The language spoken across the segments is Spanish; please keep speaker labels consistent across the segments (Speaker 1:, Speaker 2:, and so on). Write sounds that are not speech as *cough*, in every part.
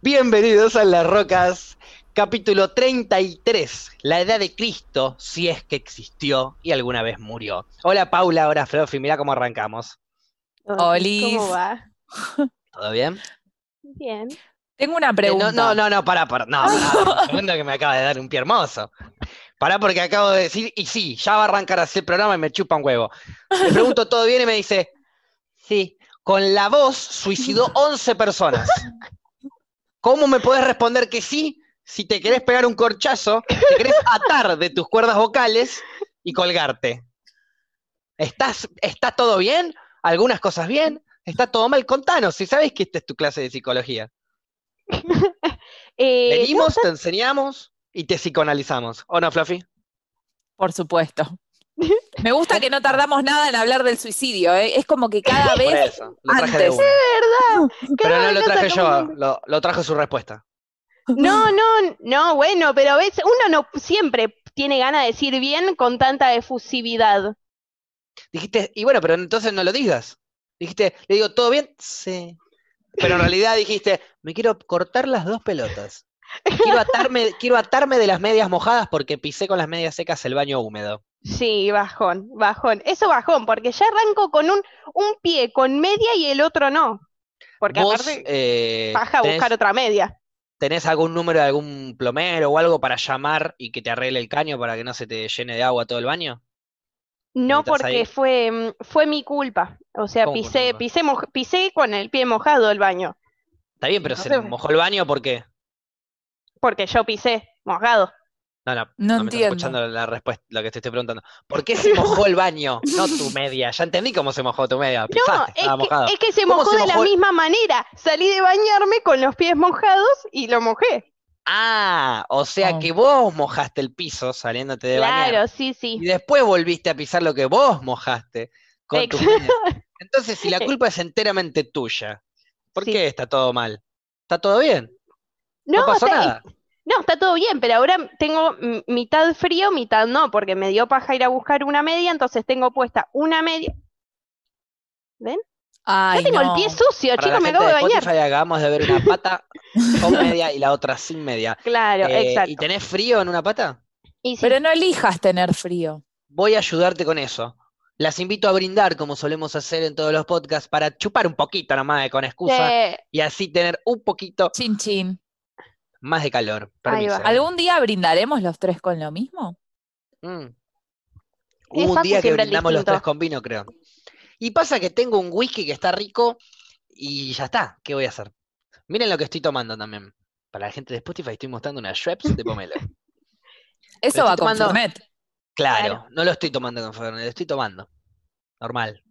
Speaker 1: Bienvenidos a Las Rocas, capítulo 33, la edad de Cristo, si es que existió y alguna vez murió. Hola Paula, hola Frofi, mira cómo arrancamos.
Speaker 2: Olis.
Speaker 3: ¿Cómo va?
Speaker 1: ¿Todo bien?
Speaker 3: Bien.
Speaker 2: Tengo una
Speaker 1: Eh,
Speaker 2: pregunta.
Speaker 1: No, no, no, no, pará, pará. No, pará, un segundo que me acaba de dar un pie hermoso. Pará porque acabo de decir, y sí, ya va a arrancar así el programa y me chupa un huevo. Le pregunto todo bien y me dice, sí, con la voz suicidó 11 personas. ¿Cómo me podés responder que sí si te querés pegar un corchazo, te querés atar de tus cuerdas vocales y colgarte? ¿Estás, ¿Está todo bien? ¿Algunas cosas bien? ¿Está todo mal? Contanos, si sabes que esta es tu clase de psicología.
Speaker 3: Eh,
Speaker 1: Venimos, te enseñamos y te psicoanalizamos. ¿O no, Fluffy? *laughs*
Speaker 2: Por supuesto. Me gusta que no tardamos nada en hablar del suicidio. ¿eh? Es como que
Speaker 1: *laughs*
Speaker 2: cada vez.
Speaker 1: eso. Lo traje de
Speaker 2: antes.
Speaker 1: uno.
Speaker 3: ¿Verdad?
Speaker 1: Pero no
Speaker 3: Cada
Speaker 1: lo
Speaker 3: vez
Speaker 1: traje
Speaker 3: nos sacamos
Speaker 1: yo,
Speaker 3: un-
Speaker 1: lo, lo trajo su respuesta.
Speaker 3: No, no, no, bueno, pero ves, uno no siempre tiene ganas de decir bien con tanta efusividad.
Speaker 1: Dijiste, y bueno, pero entonces no lo digas. Dijiste, le digo, ¿todo bien? Sí. Pero en realidad dijiste, me quiero cortar las dos pelotas. Quiero atarme, quiero atarme de las medias mojadas porque pisé con las medias secas el baño húmedo.
Speaker 3: Sí, bajón, bajón. Eso bajón, porque ya arranco con un, un pie con media y el otro no. Porque
Speaker 1: Vos,
Speaker 3: aparte
Speaker 1: eh,
Speaker 3: baja a
Speaker 1: tenés-
Speaker 3: buscar otra media.
Speaker 1: ¿Tenés algún número de algún plomero o algo para llamar y que te arregle el caño para que no se te llene de agua todo el baño?
Speaker 3: No
Speaker 1: estás ahí.
Speaker 3: porque fue, mm, fue mi culpa. O sea,
Speaker 1: ¿Cómo por tu
Speaker 3: pisé,
Speaker 1: culpa?
Speaker 3: pisé, moj- pisé con el pie mojado el baño.
Speaker 1: Está bien, pero
Speaker 3: No
Speaker 1: se
Speaker 3: sé.
Speaker 1: mojó el baño porque.
Speaker 3: Porque yo pisé mojado.
Speaker 1: No, no,
Speaker 2: No
Speaker 1: me estás
Speaker 2: entiendo.
Speaker 1: escuchando la respuesta, lo que te estoy preguntando. ¿Por
Speaker 3: *laughs*
Speaker 1: qué se mojó el baño? No tu media. Ya entendí cómo se mojó tu media.
Speaker 3: No,
Speaker 1: Pisaste,
Speaker 3: es
Speaker 1: estaba
Speaker 3: que,
Speaker 1: mojado.
Speaker 3: es que se
Speaker 1: ¿Cómo
Speaker 3: mojó
Speaker 1: se
Speaker 3: de la
Speaker 1: mojó el-
Speaker 3: misma manera. Salí de bañarme con los pies mojados y lo mojé.
Speaker 1: Ah, o sea
Speaker 2: Ah.
Speaker 1: que vos mojaste el piso saliéndote de bañar.
Speaker 3: Claro, sí,
Speaker 1: Y
Speaker 3: sí.
Speaker 1: después volviste a pisar lo que vos mojaste con tu
Speaker 3: Ex-
Speaker 1: media. Entonces,
Speaker 3: *laughs*
Speaker 1: si la culpa es enteramente tuya, ¿por
Speaker 3: Sí.
Speaker 1: qué está todo mal? ¿Está todo bien?
Speaker 3: No,
Speaker 1: pasó
Speaker 3: está,
Speaker 1: nada.
Speaker 3: no, está todo bien, pero ahora tengo mm, mitad frío, mitad no, porque me dio paja ir a buscar una media, entonces tengo puesta una media.
Speaker 2: Ay,
Speaker 3: Ya tengo el
Speaker 2: no.
Speaker 3: pie sucio,
Speaker 1: Para la
Speaker 3: chicos, me
Speaker 1: gente
Speaker 3: acabo de
Speaker 1: de
Speaker 3: bañar.
Speaker 1: Spotify acabamos de ver una pata con media y la otra sin media.
Speaker 3: Claro,
Speaker 1: Eh,
Speaker 3: exacto.
Speaker 1: ¿Y tenés frío en una pata?
Speaker 3: Y sí,
Speaker 2: Pero no elijas tener frío.
Speaker 1: voy a ayudarte con eso. Las invito a brindar, como solemos hacer en todos los podcasts, para chupar un poquito nomás de- con excusa
Speaker 3: sí,
Speaker 1: y así tener un poquito
Speaker 2: Chin, chin.
Speaker 1: más de calor.
Speaker 3: Ahí va.
Speaker 1: Permiso.
Speaker 2: ¿Algún día brindaremos los tres con lo mismo?
Speaker 1: Mm.
Speaker 3: Es
Speaker 1: Hubo un
Speaker 3: Facu
Speaker 1: día que
Speaker 3: siempre el
Speaker 1: brindamos los
Speaker 3: distinto.
Speaker 1: tres con vino, creo. Y pasa que tengo un whisky que está rico y ya está. ¿Qué voy a hacer? Miren lo que estoy tomando también. Para la gente de Spotify estoy mostrando una Schweppes de
Speaker 3: *laughs*
Speaker 1: pomelo.
Speaker 2: Eso va
Speaker 1: estoy
Speaker 2: con
Speaker 1: tomando-
Speaker 2: Fernet.
Speaker 1: Claro,
Speaker 3: Claro.
Speaker 1: no lo estoy tomando con Fernet, lo estoy tomando. Normal.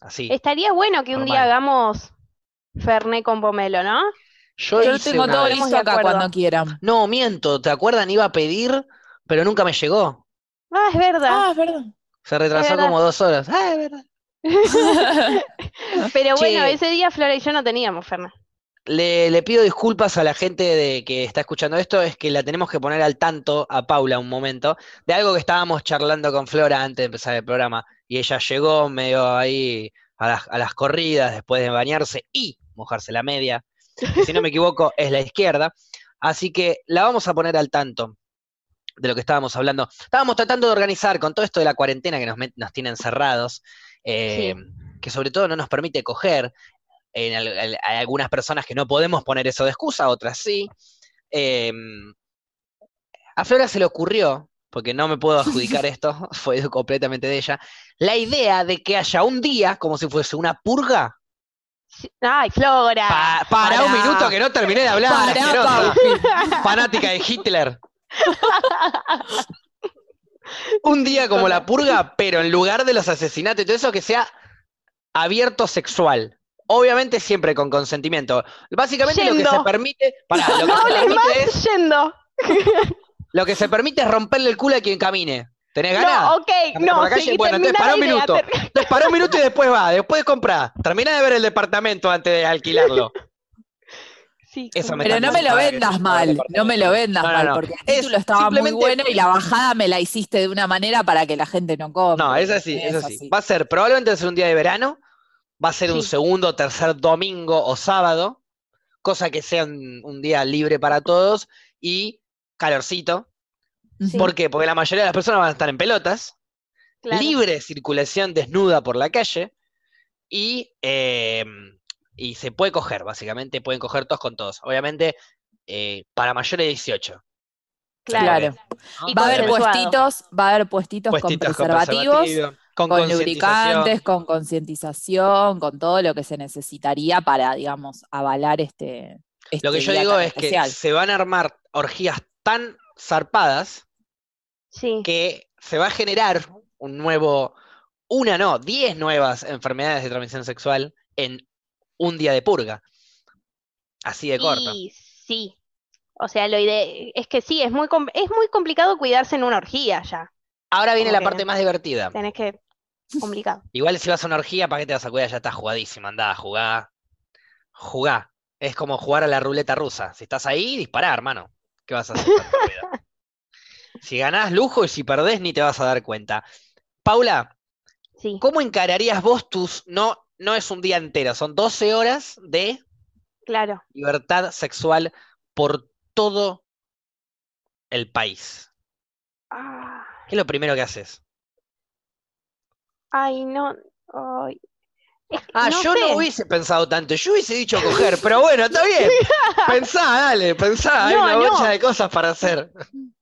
Speaker 1: Así.
Speaker 3: Estaría bueno que un día
Speaker 1: Normal.
Speaker 3: hagamos Ferné con pomelo, ¿no?
Speaker 1: Yo,
Speaker 2: Yo lo
Speaker 1: hice
Speaker 2: tengo
Speaker 1: una
Speaker 2: todo
Speaker 1: vez-
Speaker 3: Estamos
Speaker 2: listo
Speaker 3: de
Speaker 2: acá
Speaker 3: acuerdo.
Speaker 2: cuando quieran.
Speaker 1: No, miento, ¿te acuerdan? Iba a pedir, pero nunca me llegó.
Speaker 3: Ah, es verdad.
Speaker 2: Ah,
Speaker 1: *laughs*
Speaker 2: es verdad.
Speaker 1: Se retrasó
Speaker 3: verdad.
Speaker 1: como dos horas. Ah, es verdad.
Speaker 3: Pero bueno,
Speaker 1: Che.
Speaker 3: ese día Flora y yo no teníamos Ferné.
Speaker 1: Le, le pido disculpas a la gente de que está escuchando esto, es que la tenemos que poner al tanto a Paula un momento, de algo que estábamos charlando con Flora antes de empezar el programa, y ella llegó medio ahí a las, a las corridas después de bañarse y mojarse la media, que si no me equivoco es la izquierda, así que la vamos a poner al tanto de lo que estábamos hablando. Estábamos tratando de organizar con todo esto de la cuarentena que nos, met- nos tiene encerrados, eh, que sobre todo no nos permite coger, en al- al- hay algunas personas que no podemos poner eso de excusa, otras sí. Eh, a Flora se le ocurrió, porque no me puedo
Speaker 3: *laughs*
Speaker 1: adjudicar esto, *laughs* fue completamente de ella, la idea de que haya un día, como si fuese una purga,
Speaker 3: Sí. Ay, Flora.
Speaker 1: pa- para, un
Speaker 2: pará.
Speaker 1: minuto que no terminé de hablar,
Speaker 2: Pará,
Speaker 1: asquerosa, fanática de
Speaker 3: *laughs*
Speaker 1: Hitler. un día como la purga, pero en lugar de los asesinatos y todo eso, que sea abierto sexual. Obviamente siempre con consentimiento. Básicamente lo que se
Speaker 3: Yendo.
Speaker 1: permite, pará, lo, que
Speaker 3: *laughs* No
Speaker 1: se
Speaker 3: hables
Speaker 1: permite es,
Speaker 3: Yendo.
Speaker 1: lo que se permite es romperle el culo a quien camine. ¿Tenés ganas?
Speaker 3: No, ok,
Speaker 1: Andá por
Speaker 3: no,
Speaker 1: la calle,
Speaker 3: seguí,
Speaker 1: bueno, entonces
Speaker 3: termina
Speaker 1: pará un
Speaker 3: la idea,
Speaker 1: minuto.
Speaker 3: ter-
Speaker 1: Entonces pará un minuto y después va, después compra. Termina de ver el departamento antes de alquilarlo.
Speaker 3: *laughs* Sí,
Speaker 1: Eso me
Speaker 2: Pero
Speaker 1: está
Speaker 2: no me lo
Speaker 1: diciendo
Speaker 2: vendas
Speaker 1: para que-
Speaker 2: mal, no me lo vendas
Speaker 1: No, no,
Speaker 2: mal,
Speaker 1: no.
Speaker 2: porque el
Speaker 1: Es
Speaker 2: título estaba muy
Speaker 1: simplemente-
Speaker 2: bueno y la bajada me la hiciste de una manera para que la gente no coma.
Speaker 1: No, es así, es así. Va a ser, probablemente va a ser un día de verano, va a ser un
Speaker 3: Sí.
Speaker 1: segundo, tercer domingo o sábado, cosa que sea un, un día libre para todos y calorcito.
Speaker 2: Sí.
Speaker 1: ¿Por qué? Porque la mayoría de las personas van a estar en pelotas,
Speaker 3: Claro.
Speaker 1: libre circulación desnuda por la calle y, eh, y se puede coger, básicamente pueden coger todos con todos. Obviamente, eh, para mayores de 18.
Speaker 2: Claro.
Speaker 1: ¿no?
Speaker 3: Y
Speaker 2: Va a haber
Speaker 3: Consensuado.
Speaker 2: puestitos, va a haber puestitos,
Speaker 1: Puestitos
Speaker 2: con
Speaker 1: con
Speaker 2: preservativos,
Speaker 1: preservativo,
Speaker 2: con, lubricantes, con concientización, con todo lo que se necesitaría para, digamos, avalar este. este
Speaker 1: Lo que yo
Speaker 2: día
Speaker 1: digo
Speaker 2: tan
Speaker 1: es que
Speaker 2: especial.
Speaker 1: se van a armar orgías tan zarpadas
Speaker 3: Sí.
Speaker 1: que se va a generar un nuevo, una no, 10 nuevas enfermedades de transmisión sexual en un día de purga. Así de corto.
Speaker 3: Y sí. O sea, lo ide es que sí, es muy, com- es muy complicado cuidarse en una orgía ya.
Speaker 1: Ahora viene la
Speaker 3: como que
Speaker 1: parte
Speaker 3: no.
Speaker 1: más divertida.
Speaker 3: Tenés que. Complicado.
Speaker 1: Igual si vas a una orgía, ¿para qué te vas a cuidar? Ya estás jugadísima, andá, jugá. Jugá. Es como jugar a la ruleta rusa. Si estás ahí, dispará, hermano. ¿Qué vas a hacer? con tu vida? si ganás lujo y si perdés, ni te vas a dar cuenta. Paula,
Speaker 3: Sí.
Speaker 1: ¿cómo encararías vos tus... No, no es un día entero, son 12 horas de
Speaker 3: Claro.
Speaker 1: libertad sexual por todo el país.
Speaker 3: Ah,
Speaker 1: ¿Qué es lo primero que haces?
Speaker 3: Ay, no. ay. Es que
Speaker 1: Ah, yo
Speaker 3: sé.
Speaker 1: no hubiese pensado tanto, yo hubiese dicho coger, pero bueno, está
Speaker 3: *laughs*
Speaker 1: bien. Pensá, dale, pensá, hay
Speaker 3: No,
Speaker 1: una
Speaker 3: no.
Speaker 1: bocha de cosas para hacer.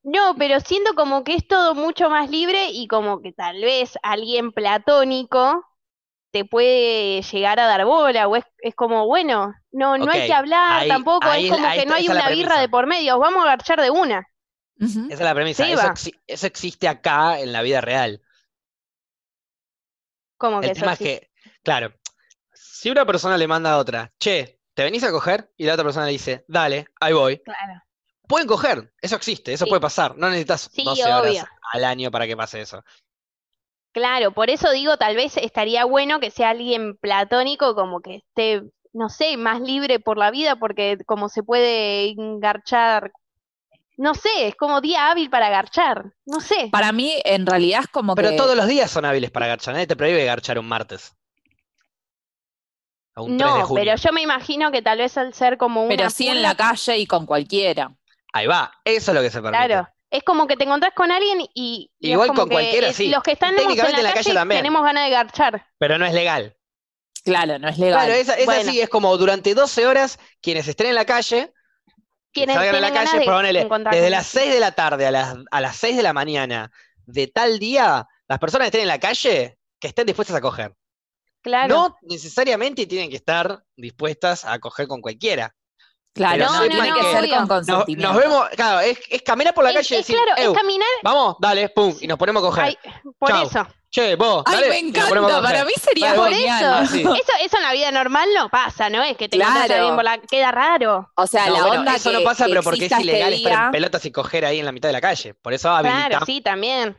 Speaker 3: No, pero siento como que es todo mucho más libre y como que tal vez alguien platónico te puede llegar a dar bola o es, es como, bueno, no, no hay
Speaker 1: Ok,
Speaker 3: que hablar
Speaker 1: ahí-
Speaker 3: tampoco,
Speaker 1: ahí-
Speaker 3: es como
Speaker 1: ahí
Speaker 3: que no hay
Speaker 1: está la
Speaker 3: una birra
Speaker 1: premisa.
Speaker 3: de por medio, vamos a garchar de una.
Speaker 2: Ujú.
Speaker 1: Esa es la premisa,
Speaker 3: Sí,
Speaker 1: eso,
Speaker 3: va.
Speaker 1: exi- eso existe acá en la vida real.
Speaker 3: Como que
Speaker 1: El
Speaker 3: eso
Speaker 1: tema es
Speaker 3: sí.
Speaker 1: que, claro, si una persona le manda a otra, che, ¿te venís a coger? Y la otra persona le dice, dale, ahí voy.
Speaker 3: Claro.
Speaker 1: Pueden coger, eso existe, eso
Speaker 3: Sí.
Speaker 1: puede pasar, no necesitas
Speaker 3: Sí,
Speaker 1: 12 horas
Speaker 3: obvio.
Speaker 1: al año para que pase eso.
Speaker 3: Claro, por eso digo, tal vez estaría bueno que sea alguien platónico, como que esté, no sé, más libre por la vida, porque como se puede engarchar, no sé, es como día hábil para garchar, no sé.
Speaker 2: Para mí, en realidad, es como
Speaker 1: Pero
Speaker 2: que.
Speaker 1: todos los días son hábiles para garchar, nadie te prohíbe garchar un martes. O un 3 de
Speaker 3: No,
Speaker 1: junio.
Speaker 3: pero yo me imagino que tal vez al ser como una
Speaker 2: pero sí en
Speaker 3: purga,
Speaker 2: la calle y con cualquiera.
Speaker 1: Ahí va, eso es lo que se permite.
Speaker 3: claro, es como que te encontrás con alguien y, y es
Speaker 1: Igual
Speaker 3: como
Speaker 1: con
Speaker 3: que
Speaker 1: cualquiera,
Speaker 3: es-
Speaker 1: sí.
Speaker 3: los que estamos en
Speaker 1: Técnicamente
Speaker 3: la calle
Speaker 1: también.
Speaker 3: tenemos ganas de garchar.
Speaker 1: Pero no es legal.
Speaker 2: Claro, no es legal.
Speaker 1: Claro, esa, esa
Speaker 3: Bueno.
Speaker 1: sí es como durante 12 horas, quienes estén en la calle, que
Speaker 3: Tienen,
Speaker 1: salgan a la
Speaker 3: tienen ganas
Speaker 1: calle,
Speaker 3: de
Speaker 1: ponele,
Speaker 3: encontrar
Speaker 1: desde
Speaker 3: con-
Speaker 1: las 6 de la tarde a las, a las 6 de la mañana de tal día, las personas que estén en la calle, que estén dispuestas a coger.
Speaker 3: Claro.
Speaker 1: No necesariamente tienen que estar dispuestas a coger con cualquiera.
Speaker 2: Claro,
Speaker 1: Pero
Speaker 2: no,
Speaker 1: sepan
Speaker 2: tiene que
Speaker 1: que-
Speaker 2: ser con
Speaker 3: Nos-
Speaker 1: Nos, nos
Speaker 2: consentimiento.
Speaker 1: vemos, claro, es, es caminar por la
Speaker 3: Es-
Speaker 1: calle y
Speaker 3: es
Speaker 1: decir,
Speaker 3: claro, es
Speaker 1: "Eu,
Speaker 3: caminar,
Speaker 1: vamos, dale, pum, y nos ponemos a coger.
Speaker 3: ay, por
Speaker 1: Chau.
Speaker 3: eso.
Speaker 1: Che, vos,
Speaker 2: Ay,
Speaker 1: dale,
Speaker 2: me
Speaker 1: y nos ponemos a
Speaker 2: encanta.
Speaker 1: coger.
Speaker 2: Para mí sería
Speaker 1: Dale,
Speaker 3: Por
Speaker 1: vos.
Speaker 2: genial.
Speaker 3: eso,
Speaker 1: sí.
Speaker 3: *laughs* eso, eso en la vida normal no pasa, ¿no? Es que te encontrás a
Speaker 2: Claro.
Speaker 3: alguien por la- queda raro.
Speaker 2: O sea,
Speaker 1: No,
Speaker 2: la
Speaker 1: bueno,
Speaker 2: onda
Speaker 1: eso
Speaker 2: que,
Speaker 1: no pasa,
Speaker 2: que
Speaker 1: pero porque es
Speaker 2: exista este
Speaker 1: ilegal estar en
Speaker 2: día-
Speaker 1: pelotas y coger ahí en la mitad de la calle. Por eso
Speaker 3: Claro,
Speaker 1: habilitamos.
Speaker 3: sí, también.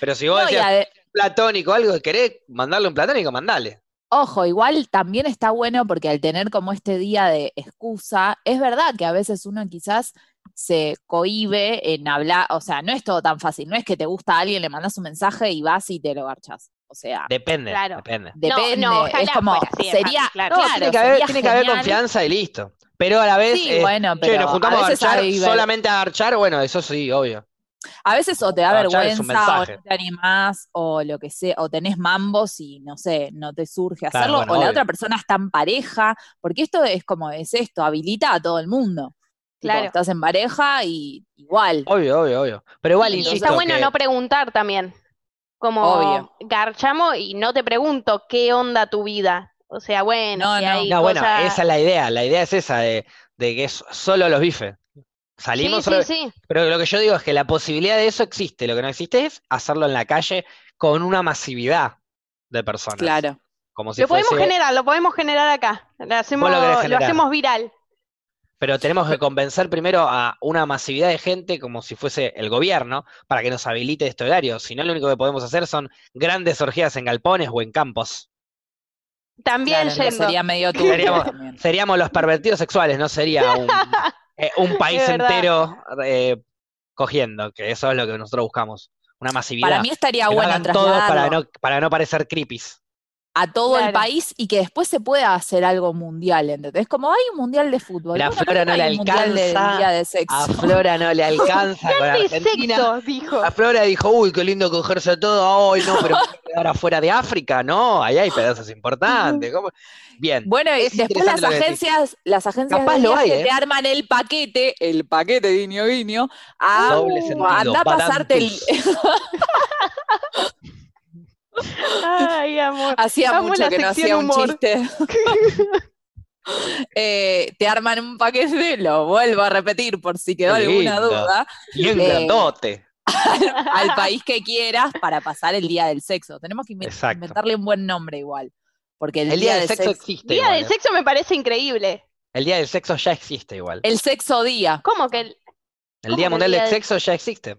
Speaker 1: Pero si vos
Speaker 2: No, y
Speaker 1: decías
Speaker 2: ade-
Speaker 1: platónico o algo, querés mandarle un platónico, mandale.
Speaker 2: Ojo, igual también está bueno porque al tener como este día de excusa, es verdad que a veces uno quizás se cohíbe en hablar, o sea, no es todo tan fácil, no es que te gusta a alguien, le mandas un mensaje y vas y te lo garchas. O sea,
Speaker 1: Depende,
Speaker 3: Claro.
Speaker 1: depende.
Speaker 2: depende,
Speaker 3: no, ojalá
Speaker 2: es como
Speaker 3: fuera así de
Speaker 2: sería,
Speaker 3: fácil, claro.
Speaker 2: claro,
Speaker 3: No,
Speaker 1: tiene que haber,
Speaker 2: sería
Speaker 1: tiene que haber
Speaker 2: genial.
Speaker 1: confianza y listo. Pero a la vez,
Speaker 2: Sí,
Speaker 1: eh,
Speaker 2: bueno,
Speaker 1: che,
Speaker 2: pero
Speaker 1: nos juntamos
Speaker 2: a
Speaker 1: a,
Speaker 2: veces
Speaker 1: garchar,
Speaker 2: hay-
Speaker 1: solamente a garchar, bueno, eso sí, obvio.
Speaker 2: A veces o te da
Speaker 1: Garchar es un
Speaker 2: vergüenza, o
Speaker 1: mensaje.
Speaker 2: no te animás, o lo que sea, o tenés mambos y no sé, no te surge
Speaker 1: Claro,
Speaker 2: hacerlo,
Speaker 1: bueno,
Speaker 2: o la
Speaker 1: obvio.
Speaker 2: otra persona está en pareja, porque esto es como es esto, habilita a todo el mundo. Tipo,
Speaker 3: Claro.
Speaker 2: estás en pareja y igual.
Speaker 1: Obvio, obvio, obvio. Pero igual,
Speaker 3: Y
Speaker 1: insisto.
Speaker 3: está bueno
Speaker 1: que-
Speaker 3: no preguntar también. Como
Speaker 2: Obvio.
Speaker 3: garchamos y no te pregunto qué onda tu vida. O sea, bueno,
Speaker 2: No,
Speaker 3: si
Speaker 2: no.
Speaker 3: hay
Speaker 1: No, bueno,
Speaker 3: cosas-
Speaker 1: esa es la idea. La idea es esa de, de que es solo los bifes. Salimos
Speaker 3: Sí,
Speaker 1: solo-
Speaker 3: sí, sí.
Speaker 1: Pero lo que yo digo es que la posibilidad de eso existe. Lo que no existe es hacerlo en la calle con una masividad de personas.
Speaker 2: Claro.
Speaker 1: Como si
Speaker 3: Lo podemos
Speaker 1: fuese-
Speaker 3: generar, lo podemos generar acá. Lo hacemos,
Speaker 1: querés
Speaker 3: lo
Speaker 1: generar.
Speaker 3: hacemos viral.
Speaker 1: Pero tenemos que convencer primero a una masividad de gente, como si fuese el gobierno, para que nos habilite este horario. Si no, lo único que podemos hacer son grandes orgías en galpones o en campos.
Speaker 3: También
Speaker 2: claro,
Speaker 3: yendo.
Speaker 2: sería medio turbio
Speaker 1: Seríamos-
Speaker 2: también.
Speaker 1: Seríamos los pervertidos sexuales, no sería
Speaker 2: *laughs*
Speaker 1: un, eh, un país
Speaker 3: Es verdad.
Speaker 1: entero eh, cogiendo, que eso es lo que nosotros buscamos. Una masividad.
Speaker 2: Para mí estaría
Speaker 1: Que lo
Speaker 2: bueno
Speaker 1: hagan todos para
Speaker 2: trasladarlo.
Speaker 1: no, para no parecer creepies.
Speaker 2: a todo el
Speaker 3: Claro.
Speaker 2: país y que después se pueda hacer algo mundial, ¿entendés? Como hay un mundial de fútbol.
Speaker 1: La
Speaker 2: bueno, ¿por qué
Speaker 1: Flora no
Speaker 2: hay
Speaker 1: le
Speaker 2: un mundial de
Speaker 1: alcanza
Speaker 2: día de sexo?
Speaker 1: A Flora no le alcanza con
Speaker 3: De
Speaker 1: Argentina.
Speaker 3: sexo, dijo.
Speaker 1: A Flora dijo, uy, qué lindo cogerse todo. Ay, no, pero ¿puedo quedar afuera de África, no, ahí hay pedazos importantes. ¿cómo? Bien.
Speaker 2: Bueno, y
Speaker 1: Es
Speaker 2: después
Speaker 1: interesante
Speaker 2: las
Speaker 1: lo que decís.
Speaker 2: agencias, las agencias
Speaker 1: Capaz
Speaker 2: de
Speaker 1: lo hay,
Speaker 2: viaje
Speaker 1: ¿eh?
Speaker 2: te arman el paquete, el paquete guiño guiño, a
Speaker 1: Doble sentido,
Speaker 2: anda a pasarte el,
Speaker 1: Badam-tus.
Speaker 3: Ay, amor.
Speaker 2: *laughs* hacía
Speaker 3: Amo
Speaker 2: mucho
Speaker 3: la
Speaker 2: que no hacía
Speaker 3: sección
Speaker 2: un
Speaker 3: humor.
Speaker 2: chiste. Eh, te arman un paquete, lo vuelvo a repetir por si quedó
Speaker 1: Qué
Speaker 2: alguna
Speaker 1: lindo.
Speaker 2: duda,
Speaker 1: Bien
Speaker 2: Eh,
Speaker 1: grandote.
Speaker 3: *laughs*
Speaker 2: al país que quieras para pasar el día del sexo. Tenemos que inve-
Speaker 1: Exacto.
Speaker 2: inventarle un buen nombre igual, porque el,
Speaker 1: El día del sexo existe.
Speaker 3: Día
Speaker 1: igual,
Speaker 3: del
Speaker 1: ¿eh?
Speaker 3: sexo me parece increíble.
Speaker 1: El día del sexo ya existe igual.
Speaker 2: el sexo día.
Speaker 3: ¿Cómo que el-
Speaker 1: El
Speaker 3: ¿Cómo que
Speaker 1: Día
Speaker 3: el
Speaker 1: Mundial
Speaker 3: día
Speaker 1: del
Speaker 3: del-
Speaker 1: Sexo ya existe.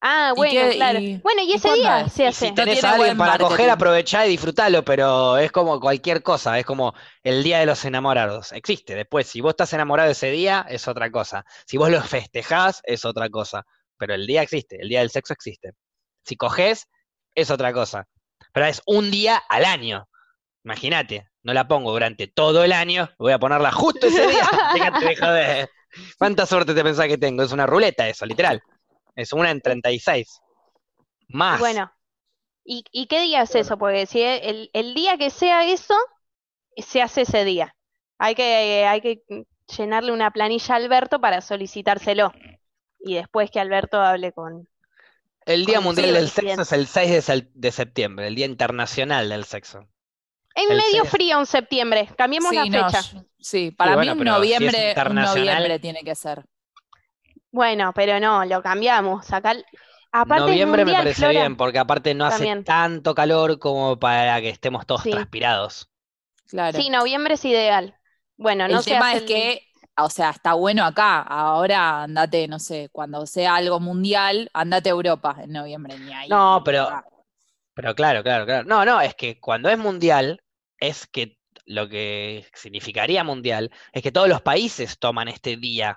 Speaker 3: Ah,
Speaker 2: ¿Y
Speaker 3: bueno,
Speaker 2: qué-
Speaker 3: claro.
Speaker 2: y-
Speaker 3: Bueno, y
Speaker 2: y
Speaker 3: ese
Speaker 2: cuándo
Speaker 3: día
Speaker 2: es?
Speaker 3: se
Speaker 1: Y si
Speaker 3: hace.
Speaker 1: tenés
Speaker 2: tiene
Speaker 1: a alguien
Speaker 2: buen
Speaker 1: para coger,
Speaker 2: marketing.
Speaker 1: aprovechá y disfrutalo, pero es como cualquier cosa, es como el día de los enamorados. Existe. Después, si vos estás enamorado ese día, es otra cosa. Si vos lo festejás, es otra cosa. Pero el día existe, el día del sexo existe. Si cogés, es otra cosa. Pero es un día al año. Imagínate, no la pongo durante todo el año, voy a ponerla justo ese día. Déjate de joder. ¿Cuánta suerte te pensás que tengo? Es una ruleta eso, literal. Es una en 36. Más.
Speaker 3: Bueno, ¿y, y qué día es eso? Porque si e- el, el día que sea eso, se hace ese día. Hay que, hay que llenarle una planilla a Alberto para solicitárselo. Y después que Alberto hable con...
Speaker 1: El Día
Speaker 3: Con-
Speaker 1: Mundial
Speaker 3: sí,
Speaker 1: del
Speaker 3: sí,
Speaker 1: Sexo
Speaker 3: bien.
Speaker 1: es el 6 de, sel- de septiembre, el Día Internacional del Sexo.
Speaker 3: En
Speaker 1: El
Speaker 3: medio
Speaker 1: seis.
Speaker 3: frío en septiembre, cambiemos la
Speaker 2: Sí, no,
Speaker 3: fecha.
Speaker 2: yo- sí, para
Speaker 1: bueno,
Speaker 2: mí en
Speaker 1: pero si es
Speaker 2: noviembre, en
Speaker 1: internacional-
Speaker 2: noviembre tiene que ser.
Speaker 3: Bueno, pero no, lo cambiamos. Acá, el- aparte es
Speaker 1: Noviembre me
Speaker 3: mundial,
Speaker 1: parece
Speaker 3: Flora.
Speaker 1: bien, porque aparte no hace
Speaker 3: También.
Speaker 1: tanto calor como para que estemos todos
Speaker 3: Sí.
Speaker 1: transpirados.
Speaker 2: Claro.
Speaker 3: Sí, noviembre es ideal. Bueno, Ah, no
Speaker 2: el
Speaker 3: se
Speaker 2: tema
Speaker 3: hace
Speaker 2: es
Speaker 3: el-
Speaker 2: que, o sea, está bueno acá. Ahora andate, no sé, cuando sea algo mundial, andate a Europa en noviembre. Ni ahí.
Speaker 1: No, pero-
Speaker 2: Ah,
Speaker 1: Pero claro, claro, claro. No, no, es que cuando es mundial, es que lo que significaría mundial es que todos los países toman este día.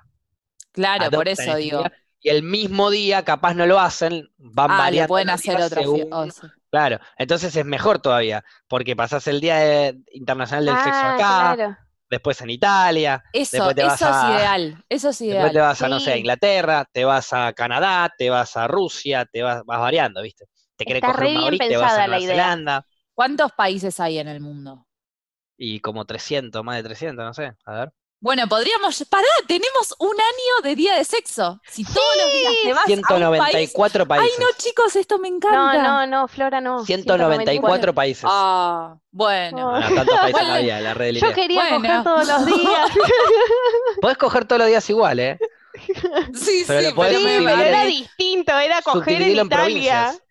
Speaker 2: Claro, por
Speaker 1: adoptan
Speaker 2: eso
Speaker 1: este
Speaker 2: digo.
Speaker 1: día, Y el mismo día, capaz no lo hacen, van
Speaker 2: Ah, le
Speaker 1: variando
Speaker 2: pueden
Speaker 1: los
Speaker 2: hacer
Speaker 1: días
Speaker 2: otro. fi-
Speaker 1: según-
Speaker 2: oh, sí.
Speaker 1: Claro, entonces es mejor todavía, porque pasás el Día de- Internacional del Sexo
Speaker 3: Ah,
Speaker 1: acá,
Speaker 3: claro.
Speaker 1: después en Italia,
Speaker 2: Eso,
Speaker 1: Después te
Speaker 2: eso
Speaker 1: vas
Speaker 2: es
Speaker 1: a-
Speaker 2: ideal. Eso es
Speaker 1: después te
Speaker 2: ideal.
Speaker 1: vas a, no sé, a
Speaker 3: Sí.
Speaker 1: Inglaterra, te vas a Canadá, te vas a Rusia, te vas, vas variando, ¿viste? Te querés
Speaker 3: Está
Speaker 1: coger un
Speaker 3: re bien
Speaker 1: maorí, te vas a
Speaker 3: pensada la
Speaker 1: Nueva
Speaker 3: idea.
Speaker 1: Zelanda,
Speaker 2: ¿Cuántos países hay en el mundo?
Speaker 1: y como 300, más de 300, no sé, a ver.
Speaker 2: Bueno, podríamos. Pará, tenemos un año de día de sexo. Si todos los días te vas a un país.
Speaker 1: 194
Speaker 2: Ay,
Speaker 1: países.
Speaker 2: no, chicos, esto me
Speaker 3: No,
Speaker 2: encanta.
Speaker 3: no, no, Flora, no.
Speaker 1: 194 países.
Speaker 2: Ah, bueno.
Speaker 3: Oh.
Speaker 1: No, no, tantos países
Speaker 3: *laughs*
Speaker 1: no
Speaker 2: Bueno,
Speaker 1: había, la red
Speaker 3: Yo quería
Speaker 2: Bueno.
Speaker 3: coger todos los
Speaker 1: *laughs*
Speaker 3: días.
Speaker 1: Podés coger todos los días igual, ¿eh?
Speaker 2: *laughs* Sí,
Speaker 1: Pero
Speaker 2: sí,
Speaker 1: lo podemos
Speaker 3: Sí,
Speaker 2: pero me
Speaker 3: pero
Speaker 1: dividir
Speaker 2: parece-
Speaker 3: era distinto, era coger en
Speaker 1: Subdividirlo en
Speaker 3: Italia.
Speaker 1: provincias.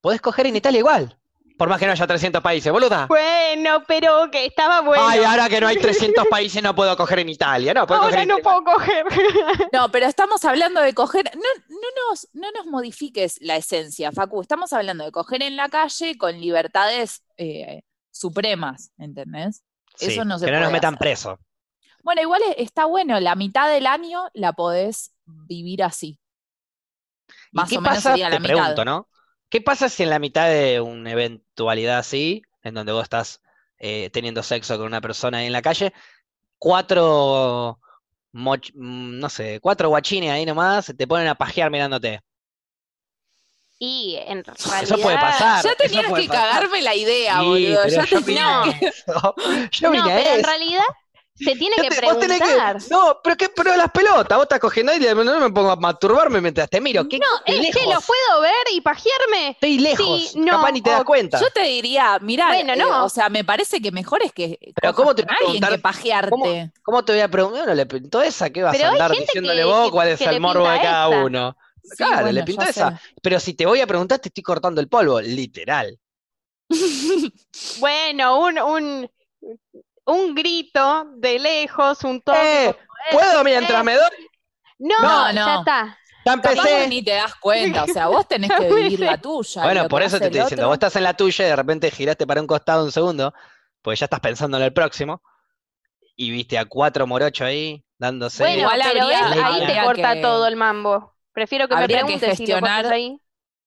Speaker 1: Podés coger en Italia igual, por más que no haya 300 países, boluda.
Speaker 3: Bueno, pero que estaba bueno.
Speaker 1: Ay, ahora que no hay 300 países no puedo coger en Italia. No, puedo coger
Speaker 3: Ahora
Speaker 1: en
Speaker 3: no puedo coger. *laughs*
Speaker 2: No, pero estamos hablando de coger. No, no, nos, no nos modifiques la esencia, Facu. Estamos hablando de coger en la calle con libertades eh, supremas, ¿entendés?
Speaker 1: Sí,
Speaker 2: Eso no se
Speaker 1: que no nos
Speaker 2: puede
Speaker 1: metan
Speaker 2: hacer.
Speaker 1: preso.
Speaker 2: Bueno, igual e- está bueno, la mitad del año la podés vivir así.
Speaker 1: ¿Y
Speaker 2: Más
Speaker 1: qué
Speaker 2: o menos
Speaker 1: pasa?
Speaker 2: sería la
Speaker 1: te
Speaker 2: mitad.
Speaker 1: pregunto, ¿no? ¿Qué pasa si en la mitad de una eventualidad así, en donde vos estás eh, teniendo sexo con una persona ahí en la calle, cuatro, moch- mm, no sé, cuatro guachines ahí nomás se te ponen a pajear mirándote?
Speaker 3: Y en
Speaker 1: Eso puede pasar.
Speaker 2: Ya
Speaker 1: eso
Speaker 2: tenías
Speaker 1: puede
Speaker 2: que
Speaker 1: pasar.
Speaker 2: cagarme la idea,
Speaker 1: Sí,
Speaker 2: boludo.
Speaker 1: pero
Speaker 2: Ya
Speaker 1: *laughs* yo vine
Speaker 2: tenías
Speaker 1: a
Speaker 2: que-
Speaker 1: eso. Yo
Speaker 3: No,
Speaker 1: vine a
Speaker 3: pero en
Speaker 1: eso.
Speaker 3: realidad se tiene
Speaker 1: Ya
Speaker 3: que
Speaker 1: te- vos tenés que-
Speaker 3: preguntar.
Speaker 1: No, pero qué pero las pelotas, vos estás cogiendo ahí y no me pongo a masturbarme mientras te miro. ¿Qué,
Speaker 3: No,
Speaker 1: estoy
Speaker 3: eh, che,
Speaker 1: lejos.
Speaker 3: ¿lo puedo ver y pajearme?
Speaker 1: Estoy lejos,
Speaker 3: Sí, no,
Speaker 1: capaz ni te das
Speaker 3: o-
Speaker 1: cuenta.
Speaker 2: Yo te diría, mirá,
Speaker 3: Bueno,
Speaker 2: eh,
Speaker 3: no.
Speaker 2: o sea, me parece que mejor es que
Speaker 1: Pero
Speaker 2: cojas
Speaker 1: ¿cómo te
Speaker 2: con
Speaker 1: voy a
Speaker 2: alguien que
Speaker 1: preguntar
Speaker 2: pajearte.
Speaker 1: cómo- ¿Cómo te voy a preguntar? Bueno, le pintó esa, ¿qué vas a
Speaker 3: Pero hay
Speaker 1: andar
Speaker 3: gente
Speaker 1: diciéndole
Speaker 3: que-
Speaker 1: vos
Speaker 3: que-
Speaker 1: cuál es
Speaker 3: que
Speaker 1: el
Speaker 3: le
Speaker 1: morbo de
Speaker 3: pinta
Speaker 1: cada
Speaker 3: esa.
Speaker 1: uno?
Speaker 2: Sí,
Speaker 1: Claro, le
Speaker 2: bueno,
Speaker 1: pintó
Speaker 2: ya
Speaker 1: esa. Pero si te voy a preguntar, te estoy cortando el polvo, literal.
Speaker 2: sé.
Speaker 3: Bueno, un, un, un grito de lejos, un toque.
Speaker 1: Eh,
Speaker 3: como,
Speaker 1: ¿Puedo mientras
Speaker 3: eh,
Speaker 1: me doy?
Speaker 3: No, ya
Speaker 2: No, no.
Speaker 3: está.
Speaker 1: Ya
Speaker 2: Capaz vos
Speaker 1: empecé.
Speaker 2: ni te das cuenta, o sea, vos *laughs* tenés que vivir la tuya.
Speaker 1: Bueno,
Speaker 2: lo
Speaker 1: por
Speaker 2: que
Speaker 1: eso
Speaker 2: hace
Speaker 1: te estoy
Speaker 2: el
Speaker 1: diciendo,
Speaker 2: otro-
Speaker 1: vos estás en la tuya y de repente giraste para un costado un segundo, pues ya estás pensando en el próximo, y viste a cuatro morochos ahí dándose.
Speaker 3: Bueno,
Speaker 2: Igual
Speaker 3: pero
Speaker 2: habría-
Speaker 3: ves, ahí
Speaker 1: habría
Speaker 3: te corta
Speaker 2: que-
Speaker 3: todo el mambo. Prefiero que me
Speaker 2: habría que
Speaker 3: preguntes si lo cortas
Speaker 2: gestionar-
Speaker 3: ahí.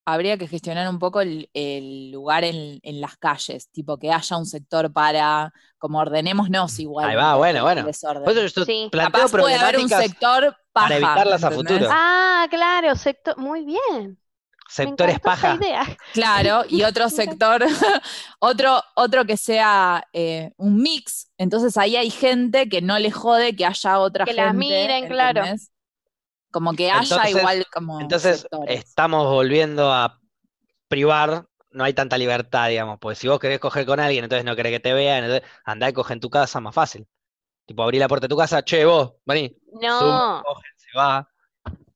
Speaker 2: habría que gestionar un poco el, el lugar en, en las calles, tipo que haya un sector para, como ordenémonos igual.
Speaker 1: Ahí va, bueno, bueno.
Speaker 2: el desorden.
Speaker 1: Por eso yo
Speaker 3: Sí.
Speaker 1: planteo
Speaker 2: Capaz puede haber un
Speaker 1: problemáticas,
Speaker 2: sector paja,
Speaker 1: para evitarlas a
Speaker 2: ¿entendés?
Speaker 1: futuro.
Speaker 3: Ah, claro, sector. Muy bien. Me
Speaker 1: sectores
Speaker 3: encantó esa
Speaker 1: paja.
Speaker 3: idea.
Speaker 2: Ah, Claro, y otro *laughs*
Speaker 3: Mira.
Speaker 2: sector, otro, otro que sea eh, un mix. Entonces ahí hay gente que no le jode que haya otra
Speaker 3: Que
Speaker 2: gente.
Speaker 3: las miren, claro.
Speaker 2: ¿entendés? Como que haya
Speaker 1: Entonces-
Speaker 2: igual como
Speaker 1: Entonces,
Speaker 2: sectores.
Speaker 1: estamos volviendo a privar, no hay tanta libertad, digamos, porque si vos querés coger con alguien, entonces no querés que te vean, entonces andá y coge en tu casa, más fácil. Tipo, abrí la puerta de tu casa, che, vos, vení,
Speaker 3: No,
Speaker 1: Zumba, cogen, se va,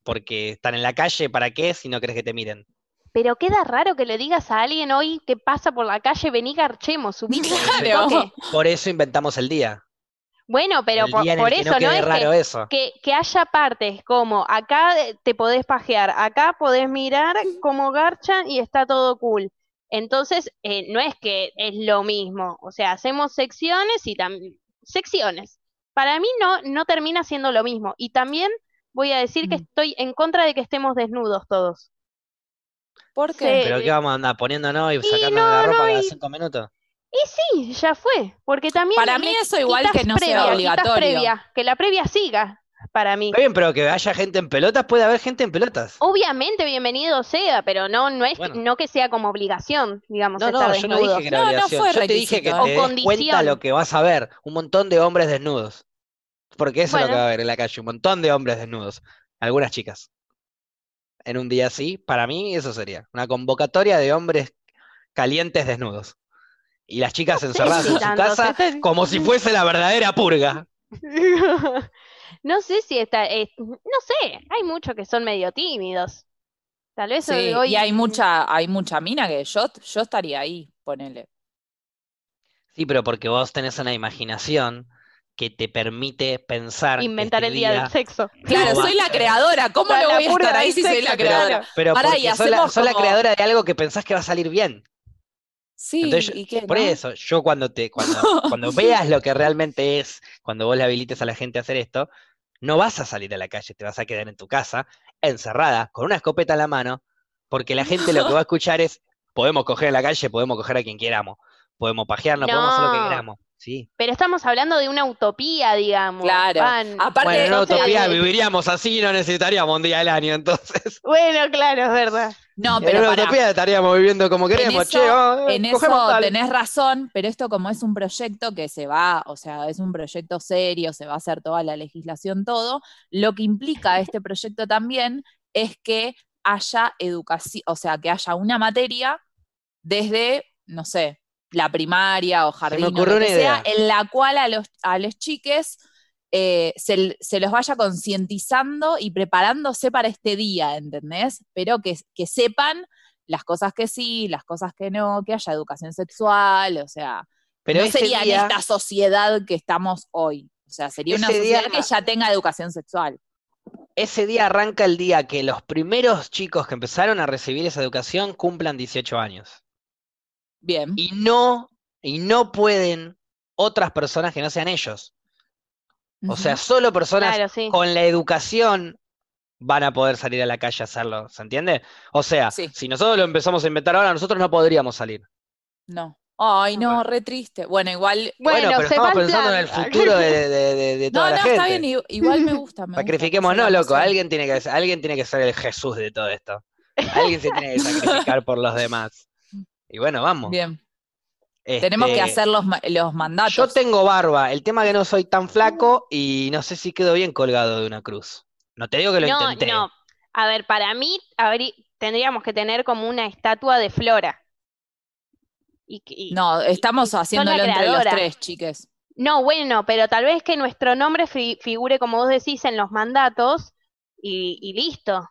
Speaker 1: porque están en la calle, ¿para qué? Si no querés que te miren.
Speaker 3: pero queda raro que le digas a alguien hoy que pasa por la calle, vení garchemos, subite.
Speaker 2: *laughs* Claro.
Speaker 3: toque".
Speaker 1: Por eso inventamos el día.
Speaker 3: Bueno, pero
Speaker 1: el
Speaker 3: por,
Speaker 1: día en el
Speaker 3: por
Speaker 1: que
Speaker 3: eso
Speaker 1: no
Speaker 3: no
Speaker 1: quede
Speaker 3: es que,
Speaker 1: raro eso.
Speaker 3: que, que haya partes como acá eh, te podés pajear, acá podés mirar cómo garchan y está todo cool. Entonces, eh, no es que es lo mismo. O sea, hacemos secciones y también. Secciones. Para mí no, no termina siendo lo mismo. Y también voy a decir que
Speaker 2: Mm.
Speaker 3: estoy en contra de que estemos desnudos todos.
Speaker 2: ¿Por
Speaker 3: se-
Speaker 2: qué?
Speaker 1: Pero ¿qué vamos a andar poniéndonos y
Speaker 3: Y
Speaker 1: sacándonos la
Speaker 3: no,
Speaker 1: ropa
Speaker 3: no,
Speaker 1: cada
Speaker 3: y-
Speaker 1: cinco minutos?
Speaker 3: Y sí, ya fue. Porque también.
Speaker 2: Para
Speaker 3: le
Speaker 2: mí eso igual
Speaker 3: quitas
Speaker 2: que no sea
Speaker 3: previa, quitas
Speaker 2: obligatorio.
Speaker 3: previa, que la previa siga, para mí.
Speaker 1: Está bien, pero que haya gente en pelotas, puede haber gente en pelotas.
Speaker 3: Obviamente bienvenido sea, pero no, no es
Speaker 1: Bueno.
Speaker 3: no que sea como obligación, digamos,
Speaker 1: No,
Speaker 3: estar
Speaker 1: no, yo no
Speaker 3: desnudo.
Speaker 1: dije que era
Speaker 2: No, no
Speaker 1: obligación.
Speaker 2: fue
Speaker 1: yo te dije que
Speaker 2: requisito.
Speaker 1: te
Speaker 3: O
Speaker 1: des cuenta
Speaker 3: condición.
Speaker 1: lo que vas a ver. Un montón de hombres desnudos. Porque eso es lo que
Speaker 3: Bueno.
Speaker 1: va a haber en la calle. Un montón de hombres desnudos. Algunas chicas. En un día así, para mí eso sería. Una convocatoria de hombres calientes desnudos. Y las chicas encerradas en su
Speaker 3: Citándose,
Speaker 1: casa
Speaker 3: estoy-
Speaker 1: como si fuese la verdadera purga.
Speaker 3: *laughs* no sé si está, eh, no sé, hay muchos que son medio tímidos. Tal vez
Speaker 2: Sí,
Speaker 3: hoy
Speaker 2: y hay mucha, hay mucha mina que yo, yo estaría ahí, ponele.
Speaker 1: Sí, pero porque vos tenés una imaginación que te permite pensar que
Speaker 3: inventar
Speaker 1: este
Speaker 3: el día del sexo.
Speaker 2: Claro,
Speaker 1: No,
Speaker 2: soy
Speaker 1: va.
Speaker 2: la creadora, ¿cómo
Speaker 3: Para
Speaker 2: no
Speaker 3: la
Speaker 2: voy a
Speaker 3: purga
Speaker 2: estar ahí
Speaker 3: del
Speaker 2: si soy
Speaker 3: sexo,
Speaker 2: la
Speaker 1: Pero,
Speaker 2: creadora?
Speaker 1: pero
Speaker 2: Pará, y
Speaker 1: porque sos la-
Speaker 2: hacemos
Speaker 1: sos la
Speaker 2: como-
Speaker 1: creadora de algo que pensás que va a salir bien.
Speaker 2: Sí,
Speaker 1: Entonces,
Speaker 2: ¿y qué,
Speaker 1: Por
Speaker 2: no?
Speaker 1: eso, yo cuando te,
Speaker 2: *laughs*
Speaker 1: cuando, cuando veas lo que realmente es, cuando vos le habilites a la gente a hacer esto, no vas a salir a la calle, te vas a quedar en tu casa, encerrada, con una escopeta en la mano, porque la gente
Speaker 2: *laughs*
Speaker 1: lo que va a escuchar es, podemos coger en la calle, podemos coger a quien queramos, podemos pajearnos, podemos hacer lo que
Speaker 3: No.
Speaker 1: queramos. Sí.
Speaker 3: Pero estamos hablando de una utopía, digamos.
Speaker 2: Claro. Ah,
Speaker 3: Van-
Speaker 2: Aparte, eh,
Speaker 1: bueno, en una
Speaker 3: no te-
Speaker 1: utopía viviríamos así y no necesitaríamos un día del año, entonces.
Speaker 3: Bueno, claro, es verdad.
Speaker 2: no,
Speaker 1: en
Speaker 2: pero
Speaker 1: una
Speaker 2: pará.
Speaker 1: utopía estaríamos viviendo como queremos, che,
Speaker 2: eso-
Speaker 1: oh, eh,
Speaker 2: En eso
Speaker 1: cogemos tal.
Speaker 2: tenés razón, pero esto como es un proyecto que se va, o sea, es un proyecto serio, se va a hacer toda la legislación, todo, lo que implica este proyecto también es que haya educación, o sea, que haya una materia desde, no sé, la primaria o jardín, o lo
Speaker 1: ocurrió una
Speaker 2: que sea,
Speaker 1: idea.
Speaker 2: en la cual a los, a los chiques eh, se, l- se los vaya concientizando y preparándose para este día, ¿entendés? Pero que, que sepan las cosas que sí, las cosas que no, que haya educación sexual, o sea,
Speaker 1: Pero
Speaker 2: no
Speaker 1: ese
Speaker 2: sería en
Speaker 1: día-
Speaker 2: esta sociedad que estamos hoy. O sea, sería una
Speaker 1: Ese día-
Speaker 2: sociedad que ya tenga educación sexual.
Speaker 1: Ese día arranca el día que los primeros chicos que empezaron a recibir esa educación cumplan 18 años.
Speaker 2: Bien.
Speaker 1: Y no, y no pueden otras personas que no sean ellos. O sea,
Speaker 2: Ujú.
Speaker 1: solo personas
Speaker 3: Claro, sí.
Speaker 1: con la educación van a poder salir a la calle a hacerlo, ¿se entiende? O sea,
Speaker 2: Sí.
Speaker 1: si nosotros lo empezamos a inventar ahora, nosotros no podríamos salir.
Speaker 2: no.
Speaker 1: Ah,
Speaker 2: Ay, no, re triste. Bueno, igual.
Speaker 1: Bueno, pero
Speaker 3: se
Speaker 1: estamos
Speaker 3: van
Speaker 1: pensando en el
Speaker 3: plan-
Speaker 1: futuro
Speaker 3: *laughs*
Speaker 1: de, de- de- de toda
Speaker 2: *laughs* No,
Speaker 1: la
Speaker 2: no,
Speaker 1: gente.
Speaker 2: está bien, i- igual me gusta. me gusta,
Speaker 1: Sacrifiquemos,
Speaker 2: sí, la
Speaker 1: no, loco,
Speaker 2: emoción.
Speaker 1: alguien tiene, que, alguien tiene que ser el Jesús de todo esto. Alguien se
Speaker 2: *laughs*
Speaker 1: tiene que sacrificar por los demás. Y bueno, vamos.
Speaker 2: Bien, tenemos que
Speaker 1: Este,
Speaker 2: hacer los, ma- los mandatos.
Speaker 1: Yo tengo barba, el tema que no soy tan flaco y no sé si quedo bien colgado de una cruz. No te digo que lo
Speaker 3: no,
Speaker 1: intenté.
Speaker 3: no. A ver, para mí habrí- tendríamos que tener como una estatua de Flora. Y, que- y-
Speaker 2: No, estamos haciéndolo entre los
Speaker 3: creadora.
Speaker 2: tres, chiques.
Speaker 3: No, bueno, pero tal vez que nuestro nombre fi- figure, como vos decís, en los mandatos y, y listo.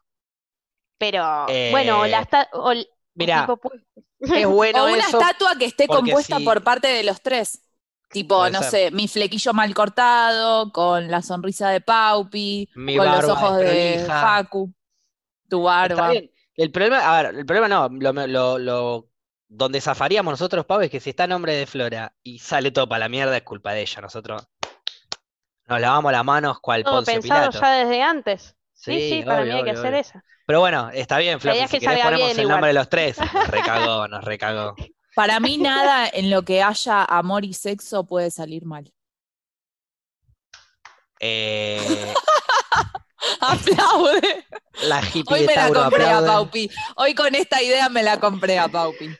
Speaker 3: Pero
Speaker 1: Eh,
Speaker 3: bueno, o la esta- o l- o
Speaker 1: Mirá,
Speaker 3: tipo, pues, *laughs*
Speaker 1: es bueno
Speaker 2: o una
Speaker 1: eso.
Speaker 2: estatua que esté
Speaker 1: porque
Speaker 2: compuesta
Speaker 1: si-
Speaker 2: por parte de los tres. Tipo,
Speaker 1: Puede
Speaker 2: no
Speaker 1: ser.
Speaker 2: sé, mi flequillo mal cortado, con la sonrisa de Paupi,
Speaker 1: Mi
Speaker 2: con los
Speaker 1: barba
Speaker 2: ojos de
Speaker 1: desprolija.
Speaker 2: Facu, tu
Speaker 1: Está
Speaker 2: barba.
Speaker 1: bien. El problema, a ver, el problema no, lo, lo- lo- donde zafaríamos nosotros, Pau, es que si está nombre de Flora y sale todo para la mierda, es culpa de ella. Nosotros nos lavamos las manos cual
Speaker 3: todo
Speaker 1: Ponce
Speaker 3: pensado
Speaker 1: Pilato.
Speaker 3: ya desde antes. Sí, sí, para
Speaker 1: obvio,
Speaker 3: mí hay que
Speaker 1: obvio,
Speaker 3: hacer
Speaker 1: obvio.
Speaker 3: eso.
Speaker 1: Pero bueno, está bien, Floppy,
Speaker 3: idea es
Speaker 1: si
Speaker 3: que
Speaker 1: querés
Speaker 3: salga
Speaker 1: ponemos
Speaker 3: bien
Speaker 1: el
Speaker 3: igual.
Speaker 1: nombre de los tres.
Speaker 3: *laughs*
Speaker 1: Nos recagó, nos recagó.
Speaker 2: Para mí nada en lo que haya amor y sexo puede
Speaker 1: *laughs*
Speaker 2: salir mal.
Speaker 1: Eh,
Speaker 2: Aplaude.
Speaker 1: la hippie
Speaker 2: Hoy
Speaker 1: de
Speaker 2: me la
Speaker 1: Tauro
Speaker 2: compré a
Speaker 1: aplaude.
Speaker 2: Paupi. Hoy con esta idea me la compré a Paupi.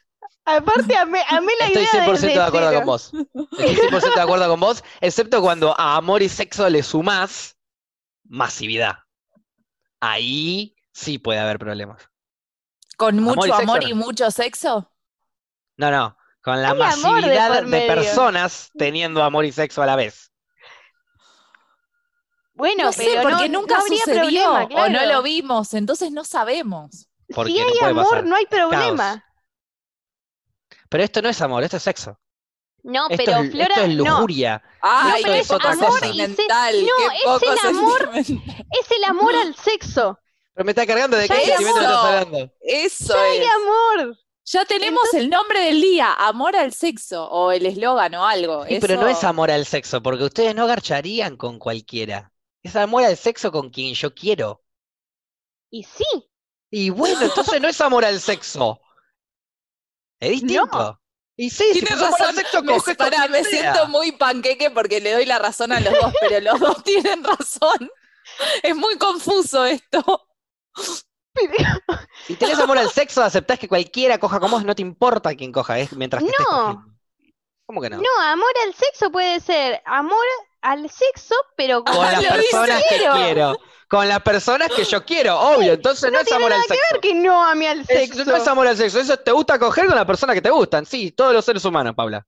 Speaker 3: Aparte, amé, amé la
Speaker 1: Estoy
Speaker 3: idea
Speaker 1: 100%
Speaker 3: desde
Speaker 1: de acuerdo
Speaker 3: cero.
Speaker 1: con vos. Estoy 100% de acuerdo con vos, excepto cuando a amor y sexo le sumás masividad. Ahí sí puede haber problemas.
Speaker 2: ¿Con
Speaker 1: Amor y
Speaker 2: mucho
Speaker 1: sexo,
Speaker 2: amor
Speaker 1: no.
Speaker 2: y mucho sexo?
Speaker 1: No, no, con la
Speaker 3: Hay amor de
Speaker 1: masividad
Speaker 3: por
Speaker 1: de,
Speaker 3: medio.
Speaker 1: personas teniendo amor y sexo a la vez.
Speaker 3: Bueno,
Speaker 2: No, sé,
Speaker 3: pero
Speaker 2: porque
Speaker 3: no,
Speaker 2: nunca
Speaker 3: no habría
Speaker 2: sucedió
Speaker 3: problema,
Speaker 2: o no
Speaker 3: claro.
Speaker 2: lo vimos, entonces no sabemos.
Speaker 1: Porque
Speaker 3: si
Speaker 1: no
Speaker 3: hay
Speaker 1: puede
Speaker 3: amor,
Speaker 1: pasar.
Speaker 3: no hay problema.
Speaker 1: Pero esto no es amor, esto es sexo.
Speaker 3: No,
Speaker 1: Esto,
Speaker 3: pero
Speaker 1: es, esto
Speaker 3: Flora,
Speaker 1: es
Speaker 3: no.
Speaker 1: lujuria.
Speaker 2: Ay,
Speaker 1: pero
Speaker 2: qué
Speaker 1: es
Speaker 2: poco
Speaker 1: amor y
Speaker 2: sentimental,
Speaker 3: se- no,
Speaker 2: qué
Speaker 3: es
Speaker 2: poco
Speaker 3: el amor-
Speaker 2: sentimental.
Speaker 3: Es el amor al sexo.
Speaker 1: Pero me está cargando de
Speaker 3: Ya
Speaker 1: qué
Speaker 3: hay
Speaker 1: sentimiento me
Speaker 2: amor.
Speaker 1: estás hablando.
Speaker 2: Eso
Speaker 3: Ya hay
Speaker 2: es.
Speaker 3: amor.
Speaker 2: Ya tenemos el nombre del día, amor al sexo, o el eslogan o algo.
Speaker 1: Sí, pero no es
Speaker 2: eso-
Speaker 1: amor al sexo, porque ustedes no garcharían con cualquiera. Es amor al sexo con quien yo quiero.
Speaker 3: Y sí,
Speaker 1: Y bueno, entonces no es amor al sexo. Es distinto. Y sí, si
Speaker 2: Tienes
Speaker 1: sos amor al
Speaker 2: razón,
Speaker 1: sexo,
Speaker 2: me,
Speaker 1: cogés con
Speaker 2: pará,
Speaker 1: quien
Speaker 2: me
Speaker 1: sea.
Speaker 2: siento muy panqueque porque le doy la razón a los dos, pero los dos *laughs* tienen razón. Es muy confuso esto.
Speaker 1: Si tenés amor al sexo, aceptás que cualquiera coja con vos, no te importa quién coja, es mientras que estés
Speaker 3: No.
Speaker 1: cogiendo. ¿Cómo que no?
Speaker 3: no. amor al sexo puede ser amor al sexo, pero con *laughs*
Speaker 1: Con las
Speaker 2: lo dice.
Speaker 1: personas que
Speaker 3: Quiero.
Speaker 1: quiero. Con las personas que yo quiero, obvio. Entonces no, es
Speaker 3: tiene
Speaker 1: amor al
Speaker 3: nada
Speaker 1: sexo.
Speaker 3: que no ame al
Speaker 1: Es-
Speaker 3: sexo.
Speaker 1: no es amor al sexo, eso es te gusta coger con la persona que te gustan, sí, todos los seres humanos, Paula.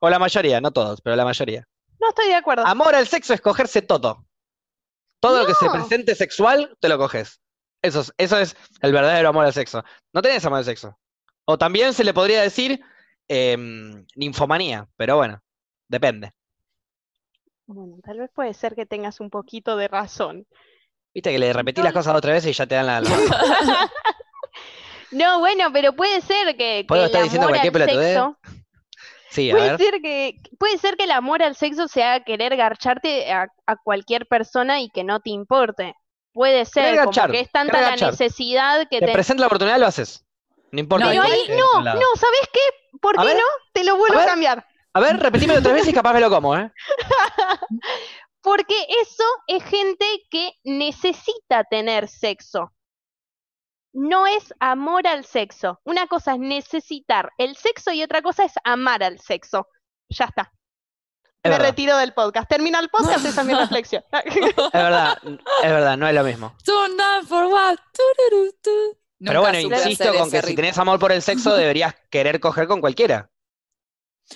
Speaker 1: O la mayoría, no todos, pero la mayoría.
Speaker 3: No estoy de acuerdo.
Speaker 1: Amor al sexo es cogerse todo. Todo lo que se
Speaker 3: No.
Speaker 1: presente sexual, te lo coges. Eso es, eso es el verdadero amor al sexo. No tenés amor al sexo. O también se le podría decir em, ninfomanía, pero bueno, depende.
Speaker 3: Bueno, tal vez puede ser que tengas un poquito de razón.
Speaker 1: Viste que le repetís las cosas otra vez y ya te dan la... la-
Speaker 3: No, bueno, pero puede ser que, que
Speaker 1: Puedo
Speaker 3: el
Speaker 1: estar diciendo
Speaker 3: amor
Speaker 1: cualquier
Speaker 3: al
Speaker 1: pelotudez.
Speaker 3: sexo,
Speaker 1: Sí, a
Speaker 3: puede
Speaker 1: ver.
Speaker 3: ser que, puede ser que el amor al sexo sea querer garcharte a, a cualquier persona y que no te importe. Puede ser, como
Speaker 1: garchar,
Speaker 3: que es tanta
Speaker 1: querer
Speaker 3: la
Speaker 1: garchar.
Speaker 3: necesidad que
Speaker 1: Te
Speaker 3: te...
Speaker 1: presenta la oportunidad, lo haces. No importa.
Speaker 2: No,
Speaker 1: de
Speaker 3: Pero
Speaker 1: qué
Speaker 3: ahí
Speaker 1: esté del
Speaker 3: no,
Speaker 1: otro
Speaker 3: no,
Speaker 1: lado.
Speaker 3: ¿sabes qué? ¿Por
Speaker 1: A
Speaker 3: qué
Speaker 1: ver.
Speaker 3: no? Te lo vuelvo
Speaker 1: A
Speaker 3: a,
Speaker 1: ver.
Speaker 3: cambiar.
Speaker 1: A ver, repetímelo tres veces y capaz me lo como, ¿eh?
Speaker 3: Porque eso es gente que necesita tener sexo. No es amor al sexo. Una cosa es necesitar el sexo y otra cosa es amar al sexo. Ya está.
Speaker 1: Es
Speaker 3: Me
Speaker 1: verdad,
Speaker 3: retiro del podcast. Termina el podcast, esa es *laughs* mi reflexión.
Speaker 1: es verdad, es verdad, no es lo mismo.
Speaker 2: Turn down for what? Tururu, tu.
Speaker 1: Pero
Speaker 2: Nunca
Speaker 1: bueno,
Speaker 2: supe
Speaker 1: insisto
Speaker 2: hacer
Speaker 1: con
Speaker 2: ese
Speaker 1: que si
Speaker 2: ritmo.
Speaker 1: tenés amor por el sexo, deberías querer coger con cualquiera.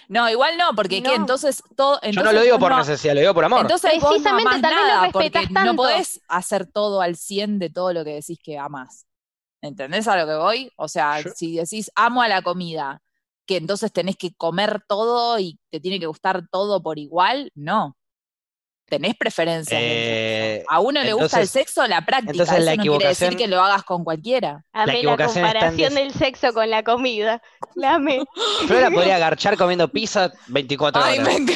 Speaker 2: No, igual no, porque ¿qué?
Speaker 3: No.
Speaker 2: entonces todo.
Speaker 1: Yo no
Speaker 2: Entonces,
Speaker 1: lo digo
Speaker 2: vos
Speaker 1: por
Speaker 2: no-
Speaker 1: necesidad, lo digo por amor.
Speaker 2: Entonces vos no
Speaker 3: Precisamente,
Speaker 2: amás
Speaker 3: tal vez no
Speaker 2: nada, porque
Speaker 3: respetás
Speaker 2: No
Speaker 3: tanto.
Speaker 2: podés hacer todo al 100 de todo lo que decís que amás. ¿Entendés a lo que voy? O sea,
Speaker 1: Yo-
Speaker 2: si decís amo a la comida, que entonces tenés que comer todo y te tiene que gustar todo por igual, no. Tenés preferencias. del
Speaker 1: Eh,
Speaker 2: sexo. a uno le gusta el
Speaker 1: entonces-
Speaker 2: sexo, la práctica.
Speaker 1: entonces
Speaker 2: eso
Speaker 1: la
Speaker 2: no quiere decir
Speaker 1: equivocación-
Speaker 2: que lo hagas con cualquiera.
Speaker 1: La
Speaker 3: Amé la,
Speaker 1: equivocación está en
Speaker 3: comparación
Speaker 1: des-
Speaker 3: del sexo con la comida. La amé.
Speaker 1: Flora podría agarchar comiendo pizza 24 horas.
Speaker 2: encanta.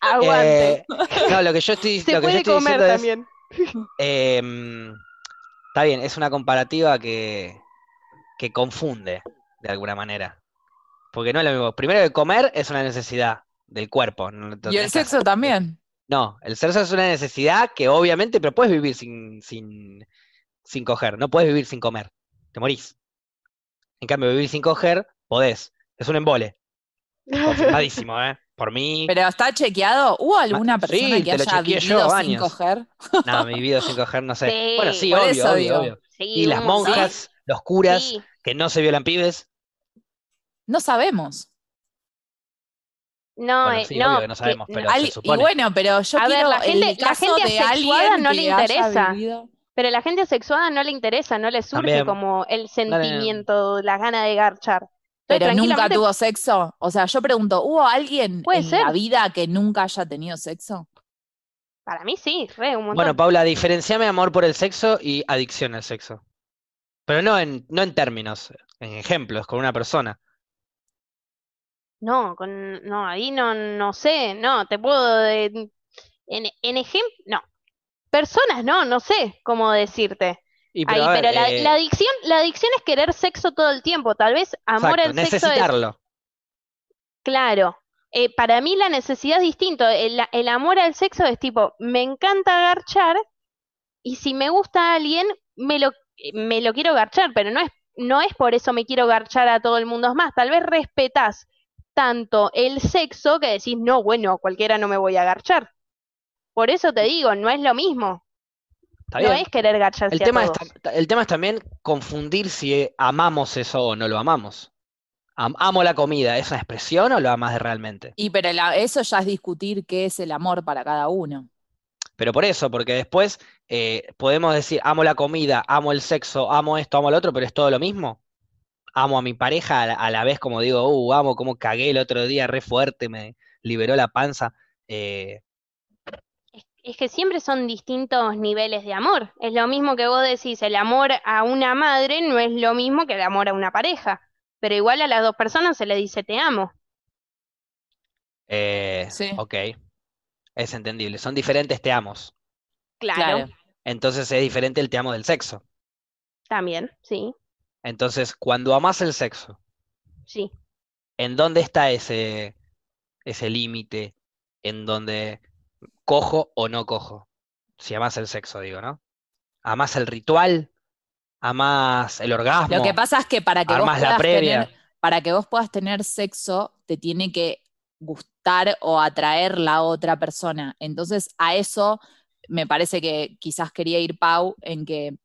Speaker 3: Aguante.
Speaker 1: Eh, no, lo que yo estoy,
Speaker 3: Se
Speaker 1: lo que yo
Speaker 3: puede
Speaker 1: estoy
Speaker 3: comer
Speaker 1: diciendo es,
Speaker 3: también.
Speaker 1: em, está bien, es una comparativa que, que confunde de alguna manera. Porque no es lo mismo. Primero que comer es una necesidad del cuerpo. no lo
Speaker 2: Y el
Speaker 1: tenés que
Speaker 2: sexo también.
Speaker 1: No, el sexo es una necesidad que obviamente, pero puedes vivir sin, sin, sin coger, no puedes vivir sin comer, te morís. En cambio, vivir sin coger, podés. Es un embole, confirmadísimo, ¿eh? Por mí,
Speaker 2: Pero está chequeado. ¿Hubo alguna
Speaker 1: Ah, sí,
Speaker 2: persona
Speaker 1: te
Speaker 2: que
Speaker 1: lo
Speaker 2: haya
Speaker 1: chequeé
Speaker 2: vivido
Speaker 1: yo,
Speaker 2: sin
Speaker 1: años.
Speaker 2: coger?
Speaker 3: *laughs*
Speaker 1: nada, mi vida sin coger, no sé. Bueno,
Speaker 3: Sí,
Speaker 1: sí,
Speaker 2: por
Speaker 1: obvio,
Speaker 2: eso
Speaker 1: obvio,
Speaker 2: digo.
Speaker 1: obvio.
Speaker 3: *laughs* Sí,
Speaker 1: Y las
Speaker 3: un-
Speaker 1: monjas, los curas,
Speaker 3: sí.
Speaker 1: que no se violan pibes,
Speaker 2: No sabemos.
Speaker 3: No,
Speaker 1: Bueno,
Speaker 3: eh,
Speaker 1: sí,
Speaker 3: no,
Speaker 1: obvio que no sabemos, pero-
Speaker 2: Al-
Speaker 1: se
Speaker 2: y
Speaker 1: supone.
Speaker 2: bueno, pero yo
Speaker 3: A ver,
Speaker 2: quiero
Speaker 3: la gente-
Speaker 2: el
Speaker 3: la
Speaker 2: caso
Speaker 3: gente
Speaker 2: de
Speaker 3: asexuada
Speaker 2: alguien
Speaker 3: no
Speaker 2: que
Speaker 3: le
Speaker 2: haya
Speaker 3: interesa.
Speaker 2: vivido-
Speaker 3: Pero la gente asexuada no le interesa, no le surge
Speaker 1: También.
Speaker 3: como el
Speaker 1: le-
Speaker 3: sentimiento, la gana de garchar. Entonces,
Speaker 2: Pero nunca
Speaker 3: tranquilamente,
Speaker 2: tuvo sexo. O sea, yo pregunto, ¿hubo alguien
Speaker 3: Puede
Speaker 2: en
Speaker 3: ser.
Speaker 2: la vida que nunca haya tenido sexo?
Speaker 3: para mí sí, re, un montón.
Speaker 1: Bueno, Paula, diferenciame amor por el sexo y adicción al sexo. Pero no en, no en términos, en ejemplos, con una persona.
Speaker 3: No, con, no, ahí no, no sé, no, te puedo, de- en, en ejemplo, no, personas, ¿no? No sé cómo decirte.
Speaker 1: Y,
Speaker 3: Ahí,
Speaker 1: a ver,
Speaker 3: pero la,
Speaker 1: eh,
Speaker 3: la adicción, la adicción es querer sexo todo el tiempo. Tal vez amor
Speaker 1: exacto,
Speaker 3: al sexo es
Speaker 1: necesitarlo.
Speaker 3: claro. Eh, para mí la necesidad es distinto. El, el amor al sexo es tipo, me encanta garchar y si me gusta a alguien, me lo, me lo quiero garchar, pero no es, no es por eso me quiero garchar a todo el mundo. Es más, tal vez respetás tanto el sexo que decís, no, bueno, a cualquiera no me voy a garchar. Por eso te digo, no es lo mismo.
Speaker 1: Está
Speaker 3: no
Speaker 1: bien.
Speaker 3: es querer garcharse
Speaker 1: El
Speaker 3: a
Speaker 1: tema, es,
Speaker 3: todos.
Speaker 1: tam- el tema es también confundir si eh, amamos eso o no lo amamos. Am- amo la comida, ¿es una expresión o lo amas realmente?
Speaker 2: Y pero la- eso ya es discutir qué es el amor para cada uno.
Speaker 1: Pero por eso, porque después eh, podemos decir, amo la comida, amo el sexo, amo esto, amo lo otro, pero es todo lo mismo. Amo a mi pareja a la, a la vez como digo, uh, amo como cagué el otro día re fuerte, me liberó la panza. Eh,
Speaker 3: Es que siempre son distintos niveles de amor. Es lo mismo que vos decís, el amor a una madre no es lo mismo que el amor a una pareja. Pero igual a las dos personas se le dice te amo.
Speaker 1: eh,
Speaker 2: Sí.
Speaker 1: ok, es entendible. Son diferentes te amos.
Speaker 3: Claro,
Speaker 1: Entonces es diferente el te amo del sexo.
Speaker 3: también, sí,
Speaker 1: Entonces, cuando amas el sexo,
Speaker 3: sí.
Speaker 1: ¿En dónde está ese, ese límite en donde cojo o no cojo? Si amás el sexo, digo, ¿no? ¿Amás el ritual? ¿Amás el orgasmo?
Speaker 2: Lo que pasa es que para que vos
Speaker 1: ¿Armás la
Speaker 2: puedas
Speaker 1: previa?
Speaker 2: tener, para que vos puedas tener sexo, te tiene que gustar o atraer la otra persona. Entonces, a eso me parece que quizás quería ir Pau en que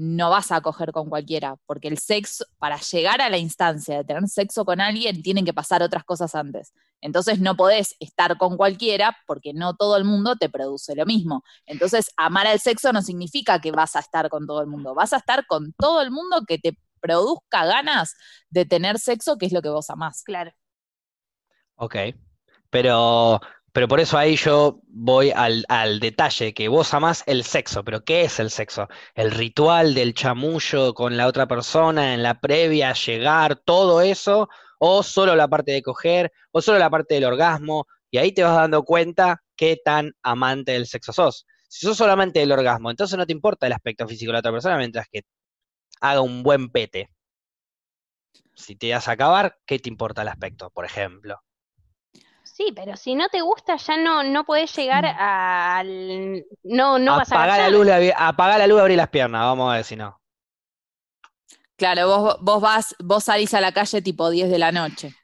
Speaker 2: no vas a coger con cualquiera, porque el sexo, para llegar a la instancia de tener sexo con alguien, tienen que pasar otras cosas antes. Entonces no podés estar con cualquiera porque no todo el mundo te produce lo mismo. Entonces, amar al sexo no significa que vas a estar con todo el mundo, vas a estar con todo el mundo que te produzca ganas de tener sexo, que es lo que vos amás.
Speaker 3: Claro.
Speaker 1: Ok. Pero, pero por eso ahí yo voy al, al detalle, que vos amás el sexo, pero ¿qué es el sexo? El ritual del chamullo con la otra persona, en la previa, llegar, todo eso, o solo la parte de coger, o solo la parte del orgasmo, y ahí te vas dando cuenta qué tan amante del sexo sos. Si sos solamente del orgasmo, entonces no te importa el aspecto físico de la otra persona mientras que haga un buen pete. Si te vas a acabar, ¿qué te importa el aspecto, por ejemplo?
Speaker 3: Sí, pero si no te gusta ya no, no podés llegar
Speaker 2: Mm.
Speaker 3: al... No, no vas a
Speaker 1: Apagá la
Speaker 3: garchar.
Speaker 1: luz, la- apagá la luz, abrí las piernas, vamos a ver si no.
Speaker 2: Claro, vos, vos vas, vos salís a la calle tipo 10 de la noche,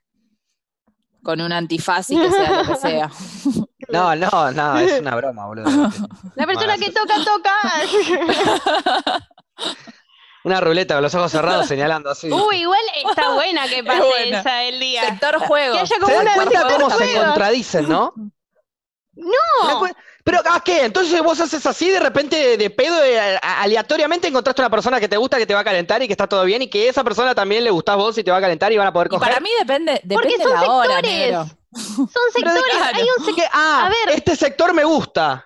Speaker 2: con un antifaz y que sea lo que sea.
Speaker 1: No, no,
Speaker 3: *laughs*
Speaker 1: no, es una broma, boludo.
Speaker 3: La persona
Speaker 1: Mala
Speaker 3: que
Speaker 1: suerte.
Speaker 3: toca, toca.
Speaker 1: Una ruleta con los ojos
Speaker 3: *laughs*
Speaker 1: cerrados señalando así.
Speaker 3: Uy, igual está buena que pase
Speaker 2: buena.
Speaker 3: esa del día.
Speaker 2: Sector
Speaker 3: *laughs* Que
Speaker 2: juego.
Speaker 3: haya como
Speaker 1: ¿Se dan
Speaker 3: una
Speaker 1: cuenta cómo se
Speaker 3: juego.
Speaker 1: contradicen, no?
Speaker 3: *laughs*
Speaker 1: ¿Se dan
Speaker 3: No,
Speaker 1: cuen- Pero, ¿a qué? Entonces vos haces así, de repente, de pedo, eh, a- a- aleatoriamente encontraste una persona que te gusta, que te va a calentar y que está todo bien y que esa persona también le gustás vos y te va a calentar y van a poder
Speaker 2: Y
Speaker 1: coger.
Speaker 2: para mí depende,
Speaker 3: Porque
Speaker 2: depende
Speaker 3: son
Speaker 2: la hora,
Speaker 3: sectores.
Speaker 2: negro.
Speaker 3: son
Speaker 1: Pero de-
Speaker 3: sectores. Hay
Speaker 1: *gasps*
Speaker 3: un
Speaker 1: que, ah,
Speaker 3: A ver.
Speaker 1: este sector me gusta.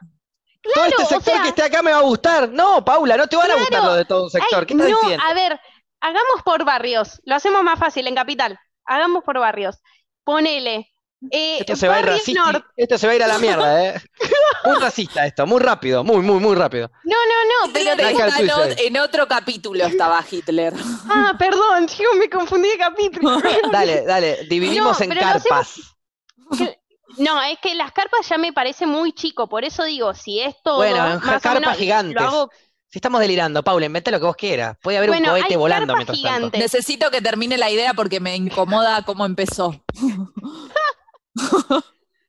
Speaker 1: Todo este
Speaker 3: Claro, o
Speaker 1: sector
Speaker 3: sea-
Speaker 1: que esté acá me va a gustar. No, Paula, no te van a gustar
Speaker 3: Claro.
Speaker 1: los de todo un sector.
Speaker 3: Ay,
Speaker 1: ¿Qué estás
Speaker 3: no,
Speaker 1: diciendo?
Speaker 3: a ver, hagamos por barrios. Lo hacemos más fácil en Capital. Hagamos por barrios. Ponele. eh,
Speaker 1: Esto se va a ir
Speaker 3: barrio
Speaker 1: racista.
Speaker 3: norte.
Speaker 1: Esto se va a ir a la mierda,
Speaker 3: *laughs*
Speaker 1: ¿eh? Muy racista esto, muy rápido, muy, muy, muy rápido.
Speaker 3: No, no, no, pero.
Speaker 2: Hitler
Speaker 1: Michael
Speaker 2: está en,
Speaker 1: Suicide.
Speaker 2: ot- en otro capítulo estaba Hitler.
Speaker 3: Ah, perdón, *laughs* chico, me confundí
Speaker 1: *laughs*
Speaker 3: de capítulo.
Speaker 1: Dale, dale, dividimos
Speaker 3: No,
Speaker 1: en
Speaker 3: pero no
Speaker 1: carpas.
Speaker 3: No, es que las carpas ya me parece muy chico, por eso digo, si es todo.
Speaker 1: Bueno, en
Speaker 3: más o
Speaker 1: carpas
Speaker 3: menos,
Speaker 1: gigantes.
Speaker 3: Lo hago.
Speaker 1: Si estamos delirando, Paula, inventé lo que vos quieras. Puede haber
Speaker 3: Bueno,
Speaker 1: un cohete
Speaker 3: hay
Speaker 1: volando
Speaker 3: carpas
Speaker 1: mientras tanto.
Speaker 3: gigantes.
Speaker 2: Necesito que termine la idea porque me incomoda cómo empezó.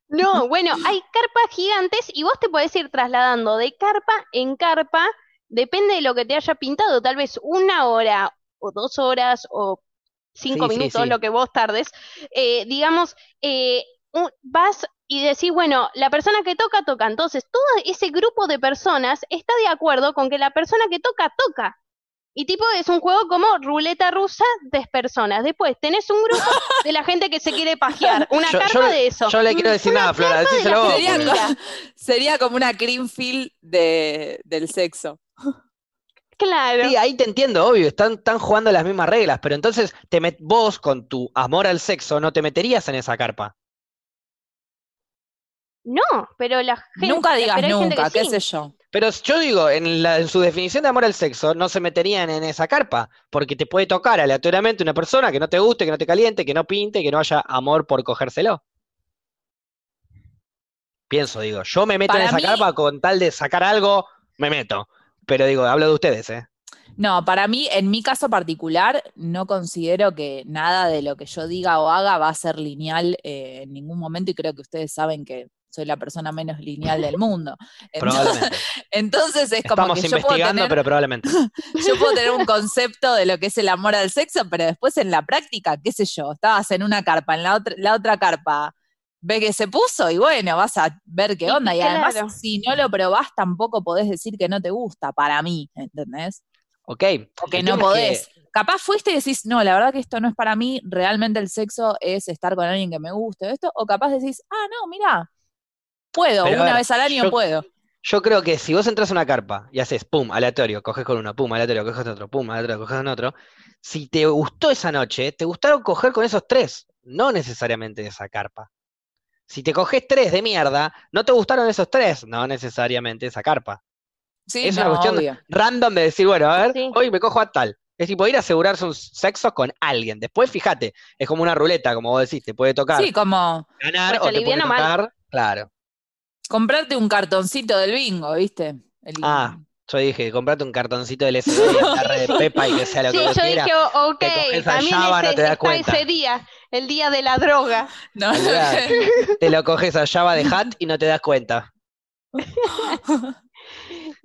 Speaker 3: No, bueno, hay carpas gigantes y vos te podés ir trasladando de carpa en carpa, depende de lo que te haya pintado, tal vez una hora o dos horas o cinco
Speaker 1: Sí, sí,
Speaker 3: minutos,
Speaker 1: sí.
Speaker 3: lo que vos tardes. Eh, digamos, eh, un- vas y decís, bueno, la persona que toca, toca. Entonces, todo ese grupo de personas está de acuerdo con que la persona que toca, toca. Y tipo, es un juego como ruleta rusa de personas. Después, tenés un grupo de la gente que se quiere pajear. Una
Speaker 1: Yo- yo
Speaker 3: carpa
Speaker 1: le-
Speaker 3: de eso.
Speaker 1: Yo le quiero decir
Speaker 3: Una
Speaker 1: nada, Flora,
Speaker 3: de
Speaker 1: decíselo
Speaker 3: la
Speaker 1: vos.
Speaker 2: Sería,
Speaker 1: porque-
Speaker 3: Mira.
Speaker 2: co- sería como una Greenfield de, del sexo.
Speaker 3: *laughs* Claro.
Speaker 1: Sí, ahí te entiendo, obvio, están, están jugando las mismas reglas, pero entonces te met- vos con tu amor al sexo no te meterías en esa carpa.
Speaker 3: No, pero la gente.
Speaker 2: nunca digas
Speaker 3: pero hay gente
Speaker 2: nunca,
Speaker 3: que
Speaker 2: qué
Speaker 3: sí.
Speaker 2: sé yo.
Speaker 1: Pero yo digo, en, la- en su definición de amor al sexo, no se meterían en esa carpa, porque te puede tocar aleatoriamente una persona que no te guste, que no te caliente, que no pinte, que no haya amor por cogérselo. Pienso, digo, yo me meto
Speaker 2: Para
Speaker 1: en esa
Speaker 2: mí-
Speaker 1: carpa con tal de sacar algo, me meto. Pero digo, hablo de ustedes, ¿eh?
Speaker 2: No, para mí, en mi caso particular, no considero que nada de lo que yo diga o haga va a ser lineal eh, en ningún momento y creo que ustedes saben que soy la persona menos
Speaker 3: *laughs*
Speaker 2: lineal del mundo. Entonces,
Speaker 1: Probablemente.
Speaker 2: *laughs* entonces es Em, como
Speaker 1: Estamos
Speaker 2: que yo puedo,
Speaker 1: investigando,
Speaker 2: tener,
Speaker 1: pero
Speaker 2: *laughs*
Speaker 1: probablemente.
Speaker 2: yo puedo tener un concepto de lo que es el amor al sexo, pero después en la práctica, qué sé yo, estabas en una carpa, en la otra, la otra carpa, ve que se puso y bueno, vas a ver qué
Speaker 3: Y
Speaker 2: onda. Y además,
Speaker 3: claro.
Speaker 2: si no lo probás, tampoco podés decir que no te gusta, para mí, ¿entendés?
Speaker 1: Ok.
Speaker 2: o que
Speaker 1: el tema es
Speaker 2: no
Speaker 1: que-
Speaker 2: podés. Capaz fuiste y decís, no, la verdad que esto no es para mí, realmente el sexo es estar con alguien que me guste o esto, o capaz decís, ah, no, mirá, puedo,
Speaker 1: Pero a
Speaker 2: una
Speaker 1: ver,
Speaker 2: vez al año
Speaker 1: yo-
Speaker 2: puedo.
Speaker 1: Yo creo que si vos entras a una carpa y haces pum, aleatorio, coges con uno, pum, aleatorio, coges con otro, pum, aleatorio, coges con otro, si te gustó esa noche, te gustaron coger con esos tres, no necesariamente esa carpa. Si te coges tres de mierda, no te gustaron esos tres, no necesariamente esa carpa.
Speaker 2: Sí,
Speaker 1: es una
Speaker 2: no,
Speaker 1: cuestión de-
Speaker 2: obvio.
Speaker 1: Random de decir, bueno, a ver,
Speaker 3: Sí.
Speaker 1: hoy me cojo a tal. Es tipo ir a asegurarse un sexo con alguien. Después, fíjate, es como una ruleta, como vos decís, te puede tocar
Speaker 2: Sí, como
Speaker 1: ganar
Speaker 3: Pues
Speaker 1: o
Speaker 3: te
Speaker 1: te puede
Speaker 3: aliviana mal.
Speaker 1: tocar. Claro.
Speaker 2: comprarte un cartoncito del bingo, ¿viste? El-
Speaker 1: Ah, Yo dije, comprate un cartoncito del SD,
Speaker 3: *laughs*
Speaker 1: de la red de Pepa y que sea lo
Speaker 3: Sí,
Speaker 1: que vos
Speaker 3: yo
Speaker 1: quieras.
Speaker 3: dije, "O- ok,
Speaker 1: te coges a
Speaker 3: también
Speaker 1: Java, no
Speaker 3: ese,
Speaker 1: te das
Speaker 3: está
Speaker 1: cuenta".
Speaker 3: ese día, el día de la droga.
Speaker 2: no,
Speaker 1: Olvidate. Te lo coges a Java de Hat y no te das
Speaker 3: *laughs*
Speaker 1: cuenta.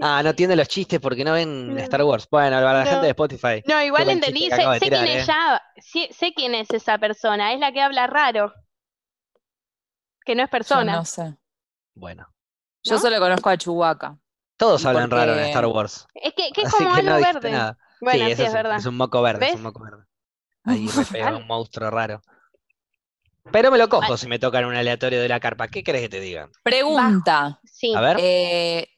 Speaker 1: Ah, no entiende los chistes porque no ven
Speaker 3: No.
Speaker 1: Star Wars. Bueno, para la
Speaker 3: No.
Speaker 1: gente de Spotify.
Speaker 3: No, igual
Speaker 1: Qué buen
Speaker 3: entendí,
Speaker 1: chiste que
Speaker 3: sé,
Speaker 1: acabo de
Speaker 3: sé quién
Speaker 1: tirar,
Speaker 3: es
Speaker 1: eh.
Speaker 3: Java, sí, sé quién es esa persona, es la que habla raro. Que no es
Speaker 2: yo
Speaker 3: persona.
Speaker 2: no sé.
Speaker 1: Bueno,
Speaker 2: Yo
Speaker 3: ¿No?
Speaker 2: solo conozco a Chewbacca.
Speaker 1: todos
Speaker 2: Y
Speaker 1: hablan
Speaker 2: porque-
Speaker 1: raro en Star Wars.
Speaker 3: Es que, que es
Speaker 1: así
Speaker 3: como
Speaker 1: que
Speaker 3: algo
Speaker 1: no dijiste
Speaker 3: verde.
Speaker 1: nada.
Speaker 3: Bueno, sí,
Speaker 1: eso
Speaker 3: es verdad.
Speaker 1: Es un moco verde, es
Speaker 3: ¿Ves?
Speaker 1: un moco verde.
Speaker 3: *laughs*
Speaker 1: Ahí re feo,
Speaker 3: Claro.
Speaker 1: un monstruo raro. Pero me lo cojo
Speaker 3: Vale.
Speaker 1: si me tocan un aleatorio de la carpa. ¿Qué querés que te diga?
Speaker 2: *laughs* Pregunta.
Speaker 3: Sí.
Speaker 1: A ver,
Speaker 2: eh,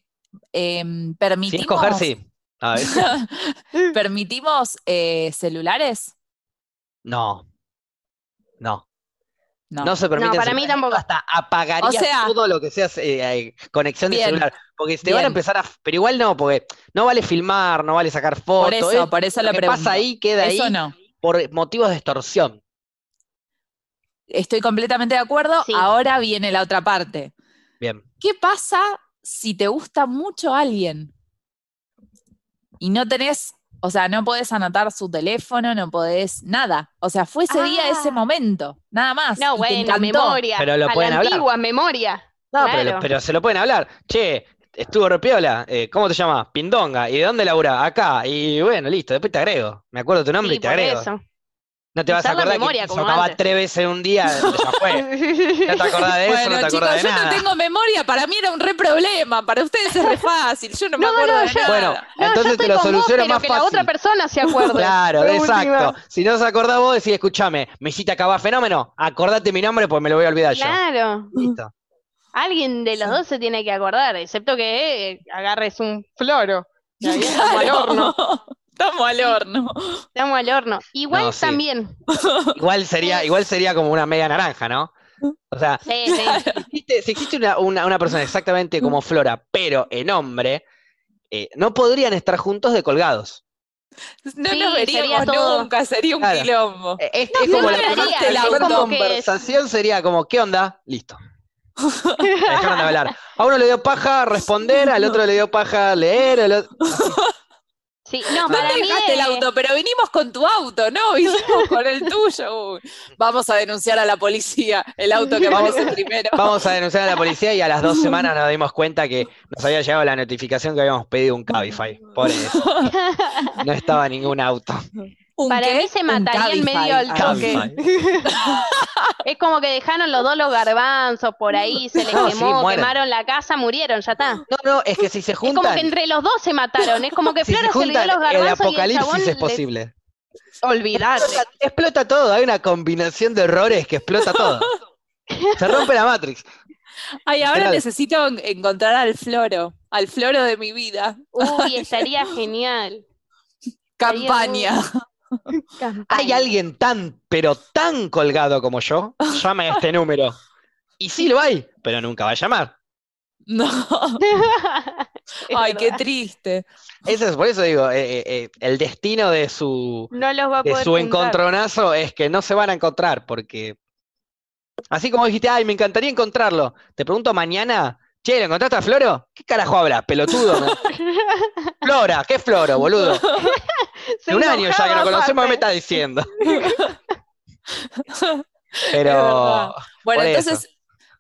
Speaker 2: em,
Speaker 1: sin
Speaker 2: ¿Permitimos,
Speaker 1: coger, sí. A
Speaker 3: *laughs*
Speaker 1: ver.
Speaker 2: ¿permitimos eh, celulares?
Speaker 1: No. No.
Speaker 2: No.
Speaker 1: No se permite.
Speaker 3: No, para
Speaker 1: celular.
Speaker 3: mí tampoco.
Speaker 1: Hasta apagaría
Speaker 2: O sea-
Speaker 1: todo lo que sea eh, eh, conexión de
Speaker 2: Bien.
Speaker 1: celular. Porque te van a
Speaker 2: Bien.
Speaker 1: empezar a. Pero igual no, porque no vale filmar, no vale sacar
Speaker 2: Por
Speaker 1: fotos.
Speaker 2: eso,
Speaker 1: eh,
Speaker 2: por eso
Speaker 1: lo
Speaker 2: lo
Speaker 1: que
Speaker 2: pregunto.
Speaker 1: pasa ahí queda
Speaker 2: eso
Speaker 1: ahí
Speaker 2: no.
Speaker 1: por motivos de extorsión.
Speaker 2: Estoy completamente de acuerdo.
Speaker 3: Sí.
Speaker 2: Ahora viene la otra parte.
Speaker 1: Bien.
Speaker 2: ¿Qué pasa si te gusta mucho alguien? Y no tenés, o sea, no podés anotar su teléfono, no podés nada. O sea, fue ese día, ese
Speaker 3: Ah.
Speaker 2: momento, nada más.
Speaker 3: No,
Speaker 2: y te
Speaker 3: bueno,
Speaker 2: encantó.
Speaker 3: memoria.
Speaker 1: Pero lo
Speaker 3: a
Speaker 1: pueden
Speaker 3: la
Speaker 1: hablar.
Speaker 3: antigua memoria.
Speaker 1: No, pero,
Speaker 3: Claro.
Speaker 1: pero se lo pueden hablar. Che, estuvo repiola. eh, ¿cómo te llamas? Pindonga. ¿Y de dónde laburás? Acá. Y bueno, listo. Después te agrego. Me acuerdo tu nombre
Speaker 3: Sí,
Speaker 1: y te
Speaker 3: por
Speaker 1: agrego.
Speaker 3: eso.
Speaker 1: No te vas a
Speaker 3: Usar la
Speaker 1: acordar
Speaker 3: memoria
Speaker 1: que
Speaker 3: como
Speaker 1: socavá
Speaker 3: antes.
Speaker 1: tres veces en un
Speaker 2: *laughs*
Speaker 1: día. Ya fue.
Speaker 3: *laughs*
Speaker 1: No te acordás de eso,
Speaker 2: Bueno,
Speaker 1: no te
Speaker 2: chicos,
Speaker 1: acordás de
Speaker 2: yo
Speaker 1: nada.
Speaker 2: no tengo memoria. Para mí era un re problema. Para ustedes es
Speaker 3: *laughs*
Speaker 2: re fácil. Yo no me
Speaker 3: No,
Speaker 2: acuerdo
Speaker 3: no,
Speaker 2: de
Speaker 3: yo-
Speaker 2: nada.
Speaker 1: Bueno,
Speaker 3: No, yo
Speaker 1: entonces te
Speaker 3: estoy
Speaker 1: lo
Speaker 3: con vos,
Speaker 1: soluciono
Speaker 3: pero
Speaker 1: más
Speaker 3: que la otra
Speaker 1: fácil.
Speaker 3: persona se
Speaker 1: *laughs*
Speaker 3: acuerde.
Speaker 1: Claro,
Speaker 3: De última.
Speaker 1: exacto. Si no se acordás vos, decís, escuchame, me hiciste acabar fenómeno, acordate mi nombre pues me lo voy a olvidar
Speaker 3: Claro.
Speaker 1: yo. Listo.
Speaker 3: Alguien de los
Speaker 2: Sí.
Speaker 3: dos se tiene que acordar, excepto que eh, agarres un floro. Y ahí
Speaker 2: Claro.
Speaker 3: estamos al horno.
Speaker 2: *laughs* Estamos al horno.
Speaker 3: Estamos al horno. Igual
Speaker 1: No, sí.
Speaker 3: también.
Speaker 1: Igual
Speaker 3: *laughs*
Speaker 1: sería, igual sería como una media naranja, ¿no? O sea,
Speaker 3: Sí, sí.
Speaker 1: existe- si existe una, una- una persona exactamente como Flora, pero en hombre, eh, no podrían estar juntos de colgados.
Speaker 2: No
Speaker 3: Sí,
Speaker 2: nos veríamos
Speaker 3: sería todo-
Speaker 2: nunca, sería un
Speaker 1: Claro.
Speaker 2: quilombo.
Speaker 1: Eh, Es,
Speaker 3: No,
Speaker 1: es
Speaker 3: no
Speaker 1: como la
Speaker 3: hablaría,
Speaker 1: primera
Speaker 2: es
Speaker 1: la primera
Speaker 3: como que-
Speaker 1: conversación sería como, ¿qué onda?
Speaker 3: *laughs*
Speaker 1: Listo. Me dejaron de hablar. A uno le dio paja responder, al otro le dio paja leer, al otro-
Speaker 3: Sí, no,
Speaker 2: ¿Dónde
Speaker 3: para mí
Speaker 2: dejaste el
Speaker 3: eh,
Speaker 2: auto? Pero vinimos con tu auto, ¿no? *laughs* Vinimos con el tuyo. Uy, vamos a denunciar a la policía el auto que vamos a *laughs* primero.
Speaker 1: Vamos a denunciar a la policía y a las
Speaker 3: *laughs*
Speaker 1: dos semanas nos dimos cuenta que nos había llegado la notificación que habíamos pedido un Cabify. Por
Speaker 3: *laughs*
Speaker 1: eso. No estaba ningún auto.
Speaker 2: ¿Un
Speaker 3: Para
Speaker 2: qué?
Speaker 3: mí se
Speaker 2: Un
Speaker 3: mataría en
Speaker 2: Cabify.
Speaker 3: medio al
Speaker 2: Ah,
Speaker 3: toque. Es como que dejaron los dos los garbanzos por ahí, se
Speaker 1: *laughs*
Speaker 3: les
Speaker 1: No, sí,
Speaker 3: quemó,
Speaker 1: mueren.
Speaker 3: quemaron la casa, murieron, ya está.
Speaker 1: No, no, es que si se
Speaker 3: Es como que
Speaker 1: juntan,
Speaker 3: entre los dos se mataron. Es como que
Speaker 1: si se
Speaker 3: Flora se le dio
Speaker 1: juntan,
Speaker 3: los
Speaker 1: el
Speaker 3: garbanzos y el chabón
Speaker 1: apocalipsis es
Speaker 3: le-
Speaker 1: posible.
Speaker 3: Olvidate.
Speaker 1: Explota, explota todo, hay una combinación de errores que explota todo. Se rompe la Matrix.
Speaker 2: Ay, ahora
Speaker 1: Literal.
Speaker 2: necesito en- encontrar al floro, al floro de mi vida.
Speaker 3: Uy, estaría genial.
Speaker 2: Campaña. *laughs*
Speaker 1: ¿Hay alguien tan, pero tan colgado como yo? Llame a este número. Y sí lo hay, pero nunca va a llamar.
Speaker 2: No.
Speaker 3: *laughs* es
Speaker 2: Ay, qué
Speaker 3: verdad.
Speaker 2: triste.
Speaker 1: Eso es, por eso digo, eh, eh, eh, el destino de su,
Speaker 3: No los va a
Speaker 1: de
Speaker 3: poder
Speaker 1: su
Speaker 3: juntar. *laughs*
Speaker 1: encontronazo es que no se van a encontrar, porque así como dijiste, ay, me encantaría encontrarlo. Te pregunto mañana, che, ¿lo encontraste a Floro? ¿Qué carajo hablas, pelotudo?
Speaker 3: *laughs*
Speaker 1: Me- Flora, ¿qué es Floro, boludo? Hace
Speaker 3: Se
Speaker 1: un año ya que
Speaker 3: enojaba
Speaker 1: lo conocemos, ¿qué me
Speaker 3: aparte.
Speaker 1: estás
Speaker 3: *laughs*
Speaker 1: diciendo?
Speaker 2: Es
Speaker 1: Pero
Speaker 2: verdad. *laughs* Bueno,
Speaker 1: Por
Speaker 2: entonces,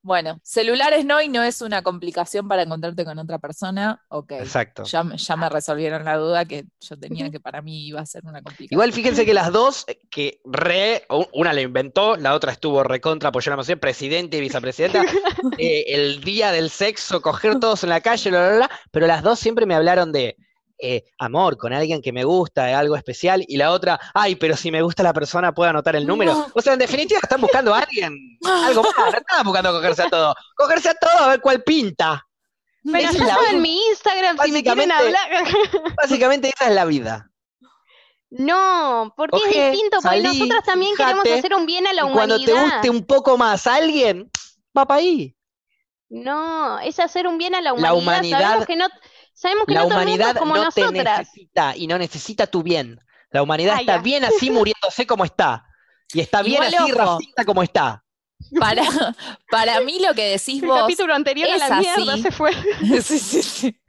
Speaker 2: bueno, celulares no y no es una complicación para encontrarte con otra persona. Ok.
Speaker 1: Exacto.
Speaker 2: Ya, me- ya me resolvieron la duda que yo tenía que para mí iba a ser una complicación.
Speaker 1: Igual fíjense que las dos, eh, que re, u- una la inventó, la otra estuvo recontra apoyó la moción, presidente y vicepresidenta, eh, el día del sexo, coger todos en la calle, bla, bla, bla, pero las dos siempre me hablaron de eh, amor, con alguien que me gusta, eh, algo especial, y la otra, ay, pero si me gusta la persona puedo anotar el número.
Speaker 2: No.
Speaker 1: O sea, en definitiva están buscando a alguien, algo más, no están buscando cogerse a todo. Cogerse a todo a ver cuál pinta.
Speaker 3: Pero
Speaker 1: Esa es
Speaker 3: yo
Speaker 1: la
Speaker 3: estaba *laughs*
Speaker 1: un-
Speaker 3: en mi Instagram, si me quieren
Speaker 1: Básicamente-
Speaker 3: hablar. *laughs*
Speaker 1: Básicamente esa es la vida.
Speaker 3: No, porque
Speaker 1: Cogé,
Speaker 3: es distinto, porque
Speaker 1: salí,
Speaker 3: nosotras también
Speaker 1: fijate,
Speaker 3: queremos hacer un bien a la
Speaker 1: Y cuando
Speaker 3: humanidad.
Speaker 1: te guste un poco más alguien, va para ahí.
Speaker 3: No, es hacer un bien a la
Speaker 1: La
Speaker 3: humanidad.
Speaker 1: humanidad-
Speaker 3: sabemos que no, sabemos que
Speaker 1: La
Speaker 3: no todo el mundo
Speaker 1: humanidad
Speaker 3: es como
Speaker 1: no te
Speaker 3: nosotras.
Speaker 1: necesita y no necesita tu bien. La humanidad
Speaker 3: Ah,
Speaker 1: está
Speaker 3: ya.
Speaker 1: bien así muriéndose como está. Y está bien
Speaker 2: Igual,
Speaker 1: así
Speaker 2: ojo.
Speaker 1: racista como está.
Speaker 2: Para, para mí lo que decís
Speaker 3: El
Speaker 2: vos
Speaker 3: capítulo anterior a
Speaker 2: es
Speaker 3: la mierda
Speaker 2: así.
Speaker 3: se fue.
Speaker 2: *laughs* Sí, sí, sí.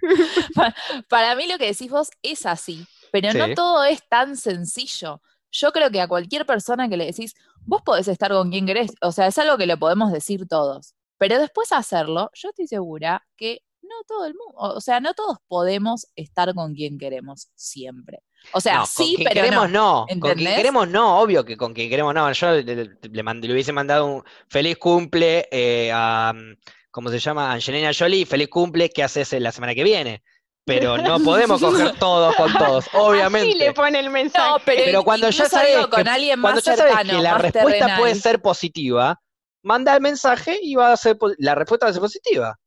Speaker 2: Pa- Para, mí lo que decís vos es así, pero
Speaker 1: Sí.
Speaker 2: no todo es tan sencillo. Yo creo que a cualquier persona que le decís, vos podés estar con quien querés, o sea, es algo que lo podemos decir todos, pero después hacerlo, yo estoy segura que no todo el mundo, o sea, no todos podemos estar con quien queremos siempre. O sea,
Speaker 1: No,
Speaker 2: sí,
Speaker 1: con quien
Speaker 2: pero
Speaker 1: queremos
Speaker 2: no.
Speaker 1: no. Con quien
Speaker 2: ¿Entendés?
Speaker 1: queremos no, obvio que con quien queremos no. Yo le, le- le mand- le hubiese mandado un feliz cumple eh, a, mm, ¿cómo se llama? Angelina Jolie, feliz cumple, ¿qué haces eh, la semana que viene? Pero no podemos
Speaker 3: *laughs*
Speaker 1: coger todos con todos, obviamente.
Speaker 3: Así le pone el mensaje.
Speaker 2: No, pero,
Speaker 1: Pero cuando ya
Speaker 2: incluso
Speaker 1: sabes
Speaker 2: digo,
Speaker 1: que-
Speaker 2: con alguien
Speaker 1: Cuando
Speaker 2: más
Speaker 1: ya sabes
Speaker 2: cercano,
Speaker 1: que la
Speaker 2: más
Speaker 1: respuesta
Speaker 2: terrenal.
Speaker 1: puede ser positiva, manda el mensaje y va a ser po- la respuesta va a ser positiva.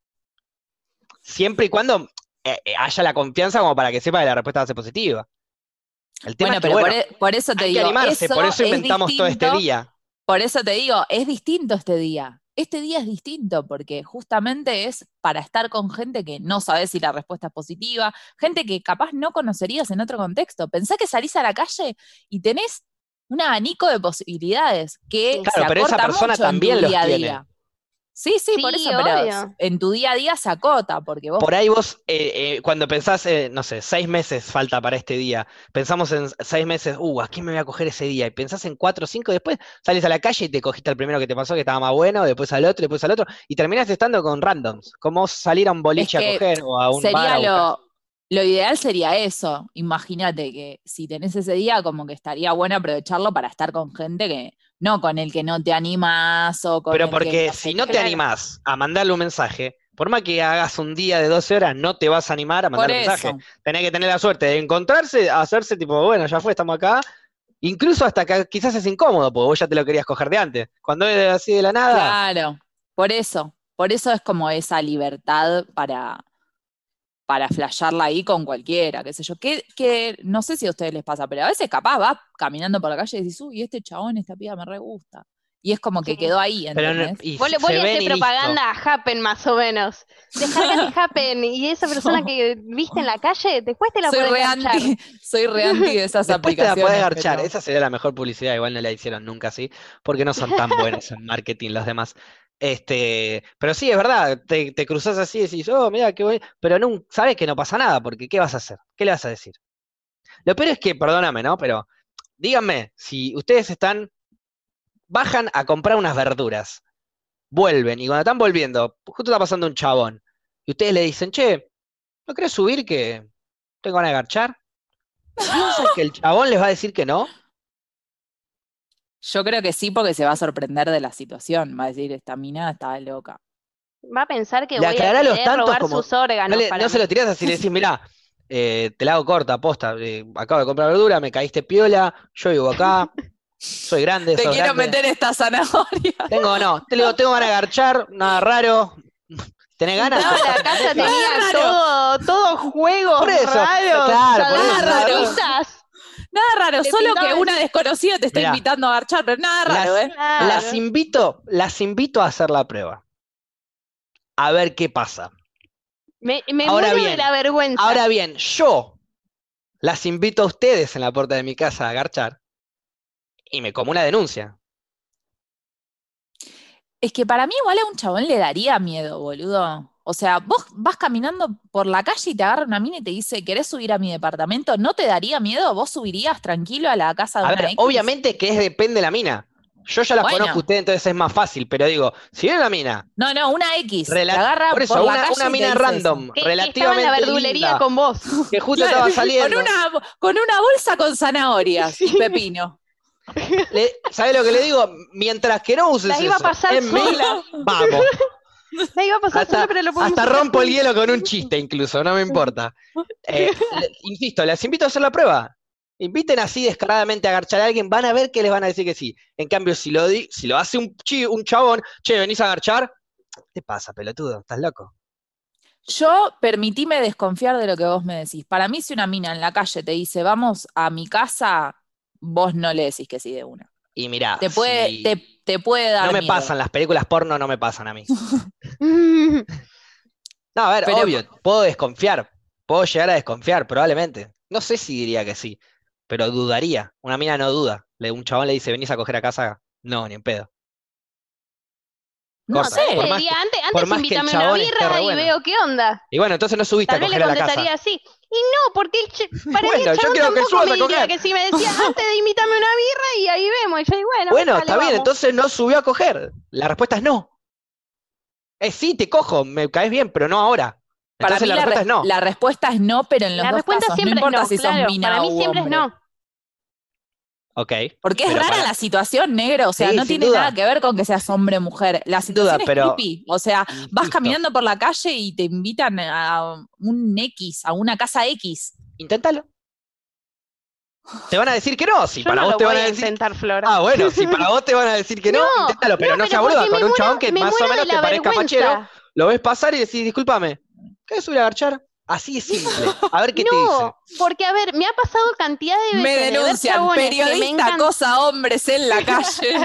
Speaker 1: Siempre y cuando eh, eh, haya la confianza como para que sepa que la respuesta va a ser positiva. El tema es
Speaker 2: Bueno,
Speaker 1: que,
Speaker 2: pero
Speaker 1: bueno,
Speaker 2: por, e- por eso te
Speaker 1: hay que
Speaker 2: digo,
Speaker 1: animarse, por eso
Speaker 2: es
Speaker 1: inventamos todo este
Speaker 2: distinto
Speaker 1: día.
Speaker 2: Por eso te digo, es distinto este día. Este día es distinto porque justamente es para estar con gente que no sabes si la respuesta es positiva, gente que capaz no conocerías en otro contexto. Pensá que salís a la calle y tenés un abanico de posibilidades que
Speaker 1: Claro,
Speaker 2: se
Speaker 1: pero esa
Speaker 2: acorta
Speaker 1: persona
Speaker 2: mucho en
Speaker 1: también
Speaker 2: tu
Speaker 1: los
Speaker 2: día a
Speaker 1: tiene.
Speaker 2: día. Sí, sí, por
Speaker 3: Sí,
Speaker 2: eso, pero
Speaker 3: obvio.
Speaker 2: en tu día a día se acota porque vos
Speaker 1: Por ahí vos, eh, eh, cuando pensás, eh, no sé, seis meses falta para este día, pensamos en seis meses, uh, ¿a quién me voy a coger ese día? Y pensás en cuatro o cinco, después salís a la calle y te cogiste al primero que te pasó, que estaba más bueno, después al otro, después al otro, y terminás estando con randoms, como salir a un boliche
Speaker 2: que
Speaker 1: a coger o a un bar.
Speaker 2: Sería
Speaker 1: a buscar.
Speaker 2: lo, lo ideal sería eso. Imagínate que si tenés ese día, como que estaría bueno aprovecharlo para estar con gente que, no con el que no te animás o con
Speaker 1: Pero
Speaker 2: el que
Speaker 1: porque
Speaker 2: no sé
Speaker 1: si no
Speaker 2: qué.
Speaker 1: te animás a mandarle un mensaje, por más que hagas un día de 12 horas, no te vas a animar a
Speaker 2: Por
Speaker 1: mandar un mensaje.
Speaker 2: eso.
Speaker 1: tenés que tener la suerte de encontrarse, hacerse tipo, bueno, ya fue, estamos acá. Incluso hasta que quizás es incómodo, porque vos ya te lo querías coger de antes. Cuando es así de la nada,
Speaker 2: Claro, por eso. Por eso es como esa libertad para, para flashearla ahí con cualquiera, qué sé yo. Que, que no sé si a ustedes les pasa, pero a veces capaz vas caminando por la calle y decís, uy, este chabón, esta piba me re gusta. Y es como que
Speaker 3: Sí.
Speaker 2: quedó ahí,
Speaker 1: pero no-
Speaker 2: ¿entendés?
Speaker 1: y
Speaker 3: Vos, le-
Speaker 1: se
Speaker 3: vos le
Speaker 1: ven
Speaker 3: haces
Speaker 1: y listo.
Speaker 3: propaganda a Happen más o menos. Descargate
Speaker 1: *laughs*
Speaker 3: Happen y esa persona que viste en la calle, después te la
Speaker 2: soy
Speaker 3: puedes
Speaker 2: re
Speaker 3: enganchar.
Speaker 2: anti, *laughs* soy re anti de esas
Speaker 1: Después te la
Speaker 2: aplicaciones.
Speaker 1: podés garchar.
Speaker 2: pero-
Speaker 1: Esa sería la mejor publicidad, igual no la hicieron nunca así, porque no son tan buenos en marketing los demás. Este, pero sí, es verdad, te, te cruzás así y decís, oh, mira, qué bueno. Pero nunca, sabes que no pasa nada, porque ¿qué vas a hacer? ¿Qué le vas a decir? Lo peor es que, perdóname, ¿no? Pero díganme, si ustedes están, bajan a comprar unas verduras, vuelven, y cuando están volviendo, justo está pasando un chabón, y ustedes le dicen, che, ¿no querés subir que tengo ganas de garchar? ¿Piensan que el chabón les va a decir que no?
Speaker 2: Yo creo que sí, porque se va a sorprender de la situación. Va a decir, esta mina está loca.
Speaker 3: Va a pensar que
Speaker 1: Le
Speaker 3: voy a
Speaker 1: aclará
Speaker 3: querer
Speaker 1: los tantos
Speaker 3: robar
Speaker 1: como-
Speaker 3: sus órganos
Speaker 1: No, le-
Speaker 3: Ah, para
Speaker 1: no se
Speaker 3: mí.
Speaker 1: lo tirás así, le decís, mirá, eh, te la hago corta, aposta, eh, acabo de comprar verdura, me caíste piola, yo vivo acá, soy grande,
Speaker 2: Te
Speaker 1: sos
Speaker 2: quiero
Speaker 1: grande.
Speaker 2: meter esta zanahoria. *laughs*
Speaker 1: Tengo, no, te lo- tengo ganas de garchar, nada raro. ¿Tenés ganas?
Speaker 3: Entraba a la
Speaker 1: *laughs*
Speaker 3: casa, tenía todo, todo juego
Speaker 1: Por eso,
Speaker 3: raro,
Speaker 1: claro, por
Speaker 2: eso, claro. Nada raro,
Speaker 3: Te
Speaker 2: solo que
Speaker 3: pintaba-
Speaker 2: una desconocida te está
Speaker 1: Mirá.
Speaker 2: invitando a garchar, pero nada
Speaker 1: Las-
Speaker 2: raro, ¿eh?
Speaker 1: Las invito, las invito a hacer la prueba. A ver qué pasa.
Speaker 3: Me, me
Speaker 1: Ahora
Speaker 3: muero de
Speaker 1: bien,
Speaker 3: la vergüenza.
Speaker 1: Ahora bien, yo las invito a ustedes en la puerta de mi casa a garchar y me como una denuncia.
Speaker 2: Es que para mí igual a un chabón le daría miedo, boludo. O sea, vos vas caminando por la calle y te agarra una mina y te dice, ¿querés subir a mi departamento? ¿No te daría miedo? ¿Vos subirías tranquilo a la casa de
Speaker 1: A
Speaker 2: una
Speaker 1: ver,
Speaker 2: ex?
Speaker 1: obviamente que es depende de la mina. Yo ya la
Speaker 2: Bueno.
Speaker 1: conozco a ustedes, entonces es más fácil, pero digo, si viene la mina,
Speaker 2: No, no, una X. Te
Speaker 1: Rela-
Speaker 3: Ah,
Speaker 2: agarra
Speaker 1: por
Speaker 2: por,
Speaker 1: eso,
Speaker 2: la
Speaker 1: una,
Speaker 2: calle
Speaker 1: una
Speaker 2: y te
Speaker 1: mina
Speaker 2: dice
Speaker 1: random,
Speaker 2: eso.
Speaker 3: Que- que estaba en
Speaker 1: relativamente
Speaker 3: la verdulería
Speaker 1: linda,
Speaker 3: con
Speaker 1: *laughs*
Speaker 3: vos.
Speaker 1: que justo
Speaker 2: Claro,
Speaker 3: *laughs*
Speaker 1: estaba saliendo.
Speaker 2: *laughs* Con una, con una bolsa
Speaker 1: *laughs*
Speaker 2: con zanahorias
Speaker 3: Sí.
Speaker 2: y pepino.
Speaker 1: Le- ¿Sabés lo que le digo? Mientras que no uses
Speaker 3: La iba a
Speaker 1: eso
Speaker 3: pasar
Speaker 1: en
Speaker 3: sola.
Speaker 1: Mila,
Speaker 3: *laughs*
Speaker 1: vamos.
Speaker 3: La iba a pasar
Speaker 1: Hasta,
Speaker 3: sola, pero lo podemos
Speaker 1: hasta
Speaker 3: hacer
Speaker 1: rompo el
Speaker 3: juntos.
Speaker 1: hielo con un chiste incluso, no me importa.
Speaker 3: *laughs*
Speaker 1: Eh, le- insisto, les invito a hacer la prueba. Inviten así descaradamente a garchar a alguien, van a ver que les van a decir que sí. En cambio, si lo, di- si lo hace un, chi- un chabón, che, venís a garchar, ¿qué te pasa, pelotudo? ¿Estás loco?
Speaker 2: Yo permitíme desconfiar de lo que vos me decís. Para mí, si una mina en la calle te dice, vamos a mi casa, vos no le decís que sí de una.
Speaker 1: Y mirá,
Speaker 2: Te puede,
Speaker 1: si
Speaker 2: te, te puede dar
Speaker 1: Ah, no me
Speaker 2: miedo.
Speaker 1: pasan, las películas porno no me pasan a mí.
Speaker 3: *laughs* Mm.
Speaker 1: No, a ver,
Speaker 2: Pero-
Speaker 1: obvio, puedo desconfiar, puedo llegar a desconfiar, probablemente. No sé si diría que sí, pero dudaría. Una mina no duda. Le, un chabón le dice, venís a coger a casa. No, ni en pedo.
Speaker 2: No
Speaker 1: Corta.
Speaker 2: sé.
Speaker 1: Por
Speaker 3: Te
Speaker 1: más
Speaker 3: diría,
Speaker 1: que-
Speaker 3: antes,
Speaker 1: por
Speaker 3: antes
Speaker 1: más que el
Speaker 3: invítame una
Speaker 1: chabón esté re
Speaker 3: birra y
Speaker 1: bueno.
Speaker 3: veo qué onda.
Speaker 1: Y bueno, entonces no subiste
Speaker 3: Tal
Speaker 1: a
Speaker 3: vez le
Speaker 1: coger a la casa.
Speaker 3: contestaría así. Y no, porque el ch- para mí
Speaker 1: Bueno,
Speaker 3: el
Speaker 1: yo quiero
Speaker 3: chabón
Speaker 1: que
Speaker 3: tampoco
Speaker 1: subas a
Speaker 3: me diría
Speaker 1: coger.
Speaker 3: que si me
Speaker 1: *laughs*
Speaker 3: decía antes de invítame una birra y ahí vemos. Y yo digo, bueno,
Speaker 1: Bueno,
Speaker 3: dale,
Speaker 1: está bien,
Speaker 3: vamos.
Speaker 1: entonces no subió a coger. La respuesta es no. Es sí, te cojo, me caes bien, pero no ahora.
Speaker 2: Para
Speaker 1: Entonces
Speaker 2: mí
Speaker 1: la
Speaker 2: la,
Speaker 1: respuesta
Speaker 2: re-
Speaker 1: es no.
Speaker 2: la respuesta es no, pero en los
Speaker 3: La
Speaker 2: dos
Speaker 3: respuesta
Speaker 2: casos,
Speaker 3: siempre
Speaker 2: no importa
Speaker 3: es no,
Speaker 2: si sos
Speaker 3: claro.
Speaker 2: mina
Speaker 3: Para mí
Speaker 2: o
Speaker 3: siempre
Speaker 2: hombre.
Speaker 3: es no.
Speaker 1: Ok.
Speaker 2: Porque es
Speaker 1: Pero
Speaker 2: rara
Speaker 1: para-
Speaker 2: la situación, negro. O sea,
Speaker 1: Sí,
Speaker 2: no
Speaker 1: sin
Speaker 2: tiene
Speaker 1: duda.
Speaker 2: nada que ver con que seas hombre o mujer. La
Speaker 1: Sin duda,
Speaker 2: situación es
Speaker 1: pero-
Speaker 2: creepy. O sea, vas
Speaker 1: Insisto,
Speaker 2: caminando por la calle y te invitan a un X, a una casa X.
Speaker 1: Inténtalo. Te van a decir que no, si
Speaker 3: Yo
Speaker 1: para
Speaker 3: no
Speaker 1: vos
Speaker 3: lo
Speaker 1: te
Speaker 3: voy
Speaker 1: van a
Speaker 3: a
Speaker 1: decir
Speaker 3: intentar, Flor.
Speaker 1: Ah, bueno, si
Speaker 3: *laughs*
Speaker 1: para vos te van a decir que no,
Speaker 3: No,
Speaker 1: inténtalo, pero no,
Speaker 3: pero
Speaker 1: sea
Speaker 3: porque
Speaker 1: boluda,
Speaker 3: me
Speaker 1: con un
Speaker 3: muero-
Speaker 1: chabón que
Speaker 3: me
Speaker 1: más o
Speaker 3: muero
Speaker 1: menos
Speaker 3: de
Speaker 1: te
Speaker 3: la
Speaker 1: parezca fachero,
Speaker 3: vergüenza.
Speaker 1: lo ves pasar y decís, discúlpame, ¿querés subir a garchar? Así es
Speaker 3: *laughs*
Speaker 1: simple, a ver qué te dice.
Speaker 3: No, porque a ver, me ha pasado cantidad de veces.
Speaker 2: Me
Speaker 3: de ver
Speaker 2: denuncian,
Speaker 3: chabones que me
Speaker 2: periodista
Speaker 3: encan-
Speaker 2: cosa hombres en la
Speaker 3: *laughs*
Speaker 2: calle.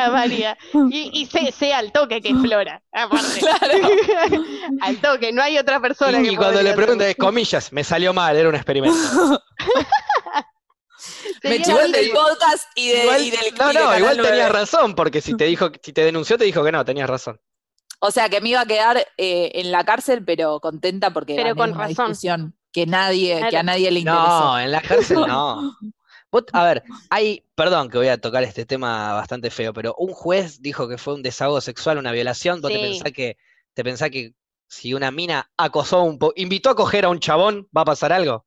Speaker 3: A María. Y, y sé, sé al toque que es Flora.
Speaker 2: *laughs*
Speaker 3: aparte.
Speaker 2: Claro.
Speaker 3: al toque, no hay otra persona que
Speaker 1: Y cuando
Speaker 3: podría
Speaker 1: le preguntas,
Speaker 3: hacerlo.
Speaker 1: comillas, me salió mal, era un experimento.
Speaker 2: Me
Speaker 3: Sería
Speaker 2: chivó el del
Speaker 3: algo-
Speaker 2: podcast *laughs* y, de,
Speaker 1: Igual-
Speaker 2: y del
Speaker 1: no,
Speaker 2: y de
Speaker 1: no,
Speaker 2: Canal
Speaker 1: igual
Speaker 2: 9.
Speaker 1: tenías razón, porque si te dijo, si te denunció, te dijo que no, tenías razón.
Speaker 2: O sea, que me iba a quedar eh, en la cárcel, pero contenta porque
Speaker 3: Pero
Speaker 2: gané
Speaker 3: con
Speaker 2: una
Speaker 3: razón.
Speaker 2: discusión que nadie, que
Speaker 3: Claro.
Speaker 2: a nadie le interesó.
Speaker 1: No, en la cárcel no. Vos- a ver, hay, perdón que voy a tocar este tema bastante feo, pero un juez dijo que fue un desahogo sexual, una violación. ¿Vos te
Speaker 3: Sí.
Speaker 1: pensás que, te pensás que si una mina acosó a un po- invitó a coger a un chabón, va a pasar algo?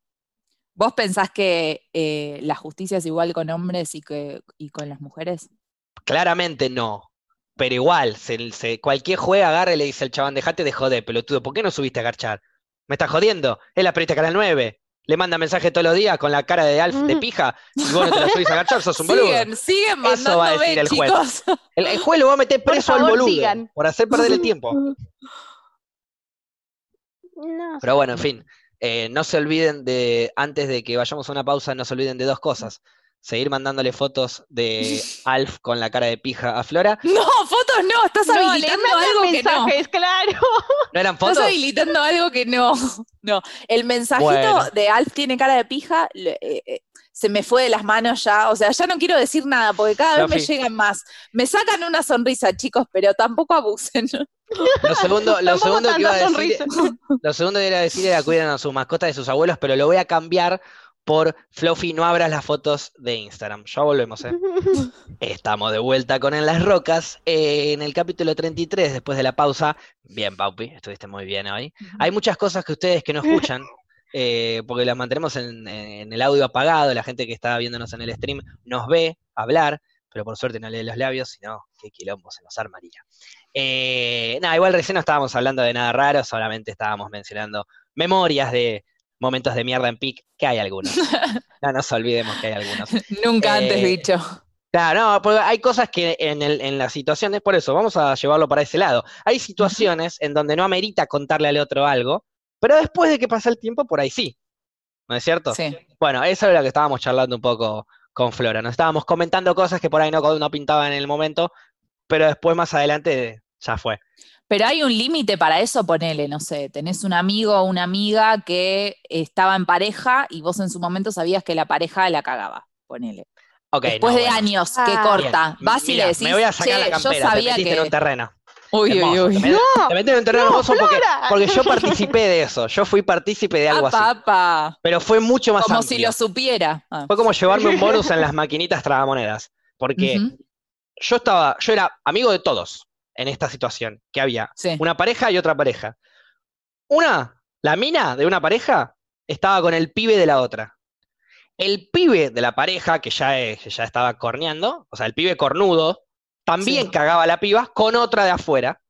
Speaker 2: ¿Vos pensás que eh, la justicia es igual con hombres y que y con las mujeres?
Speaker 1: Claramente no. Pero igual, se- se- cualquier juez agarra y le dice al chabón, dejate de joder, pelotudo, ¿por qué no subiste a garchar? Me estás jodiendo, es la periodista de Canal 9. Le manda mensaje todos los días con la cara de Alf de pija y vos no te la subís a garchar,
Speaker 2: *laughs*
Speaker 1: sos un boludo.
Speaker 2: Siguen, siguen
Speaker 1: Eso va a decir
Speaker 2: mandándome,
Speaker 1: el juez.
Speaker 2: chicos.
Speaker 1: El, el juez lo va a meter
Speaker 3: Por
Speaker 1: preso al
Speaker 3: favor,
Speaker 1: boludo
Speaker 3: sigan.
Speaker 1: por hacer perder el
Speaker 3: *laughs*
Speaker 1: tiempo.
Speaker 3: No,
Speaker 1: Pero bueno, en fin, eh, no se olviden de, antes de que vayamos a una pausa, no se olviden de dos cosas. Seguir mandándole fotos
Speaker 3: *laughs*
Speaker 1: de Alf con la cara de pija a Flora.
Speaker 2: No, fotos no, estás
Speaker 3: No, le
Speaker 2: habilitando
Speaker 3: mandan
Speaker 2: algo que no.
Speaker 3: mensajes, claro.
Speaker 1: ¿No eran
Speaker 2: Estás
Speaker 1: fotos?
Speaker 2: habilitando algo que no. *laughs* No, el mensajito
Speaker 1: Bueno.
Speaker 2: de Alf tiene cara de pija le- eh, eh, se me fue de las manos ya. O sea, ya no quiero decir nada porque cada vez me
Speaker 1: Sofi.
Speaker 2: llegan más. Me sacan una sonrisa, chicos, pero tampoco abusen. *laughs*
Speaker 1: Lo segundo, lo
Speaker 3: Tampoco
Speaker 1: segundo que iba a
Speaker 3: tanta
Speaker 1: decir, lo segundo que iba a decir era cuiden a sus mascotas y sus abuelos, pero lo voy a cambiar por Fluffy, no abras las fotos de Instagram. Ya volvemos,
Speaker 3: *laughs*
Speaker 1: ¿eh? Estamos de vuelta con En las Rocas, eh, en el capítulo 33, después de la pausa. Bien, Paupi, estuviste muy bien hoy. Hay muchas cosas que ustedes que no escuchan, eh, porque las mantenemos en, en el audio apagado, la gente que está viéndonos en el stream nos ve hablar, pero por suerte no lee los labios, sino qué quilombo se nos armaría. Eh, nada, igual recién no estábamos hablando de nada raro, solamente estábamos mencionando memorias de momentos de mierda en PIC, que hay algunos. No nos olvidemos que hay algunos.
Speaker 2: Nunca antes
Speaker 1: Eh,
Speaker 2: dicho.
Speaker 1: Claro, no, porque hay cosas que en, el- en las situaciones, por eso, vamos a llevarlo para ese lado. Hay situaciones en donde no amerita contarle al otro algo, pero después de que pasa el tiempo, por ahí sí. ¿No es cierto?
Speaker 2: Sí.
Speaker 1: Bueno, eso era lo que estábamos charlando un poco con Flora. Nos estábamos comentando cosas que por ahí no, no pintaban en el momento, pero después más adelante ya fue.
Speaker 2: Pero hay un límite para eso, ponele, no sé, tenés un amigo o una amiga que estaba en pareja y vos en su momento sabías que la pareja la cagaba, ponele.
Speaker 1: Ok,
Speaker 2: Después
Speaker 1: no,
Speaker 2: de
Speaker 1: bueno.
Speaker 2: años que
Speaker 3: Ah.
Speaker 2: corta,
Speaker 1: Bien.
Speaker 2: vas y
Speaker 1: Mira,
Speaker 2: le decís,
Speaker 1: me voy a sacar
Speaker 2: "Che,
Speaker 1: la campera,
Speaker 2: yo sabía
Speaker 1: te metiste en un
Speaker 2: que...
Speaker 1: terreno.
Speaker 2: Uy, uy,
Speaker 1: Hermoso,
Speaker 2: uy.
Speaker 1: Te metiste, *laughs* te metiste en un terreno
Speaker 3: No,
Speaker 1: hermoso porque,
Speaker 3: Flora.
Speaker 1: porque yo participé de eso. Yo fui partícipe de algo
Speaker 2: Apa,
Speaker 1: así.
Speaker 2: apa.
Speaker 1: Pero fue mucho más
Speaker 2: Ah, Como
Speaker 1: amplio.
Speaker 2: si lo supiera. Ah.
Speaker 1: Fue como llevarme
Speaker 2: *laughs*
Speaker 1: un bonus en las maquinitas tragamonedas. Porque
Speaker 2: Ujú,
Speaker 1: yo estaba, yo era amigo de todos en esta situación que había.
Speaker 2: sí.
Speaker 1: Una pareja y otra pareja. Una, la mina de una pareja, estaba con el pibe de la otra. El pibe de la pareja, que ya, eh, que ya estaba corneando, o sea, el pibe cornudo, también
Speaker 2: Sí.
Speaker 1: cagaba a la piba con otra de afuera.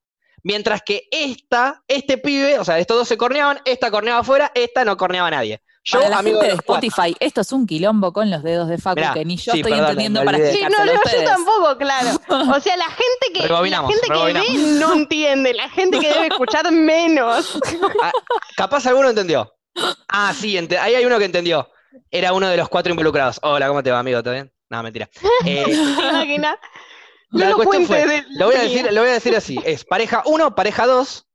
Speaker 1: Mientras que esta, este pibe, o sea, estos dos se corneaban, esta corneaba afuera, esta no corneaba a nadie. Yo,
Speaker 2: Para la
Speaker 1: amigo
Speaker 2: gente de
Speaker 1: los cuatro.
Speaker 2: Spotify, esto es un quilombo con los dedos de Facu
Speaker 1: Mirá,
Speaker 2: que ni yo
Speaker 1: sí,
Speaker 2: estoy
Speaker 1: perdón,
Speaker 2: entendiendo
Speaker 1: me
Speaker 2: para
Speaker 1: olvidé.
Speaker 3: Sí, no,
Speaker 2: explicárselo
Speaker 3: no,
Speaker 2: a
Speaker 3: yo
Speaker 2: ustedes.
Speaker 3: tampoco, claro. O sea, la gente que, la
Speaker 1: Rebobinamos,
Speaker 3: gente que
Speaker 1: rebobinamos.
Speaker 3: ve no entiende, la gente que debe escuchar menos.
Speaker 1: Capaz alguno
Speaker 2: *gasps*
Speaker 1: entendió. Ah, sí, ente- ahí hay uno que entendió. Era uno de los cuatro involucrados. Hola, ¿cómo te va, amigo? ¿Todo bien? No,
Speaker 2: *laughs*
Speaker 1: mentira. Eh, *laughs*
Speaker 3: ¿Te imaginas?
Speaker 1: La
Speaker 3: No lo
Speaker 1: cuestión
Speaker 3: cuentes
Speaker 1: fue,
Speaker 3: de-
Speaker 1: lo, voy a decir, lo voy a decir así. Es pareja 1, pareja 2.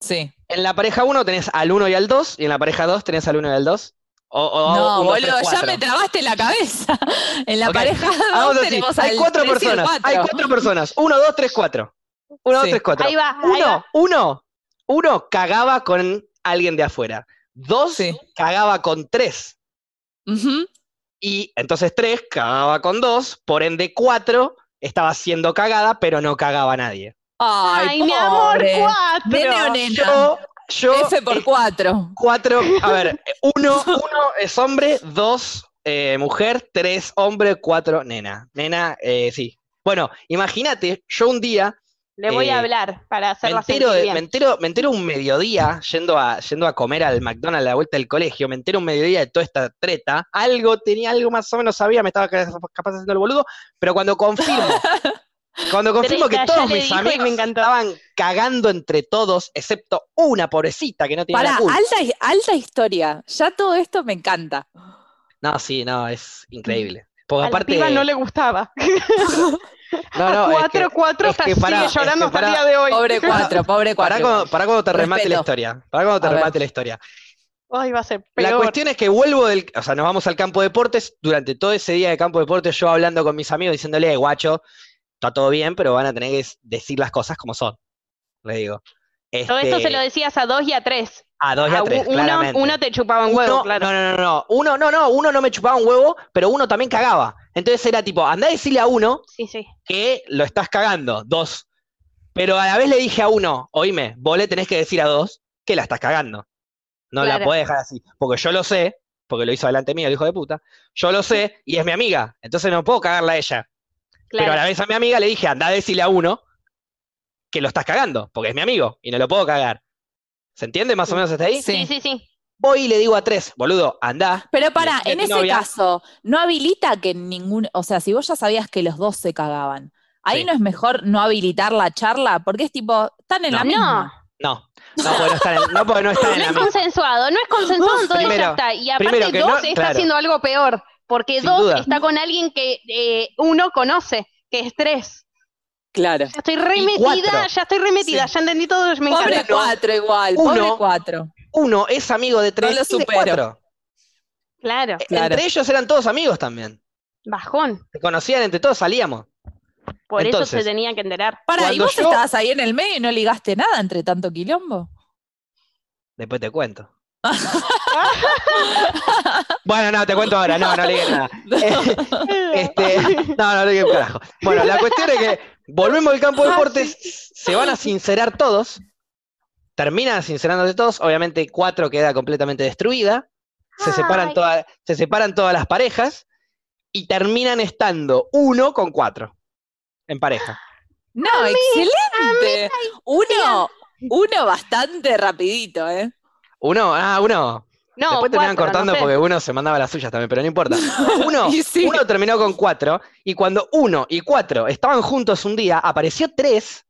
Speaker 2: Sí.
Speaker 1: En la pareja 1 tenés al 1 y al 2. Y en la pareja 2 tenés al 1 y al 2. O, o-
Speaker 2: No,
Speaker 1: o un, dos, tres,
Speaker 2: boludo, ya
Speaker 1: cuatro.
Speaker 2: me trabaste la cabeza. *laughs* En la
Speaker 1: Ok.
Speaker 2: pareja dos
Speaker 1: Ah, vamos a decir,
Speaker 2: tenemos
Speaker 1: hay
Speaker 2: al
Speaker 1: cuatro
Speaker 2: tres y al
Speaker 1: personas. Hay
Speaker 2: cuatro.
Speaker 1: cuatro personas. 1, 2, 3, 4. 1, 2,
Speaker 2: Sí.
Speaker 1: 3, 4.
Speaker 3: Ahí va, ahí
Speaker 1: Uno,
Speaker 3: va.
Speaker 1: uno, uno cagaba con alguien de afuera. Dos
Speaker 2: Sí.
Speaker 1: cagaba con tres.
Speaker 2: Ujú.
Speaker 1: Y entonces 3 cagaba con 2, por ende 4 estaba siendo cagada, pero no cagaba a nadie.
Speaker 2: Ay,
Speaker 3: Ay, mi amor,
Speaker 2: pobre.
Speaker 3: cuatro.
Speaker 2: Nene o nena.
Speaker 1: Yo, yo,
Speaker 2: F por cuatro.
Speaker 1: 4, a ver, 1 uno, uno es hombre, 2 mujer, 3 hombre, 4 nena. Nena, eh, sí. Bueno, imagínate, yo un día
Speaker 3: Le voy
Speaker 1: Eh,
Speaker 3: a hablar para
Speaker 1: me
Speaker 3: hacerla
Speaker 1: entero,
Speaker 3: sentir
Speaker 1: de-
Speaker 3: bien.
Speaker 1: me, entero, me entero un mediodía, yendo a, yendo a comer al McDonald's a la vuelta del colegio, me entero un mediodía de toda esta treta, algo tenía, algo más o menos sabía, me estaba ca- capaz haciendo el boludo, pero cuando
Speaker 3: *laughs*
Speaker 1: confirmo, cuando confirmo que
Speaker 3: Treta, ya
Speaker 1: todos
Speaker 3: le
Speaker 1: mis
Speaker 3: dijo y
Speaker 1: amigos
Speaker 3: me encantó.
Speaker 1: estaban cagando entre todos, excepto una pobrecita que no tenía
Speaker 2: Pará,
Speaker 1: la culpa.
Speaker 2: alta, alta historia. Ya todo esto me encanta.
Speaker 1: No, sí, no, es increíble. Porque
Speaker 3: A la
Speaker 1: aparte,
Speaker 3: piba no le gustaba.
Speaker 1: no, no, es que-
Speaker 3: cuatro, cuatro,
Speaker 1: es
Speaker 3: hasta
Speaker 1: que pará,
Speaker 3: sigue llorando
Speaker 1: es que
Speaker 3: hasta
Speaker 1: pará.
Speaker 3: el día de hoy.
Speaker 2: Pobre cuatro, pobre
Speaker 1: pará,
Speaker 2: cuatro.
Speaker 1: cuando, pará cuando te remate la
Speaker 2: Respeto.
Speaker 1: historia. Pará cuando te
Speaker 2: A ver.
Speaker 1: remate la historia.
Speaker 3: Ay, va a ser peor.
Speaker 1: La cuestión es que vuelvo del, o sea, nos vamos al campo de deportes, durante todo ese día de campo de deportes yo hablando con mis amigos diciéndole, "Eh, guacho, está todo bien, pero van a tener que s- decir las cosas como son, le digo.
Speaker 3: Todo esto
Speaker 1: Este,
Speaker 3: se lo decías a dos y a tres.
Speaker 1: a dos y a
Speaker 3: A
Speaker 1: tres,
Speaker 3: u- uno,
Speaker 1: claramente.
Speaker 3: uno te chupaba un huevo,
Speaker 1: Uno-
Speaker 3: claro.
Speaker 1: No, no, no, no, uno, no, no, uno no me chupaba un huevo, pero uno también cagaba. Entonces era tipo, andá a decirle a uno
Speaker 3: Sí, sí.
Speaker 1: que lo estás cagando, dos. Pero a la vez le dije a uno, oíme, vos le tenés que decir a dos que la estás cagando. No la
Speaker 3: Claro.
Speaker 1: podés dejar así. Porque yo lo sé, porque lo hizo delante mío el hijo de puta. Yo lo sé y es mi amiga. Entonces no puedo cagarla a ella. Pero a la
Speaker 3: Claro.
Speaker 1: vez a mi amiga le dije, anda a decirle a uno que lo estás cagando, porque es mi amigo y no lo puedo cagar. ¿Se entiende más o menos hasta ahí?
Speaker 2: Sí.
Speaker 3: Sí, sí, sí.
Speaker 1: Voy y le digo a tres, boludo, anda.
Speaker 2: Pero pará,
Speaker 1: Le-
Speaker 2: en
Speaker 1: le-
Speaker 2: ese
Speaker 1: novia.
Speaker 2: caso, no habilita que ningún, o sea, si vos ya sabías que los dos se cagaban, ahí
Speaker 1: Sí.
Speaker 2: no es mejor no habilitar la charla, porque es tipo, están en la
Speaker 1: No.
Speaker 2: misma.
Speaker 1: No, no porque no está en, no, porque no está en
Speaker 3: *laughs* No
Speaker 1: la
Speaker 3: es
Speaker 1: misma.
Speaker 3: consensuado, no es consensuado, entonces
Speaker 1: Primero-
Speaker 3: ya está. Y aparte
Speaker 1: primero
Speaker 3: dos
Speaker 1: que no-
Speaker 3: está
Speaker 1: claro.
Speaker 3: haciendo algo peor, porque
Speaker 1: Sin
Speaker 3: dos
Speaker 1: duda.
Speaker 3: está con alguien que eh, uno conoce, que es tres.
Speaker 2: Claro.
Speaker 3: Ya estoy remetida,
Speaker 1: cuatro.
Speaker 3: ya estoy remetida,
Speaker 2: Sí.
Speaker 3: ya entendí todo, me
Speaker 2: Pobre
Speaker 3: encanta.
Speaker 2: cuatro igual, pobre
Speaker 1: Uno.
Speaker 2: cuatro.
Speaker 1: Uno es amigo de tres
Speaker 2: lo
Speaker 1: y de
Speaker 2: supero.
Speaker 1: cuatro.
Speaker 3: Claro,
Speaker 1: Eh,
Speaker 2: Claro.
Speaker 1: Entre ellos eran todos amigos también.
Speaker 3: bajón.
Speaker 1: Se conocían entre todos, salíamos.
Speaker 3: Por eso
Speaker 1: Entonces.
Speaker 3: se tenían que enterar.
Speaker 2: Pará, y
Speaker 1: Cuando
Speaker 2: vos
Speaker 1: yo-
Speaker 2: estabas ahí en el medio y no ligaste nada entre tanto quilombo.
Speaker 1: Después te cuento. bueno, no, te cuento ahora. No, no le digas nada. Eh, este, no, no le digas un carajo. Bueno, la cuestión es que volvemos al campo de deportes, se van a sincerar todos. Terminan sincerándose todos. Obviamente, cuatro queda completamente destruida. Se separan,
Speaker 3: Ay.
Speaker 1: todas se separan todas las parejas y terminan estando uno con cuatro en pareja.
Speaker 2: No, excelente. Uno, uno bastante rapidito, ¿eh?
Speaker 1: Uno, ah, uno,
Speaker 3: No,
Speaker 1: Después terminan
Speaker 3: cuatro,
Speaker 1: cortando
Speaker 3: no sé.
Speaker 1: porque uno se mandaba las suyas también, pero no importa.
Speaker 3: *laughs*
Speaker 1: Uno,
Speaker 2: Y sí.
Speaker 1: uno terminó con cuatro, y cuando uno y cuatro estaban juntos un día, apareció tres,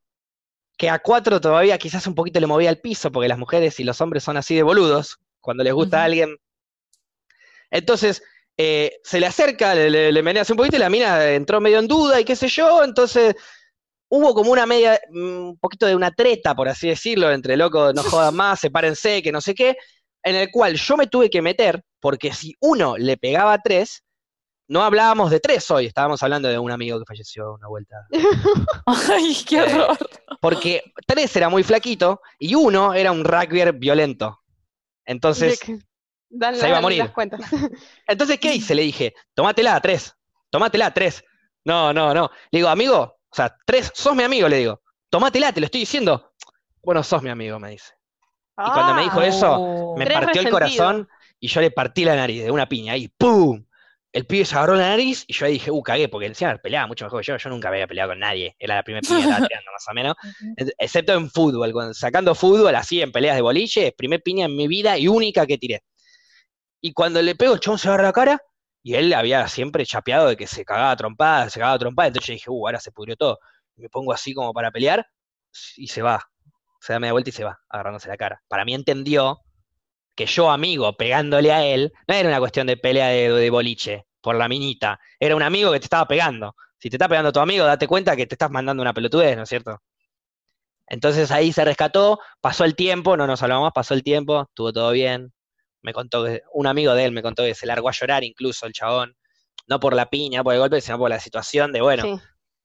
Speaker 1: que a cuatro todavía quizás un poquito le movía el piso, porque las mujeres y los hombres son así de boludos, cuando les gusta a
Speaker 2: Ujú.
Speaker 1: alguien. Entonces, eh, se le acerca, le, le, le menea así un poquito, y la mina entró medio en duda y qué sé yo, entonces hubo como una media, mm, un poquito de una treta, por así decirlo, entre loco, no jodan más, sepárense, que no sé qué, en el cual yo me tuve que meter, porque si uno le pegaba a tres, no hablábamos de tres hoy, estábamos hablando de un amigo que falleció una vuelta.
Speaker 2: Ay,
Speaker 1: Eh,
Speaker 2: qué horror.
Speaker 1: Porque tres era muy flaquito y uno era un rugby violento. Entonces,
Speaker 3: Dan
Speaker 1: se
Speaker 3: las-
Speaker 1: iba a morir.
Speaker 3: las
Speaker 1: *laughs*
Speaker 3: cuentas.
Speaker 1: entonces, ¿qué hice? Le dije, tómatela, tres, tómatela, tres. No, no, no. Le digo, amigo, o sea, tres, sos mi amigo, le digo, tómatela, te lo estoy diciendo. Bueno, sos mi amigo, me dice. Y cuando me dijo
Speaker 3: Ah,
Speaker 1: eso, me
Speaker 3: Tres
Speaker 1: partió el
Speaker 3: resentidos.
Speaker 1: corazón y yo le partí la nariz de una piña ahí, ¡pum! El pibe se agarró la nariz y yo ahí dije, uh, cagué, porque encima peleaba mucho mejor que yo, yo nunca había peleado con nadie, era la primera piña que estaba tirando más o menos, ex- excepto en fútbol, cuando- sacando fútbol así en peleas de boliche, primer piña en mi vida y única que tiré. Y cuando le pego, el chabón se agarra la cara y él había siempre chapeado de que se cagaba a trompadas, se cagaba a trompadas, entonces yo dije, uh, ahora se pudrió todo. Y me pongo así como para pelear y se va, se da media vuelta y se va, agarrándose la cara. Para mí entendió que yo, amigo, pegándole a él, no era una cuestión de pelea de, de boliche por la minita, era un amigo que te estaba pegando. Si te está pegando tu amigo, date cuenta que te estás mandando una pelotudez, ¿no es cierto? Entonces ahí se rescató, pasó el tiempo, no nos hablamos más, pasó el tiempo, estuvo todo bien. Me contó que un amigo de él me contó que se largó a llorar incluso el chabón, no por la piña, por el golpe, sino por la situación de, bueno,
Speaker 3: sí.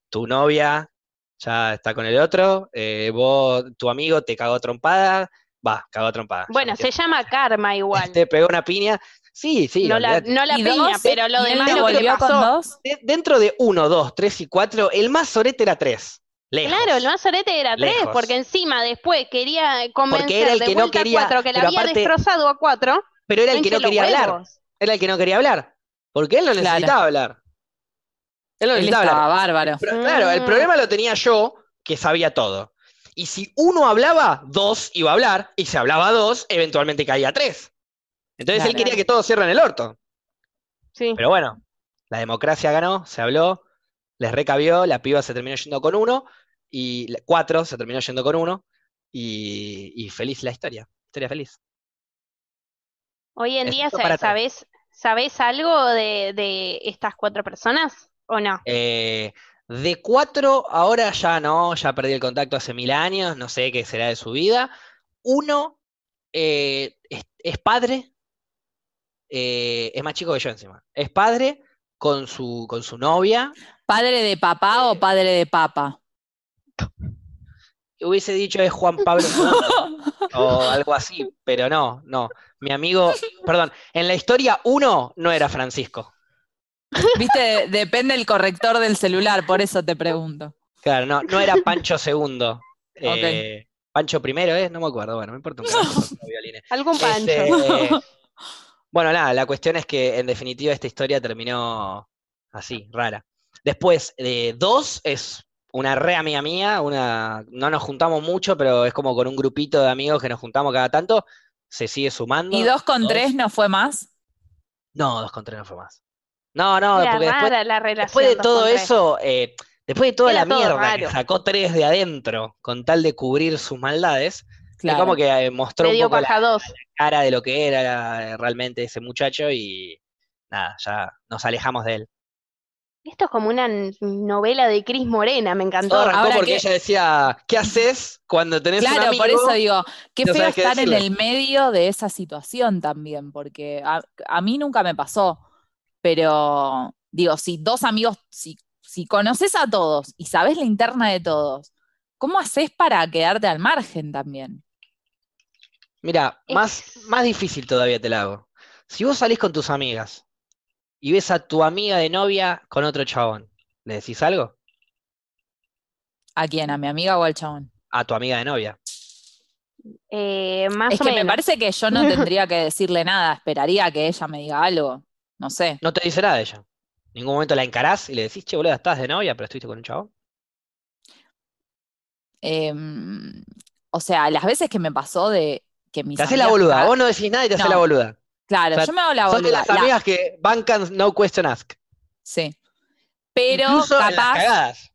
Speaker 1: tu novia ya está con el otro, eh, vos, tu amigo te cagó a trompada, va, cagó a trompada. ya
Speaker 3: Bueno,
Speaker 1: no
Speaker 3: se
Speaker 1: quiero.
Speaker 3: llama karma
Speaker 1: *laughs*
Speaker 3: igual.
Speaker 1: Te pegó una piña. Sí, sí.
Speaker 3: no, la,
Speaker 1: olvidate.
Speaker 3: no la
Speaker 2: Y
Speaker 3: piña,
Speaker 2: dos,
Speaker 3: pero lo
Speaker 2: y él
Speaker 3: demás
Speaker 1: te
Speaker 3: lo que
Speaker 2: devolvió con
Speaker 3: pasó.
Speaker 2: dos.
Speaker 1: De- dentro de 1, 2, 3 y 4, el más sorete era 3. Lejos.
Speaker 3: Claro, el más sorete era tres,
Speaker 1: Lejos.
Speaker 3: porque encima después quería convencer
Speaker 1: Porque era el
Speaker 3: de
Speaker 1: que no
Speaker 3: vuelta a
Speaker 1: quería,
Speaker 3: cuatro, que la
Speaker 1: pero
Speaker 3: había
Speaker 1: aparte-
Speaker 3: destrozado a cuatro.
Speaker 1: Pero era el que no
Speaker 3: hinche los
Speaker 1: quería hablar.
Speaker 3: huevos.
Speaker 1: Era el que no quería hablar. Porque él no
Speaker 2: Claro.
Speaker 1: necesitaba hablar. Él no
Speaker 2: Él
Speaker 1: necesitaba
Speaker 2: estaba
Speaker 1: hablar.
Speaker 2: bárbaro.
Speaker 1: Pero, claro, el
Speaker 3: Mm.
Speaker 1: problema lo tenía yo, que sabía todo. Y si uno hablaba, dos iba a hablar, y si hablaba dos, eventualmente caía tres. Entonces él
Speaker 2: Claro.
Speaker 1: quería que todos cierren el orto.
Speaker 3: Sí.
Speaker 1: Pero bueno, la democracia ganó, se habló, les recabió, la piba se terminó yendo con uno, y la- cuatro se terminó yendo con uno, y, y feliz la historia, historia feliz.
Speaker 3: Hoy en
Speaker 1: Es
Speaker 3: día,
Speaker 1: justo
Speaker 3: sa-
Speaker 1: para atrás.
Speaker 3: ¿sabés, ¿sabés algo de, de estas cuatro personas o no?
Speaker 1: Eh, de cuatro, ahora ya no, ya perdí el contacto hace mil años, no sé qué será de su vida. Uno eh, es, es padre, eh, es más chico que yo encima, es padre con su, con su novia.
Speaker 2: ¿Padre de papá o padre de papa?
Speaker 1: Hubiese dicho es Juan Pablo II, o algo así, pero no, no. Mi amigo, perdón, en la historia uno no era Francisco.
Speaker 2: *laughs* Viste, depende el corrector del celular, por eso te pregunto.
Speaker 1: Claro, no, no era Pancho II. eh, Pancho primero es, no me acuerdo, bueno, me importa un carajo, no violines.
Speaker 3: Algún pancho.
Speaker 1: Este, bueno, nada, la cuestión es que en definitiva esta historia terminó así, rara. Después, de dos es una re amiga mía, una, no nos juntamos mucho, pero es como con un grupito de amigos que nos juntamos cada tanto, se sigue sumando.
Speaker 2: ¿Y dos con
Speaker 1: dos.
Speaker 2: tres no fue más?
Speaker 1: No, dos con tres no fue más. No, no,
Speaker 3: Era
Speaker 1: porque después,
Speaker 3: rara la
Speaker 1: después de
Speaker 3: relación dos
Speaker 1: todo
Speaker 3: con tres.
Speaker 1: eso, eh, después de toda
Speaker 3: Era
Speaker 1: la
Speaker 3: todo
Speaker 1: mierda que
Speaker 3: raro.
Speaker 1: sacó tres de adentro con tal de cubrir sus maldades, es
Speaker 2: Claro.
Speaker 1: como que eh, mostró
Speaker 3: Le
Speaker 1: un
Speaker 3: dio
Speaker 1: poco la,
Speaker 3: paja dos.
Speaker 1: cara de lo que era eh, realmente ese muchacho y nada, ya nos alejamos de él.
Speaker 3: Esto es como una n- novela de Cris Morena, me encantó.
Speaker 1: Todo arrancó
Speaker 2: ahora
Speaker 1: porque
Speaker 2: que-
Speaker 1: ella decía, ¿qué haces cuando tenés un
Speaker 2: Claro,
Speaker 1: amigo?
Speaker 2: por eso digo, qué
Speaker 1: no
Speaker 2: feo
Speaker 1: sabes qué
Speaker 2: estar en
Speaker 1: decirle.
Speaker 2: el medio de esa situación también, porque a, a mí nunca me pasó, pero digo, si dos amigos, si, si conoces a todos y sabes la interna de todos, ¿cómo haces para quedarte al margen también? *laughs*
Speaker 1: Mira,
Speaker 3: Es-
Speaker 1: más, más difícil todavía te la hago. Si vos salís con tus amigas y ves a tu amiga de novia con otro chabón, ¿le decís algo?
Speaker 2: ¿A quién? ¿A mi amiga o al chabón?
Speaker 1: A tu amiga de novia.
Speaker 3: Eh, más
Speaker 2: Es
Speaker 3: o
Speaker 2: que me
Speaker 3: menos.
Speaker 2: parece que
Speaker 3: *laughs*
Speaker 2: yo no tendría que decirle nada, esperaría que ella me diga algo, no sé.
Speaker 1: No te dice nada de ella. En ningún momento la encarás y le decís, che, boludo, estás de novia, pero estuviste con un chabón.
Speaker 2: Em, o sea, las veces que me pasó de que mis
Speaker 1: Te haces la
Speaker 2: amigas
Speaker 1: boluda.
Speaker 2: estaban-
Speaker 1: Vos no decís nada y te haces
Speaker 2: No.
Speaker 1: la boluda.
Speaker 2: Claro,
Speaker 1: O sea,
Speaker 2: yo me hago la
Speaker 1: Son de
Speaker 2: boluda.
Speaker 1: las
Speaker 2: la-
Speaker 1: amigas que bancan no question ask.
Speaker 2: Sí. Pero
Speaker 1: Incluso en las
Speaker 2: capaz
Speaker 1: cagadas.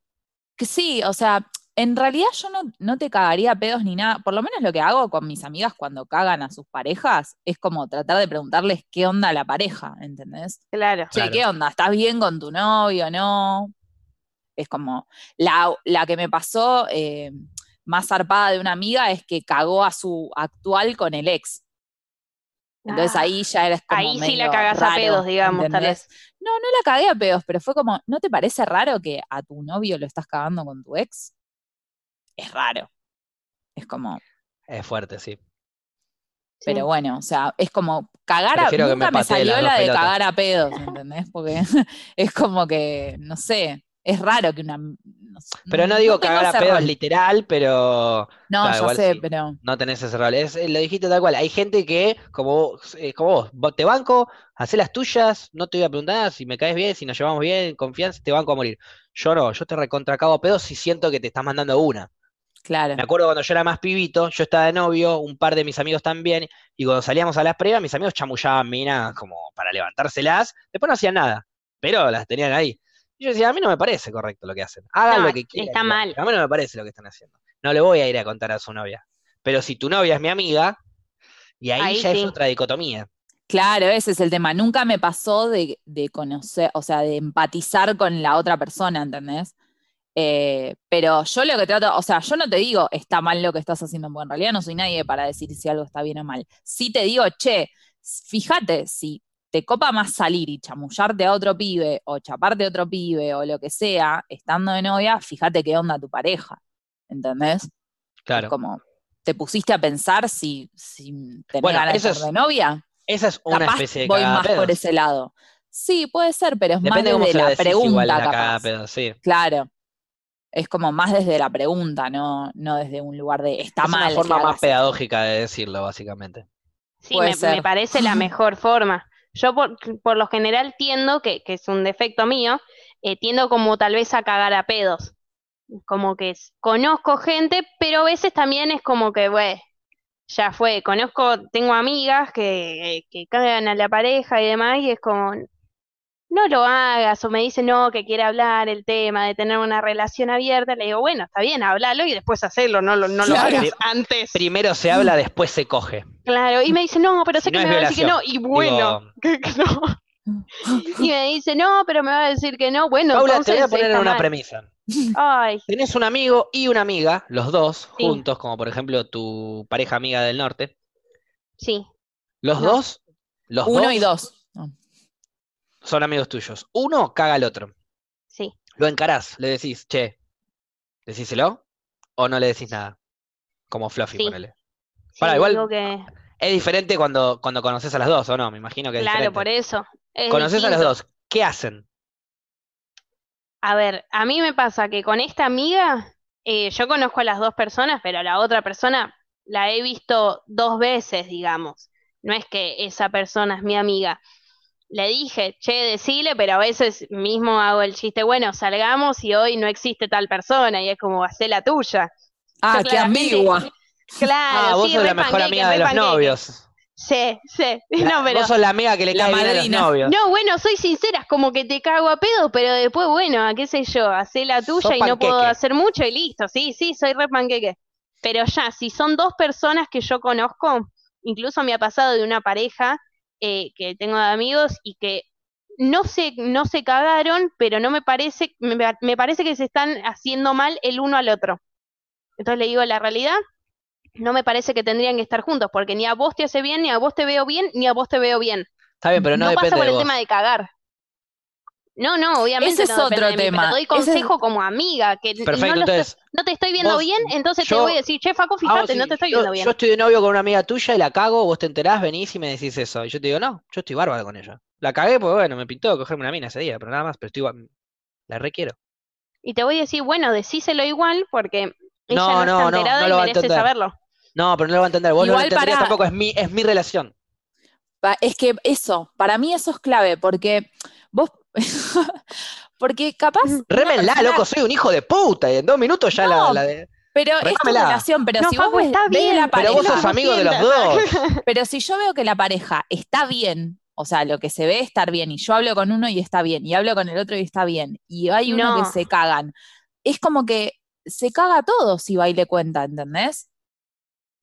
Speaker 2: que sí, o sea, en realidad yo no, no te cagaría a pedos ni nada. Por lo menos lo que hago con mis amigas cuando cagan a sus parejas es como tratar de preguntarles qué onda la pareja, ¿entendés?
Speaker 3: Claro.
Speaker 2: Che,
Speaker 1: Claro.
Speaker 2: ¿qué onda? ¿Estás bien con tu novio? ¿No? Es como la, la que me pasó eh, más zarpada de una amiga es que cagó a su actual con el ex. Entonces
Speaker 3: Ah.
Speaker 2: ahí ya eres como
Speaker 3: Ahí sí la
Speaker 2: medio
Speaker 3: cagás a
Speaker 2: raro,
Speaker 3: pedos, digamos, tal
Speaker 2: ¿entendés?
Speaker 3: vez.
Speaker 2: No, no la cagué a pedos, pero fue como, ¿no te parece raro que a tu novio lo estás cagando con tu ex? Es raro. Es como,
Speaker 1: Es fuerte, sí.
Speaker 3: Sí.
Speaker 2: pero bueno, o sea, es como cagar a,
Speaker 1: Prefiero que me
Speaker 2: nunca me
Speaker 1: patee las
Speaker 2: salió
Speaker 1: dos
Speaker 2: la de
Speaker 1: pelotas.
Speaker 2: cagar a pedos, ¿entendés? Porque *laughs* es como que, no sé, es raro que una... no sé,
Speaker 1: Pero no digo
Speaker 2: tengo
Speaker 1: cagar a
Speaker 2: ese
Speaker 1: pedos
Speaker 2: rol.
Speaker 1: literal, pero
Speaker 2: No,
Speaker 1: Claro,
Speaker 2: ya
Speaker 1: igual
Speaker 2: sé,
Speaker 1: sí.
Speaker 2: pero...
Speaker 1: no tenés ese rol. Es, eh, lo dijiste tal cual. Hay gente que, como vos, eh, como vos, vos, te banco, hacé las tuyas, no te voy a preguntar nada, si me caes bien, si nos llevamos bien, confianza, te banco a morir. Yo no, yo te recontracago a pedos si siento que te estás mandando una.
Speaker 2: Claro,
Speaker 1: Me acuerdo cuando yo era más pibito, yo estaba de novio, un par de mis amigos también, y cuando salíamos a las pruebas, mis amigos chamullaban minas como para levantárselas, después no hacían nada, pero las tenían ahí. Y yo decía, a mí no me parece correcto lo que hacen, hagan
Speaker 3: No,
Speaker 1: lo que quieran.
Speaker 3: está
Speaker 1: digamos,
Speaker 3: mal.
Speaker 1: A mí no me parece lo que están haciendo. No le voy a ir a contar a su novia. Pero si tu novia es mi amiga, y ahí,
Speaker 3: Ahí
Speaker 1: ya
Speaker 3: sí.
Speaker 1: es otra dicotomía.
Speaker 2: claro, ese es el tema. Nunca me pasó de, de conocer, o sea, de empatizar con la otra persona, ¿entendés? Eh, pero yo lo que trato, o sea, yo no te digo está mal lo que estás haciendo, porque en realidad no soy nadie para decir si algo está bien o mal. Sí te digo, che, fíjate, si te copa más salir y chamullarte a otro pibe o chaparte a otro pibe o lo que sea, estando de novia, fíjate qué onda tu pareja, ¿entendés?
Speaker 1: Claro.
Speaker 2: Es como, ¿te pusiste a pensar si, si tenés
Speaker 1: Bueno,
Speaker 2: ganas de
Speaker 1: eso
Speaker 2: ser
Speaker 1: es
Speaker 2: de novia?
Speaker 1: Esa es una
Speaker 2: capaz
Speaker 1: especie de
Speaker 2: voy
Speaker 1: cagada
Speaker 2: más por
Speaker 1: pedos.
Speaker 2: ese lado. Sí, puede ser, pero es más
Speaker 1: Depende
Speaker 2: desde
Speaker 1: cómo se
Speaker 2: la
Speaker 1: lo decís
Speaker 2: pregunta,
Speaker 1: igual la
Speaker 2: capaz.
Speaker 1: cagada pedos, sí.
Speaker 2: Claro. Es como más desde la pregunta, no, no desde un lugar de está
Speaker 1: es
Speaker 2: mal.
Speaker 1: una
Speaker 2: que
Speaker 1: forma
Speaker 2: hagas
Speaker 1: más
Speaker 2: esto".
Speaker 1: pedagógica de decirlo, básicamente.
Speaker 3: Sí,
Speaker 2: Puede
Speaker 3: me,
Speaker 2: ser.
Speaker 3: me parece
Speaker 2: *laughs*
Speaker 3: la mejor forma. Yo por, por lo general tiendo, que, que es un defecto mío, eh, tiendo como tal vez a cagar a pedos. Como que s- conozco gente, pero a veces también es como que, güey, ya fue. Conozco, tengo amigas que, que cagan a la pareja y demás, y es como, no lo hagas, o me dicen, no, que quiere hablar el tema de tener una relación abierta. Le digo, bueno, está bien, háblalo y después hacerlo, no lo, no lo
Speaker 2: Claro.
Speaker 3: hagas antes.
Speaker 1: Primero se habla, después se coge.
Speaker 3: Claro, y me dice, no, pero sé
Speaker 1: Si
Speaker 3: que
Speaker 1: no
Speaker 3: me
Speaker 1: es
Speaker 3: va a decir que no, y bueno,
Speaker 1: Digo,
Speaker 3: *laughs* que, que no. Y me dice, no, pero me va a decir que no, bueno,
Speaker 1: Paula, te
Speaker 3: entonces
Speaker 1: voy a poner
Speaker 3: está
Speaker 1: en una
Speaker 3: mal.
Speaker 1: premisa.
Speaker 3: Ay,
Speaker 1: Tenés un amigo y una amiga, los dos
Speaker 3: Sí.
Speaker 1: juntos, como por ejemplo tu pareja amiga del norte.
Speaker 3: sí,
Speaker 1: Los
Speaker 3: No.
Speaker 1: dos, los
Speaker 2: Uno
Speaker 1: dos
Speaker 2: y dos.
Speaker 1: son amigos tuyos. Uno caga al otro.
Speaker 3: sí.
Speaker 1: Lo encarás, le decís, che, decíselo, o no le decís nada. Como Fluffy,
Speaker 3: Sí.
Speaker 1: ponele.
Speaker 3: sí,
Speaker 1: Pará, igual-
Speaker 3: digo que-
Speaker 1: Es diferente cuando, cuando conoces a las dos, ¿o no? Me imagino que es
Speaker 3: claro,
Speaker 1: diferente.
Speaker 3: por eso. Es
Speaker 1: Conoces a las
Speaker 3: distinto.
Speaker 1: dos, ¿qué hacen?
Speaker 3: A ver, a mí me pasa que con esta amiga, eh, yo conozco a las dos personas, pero a la otra persona la he visto dos veces, digamos. No es que esa persona es mi amiga. Le dije, che, decile, pero a veces mismo hago el chiste, bueno, salgamos y hoy no existe tal persona, y es como, hacé la tuya.
Speaker 2: Ah,
Speaker 3: Yo
Speaker 2: qué
Speaker 3: claramente-
Speaker 2: ambigua.
Speaker 3: Claro,
Speaker 1: ah, vos
Speaker 3: sí,
Speaker 1: sos
Speaker 3: re
Speaker 1: la mejor
Speaker 3: panqueque,
Speaker 1: amiga
Speaker 3: re
Speaker 1: de los
Speaker 3: panqueque.
Speaker 1: novios.
Speaker 3: Sí, sí.
Speaker 1: La-
Speaker 3: *laughs* No, pero.
Speaker 1: Vos sos la amiga que le
Speaker 2: La
Speaker 1: cae bien a los
Speaker 2: madrina.
Speaker 1: novios.
Speaker 3: No, bueno, soy sincera, es como que te cago a pedo, pero después, bueno, qué sé yo, hacé la
Speaker 1: Sos
Speaker 3: tuya y no puedo
Speaker 1: panqueque.
Speaker 3: hacer mucho y listo. Sí, sí, soy re panqueque. Pero ya, si son dos personas que yo conozco, incluso me ha pasado de una pareja eh, que tengo de amigos y que no se, no se cagaron, pero no me parece, me, me parece que se están haciendo mal el uno al otro. Entonces le digo la realidad, no me parece que tendrían que estar juntos, porque ni a vos te hace bien, ni a vos te veo bien, ni a vos te veo bien
Speaker 1: Está bien, pero no,
Speaker 3: pasa
Speaker 1: depende
Speaker 3: por
Speaker 1: de
Speaker 3: el
Speaker 1: vos.
Speaker 3: tema de cagar. No, no, obviamente
Speaker 2: Ese es
Speaker 3: no depende
Speaker 2: otro
Speaker 3: de mí,
Speaker 2: tema.
Speaker 3: pero doy
Speaker 2: Ese es-
Speaker 3: consejo como amiga, que
Speaker 1: Perfecto,
Speaker 3: no, lo
Speaker 1: entonces.
Speaker 3: estoy- no te estoy viendo
Speaker 1: vos-
Speaker 3: bien, entonces te
Speaker 1: yo-
Speaker 3: voy a decir, che, Facu,
Speaker 1: Ah,
Speaker 3: fíjate,
Speaker 1: sí,
Speaker 3: no te estoy
Speaker 1: yo,
Speaker 3: viendo bien.
Speaker 1: yo estoy de novio con una amiga tuya y la cago, vos te enterás, venís y me decís eso. Y yo te digo, no, yo estoy bárbaro con ella. La cagué, pues bueno, me pintó cogerme una mina ese día, pero nada más, pero estoy ba- la requiero.
Speaker 3: Y te voy a decir, bueno, decíselo igual, porque ella
Speaker 1: No,
Speaker 3: no,
Speaker 1: no, no,
Speaker 3: está enterada
Speaker 1: no
Speaker 3: y
Speaker 1: lo va a
Speaker 3: merece
Speaker 1: entender.
Speaker 3: saberlo.
Speaker 1: No, pero no lo va a entender, vos no lo
Speaker 2: Igual
Speaker 1: entenderías
Speaker 2: pará.
Speaker 1: tampoco, es mi, es mi relación.
Speaker 2: Pa- Es que eso, para mí eso es clave, porque vos, *laughs* porque capaz,
Speaker 3: Mm.
Speaker 1: Remenla,
Speaker 2: persona-
Speaker 1: loco, soy un hijo de puta, y en dos minutos ya la,
Speaker 2: No,
Speaker 1: la de-
Speaker 2: pero es tu
Speaker 1: Remámela.
Speaker 2: relación, pero
Speaker 3: No,
Speaker 2: si vos
Speaker 3: Facu,
Speaker 2: ves,
Speaker 3: está
Speaker 2: ves
Speaker 3: bien,
Speaker 2: la
Speaker 1: Pero
Speaker 2: pareja,
Speaker 1: vos sos
Speaker 3: Como
Speaker 1: amigo de los
Speaker 3: sientas.
Speaker 1: dos.
Speaker 2: Pero si yo veo que la pareja está bien, o sea, lo que se ve estar bien, y yo hablo con uno y está bien, y hablo con el otro y está bien, y hay uno
Speaker 3: No.
Speaker 2: que se cagan, es como que se caga todo si va y le cuenta, ¿entendés?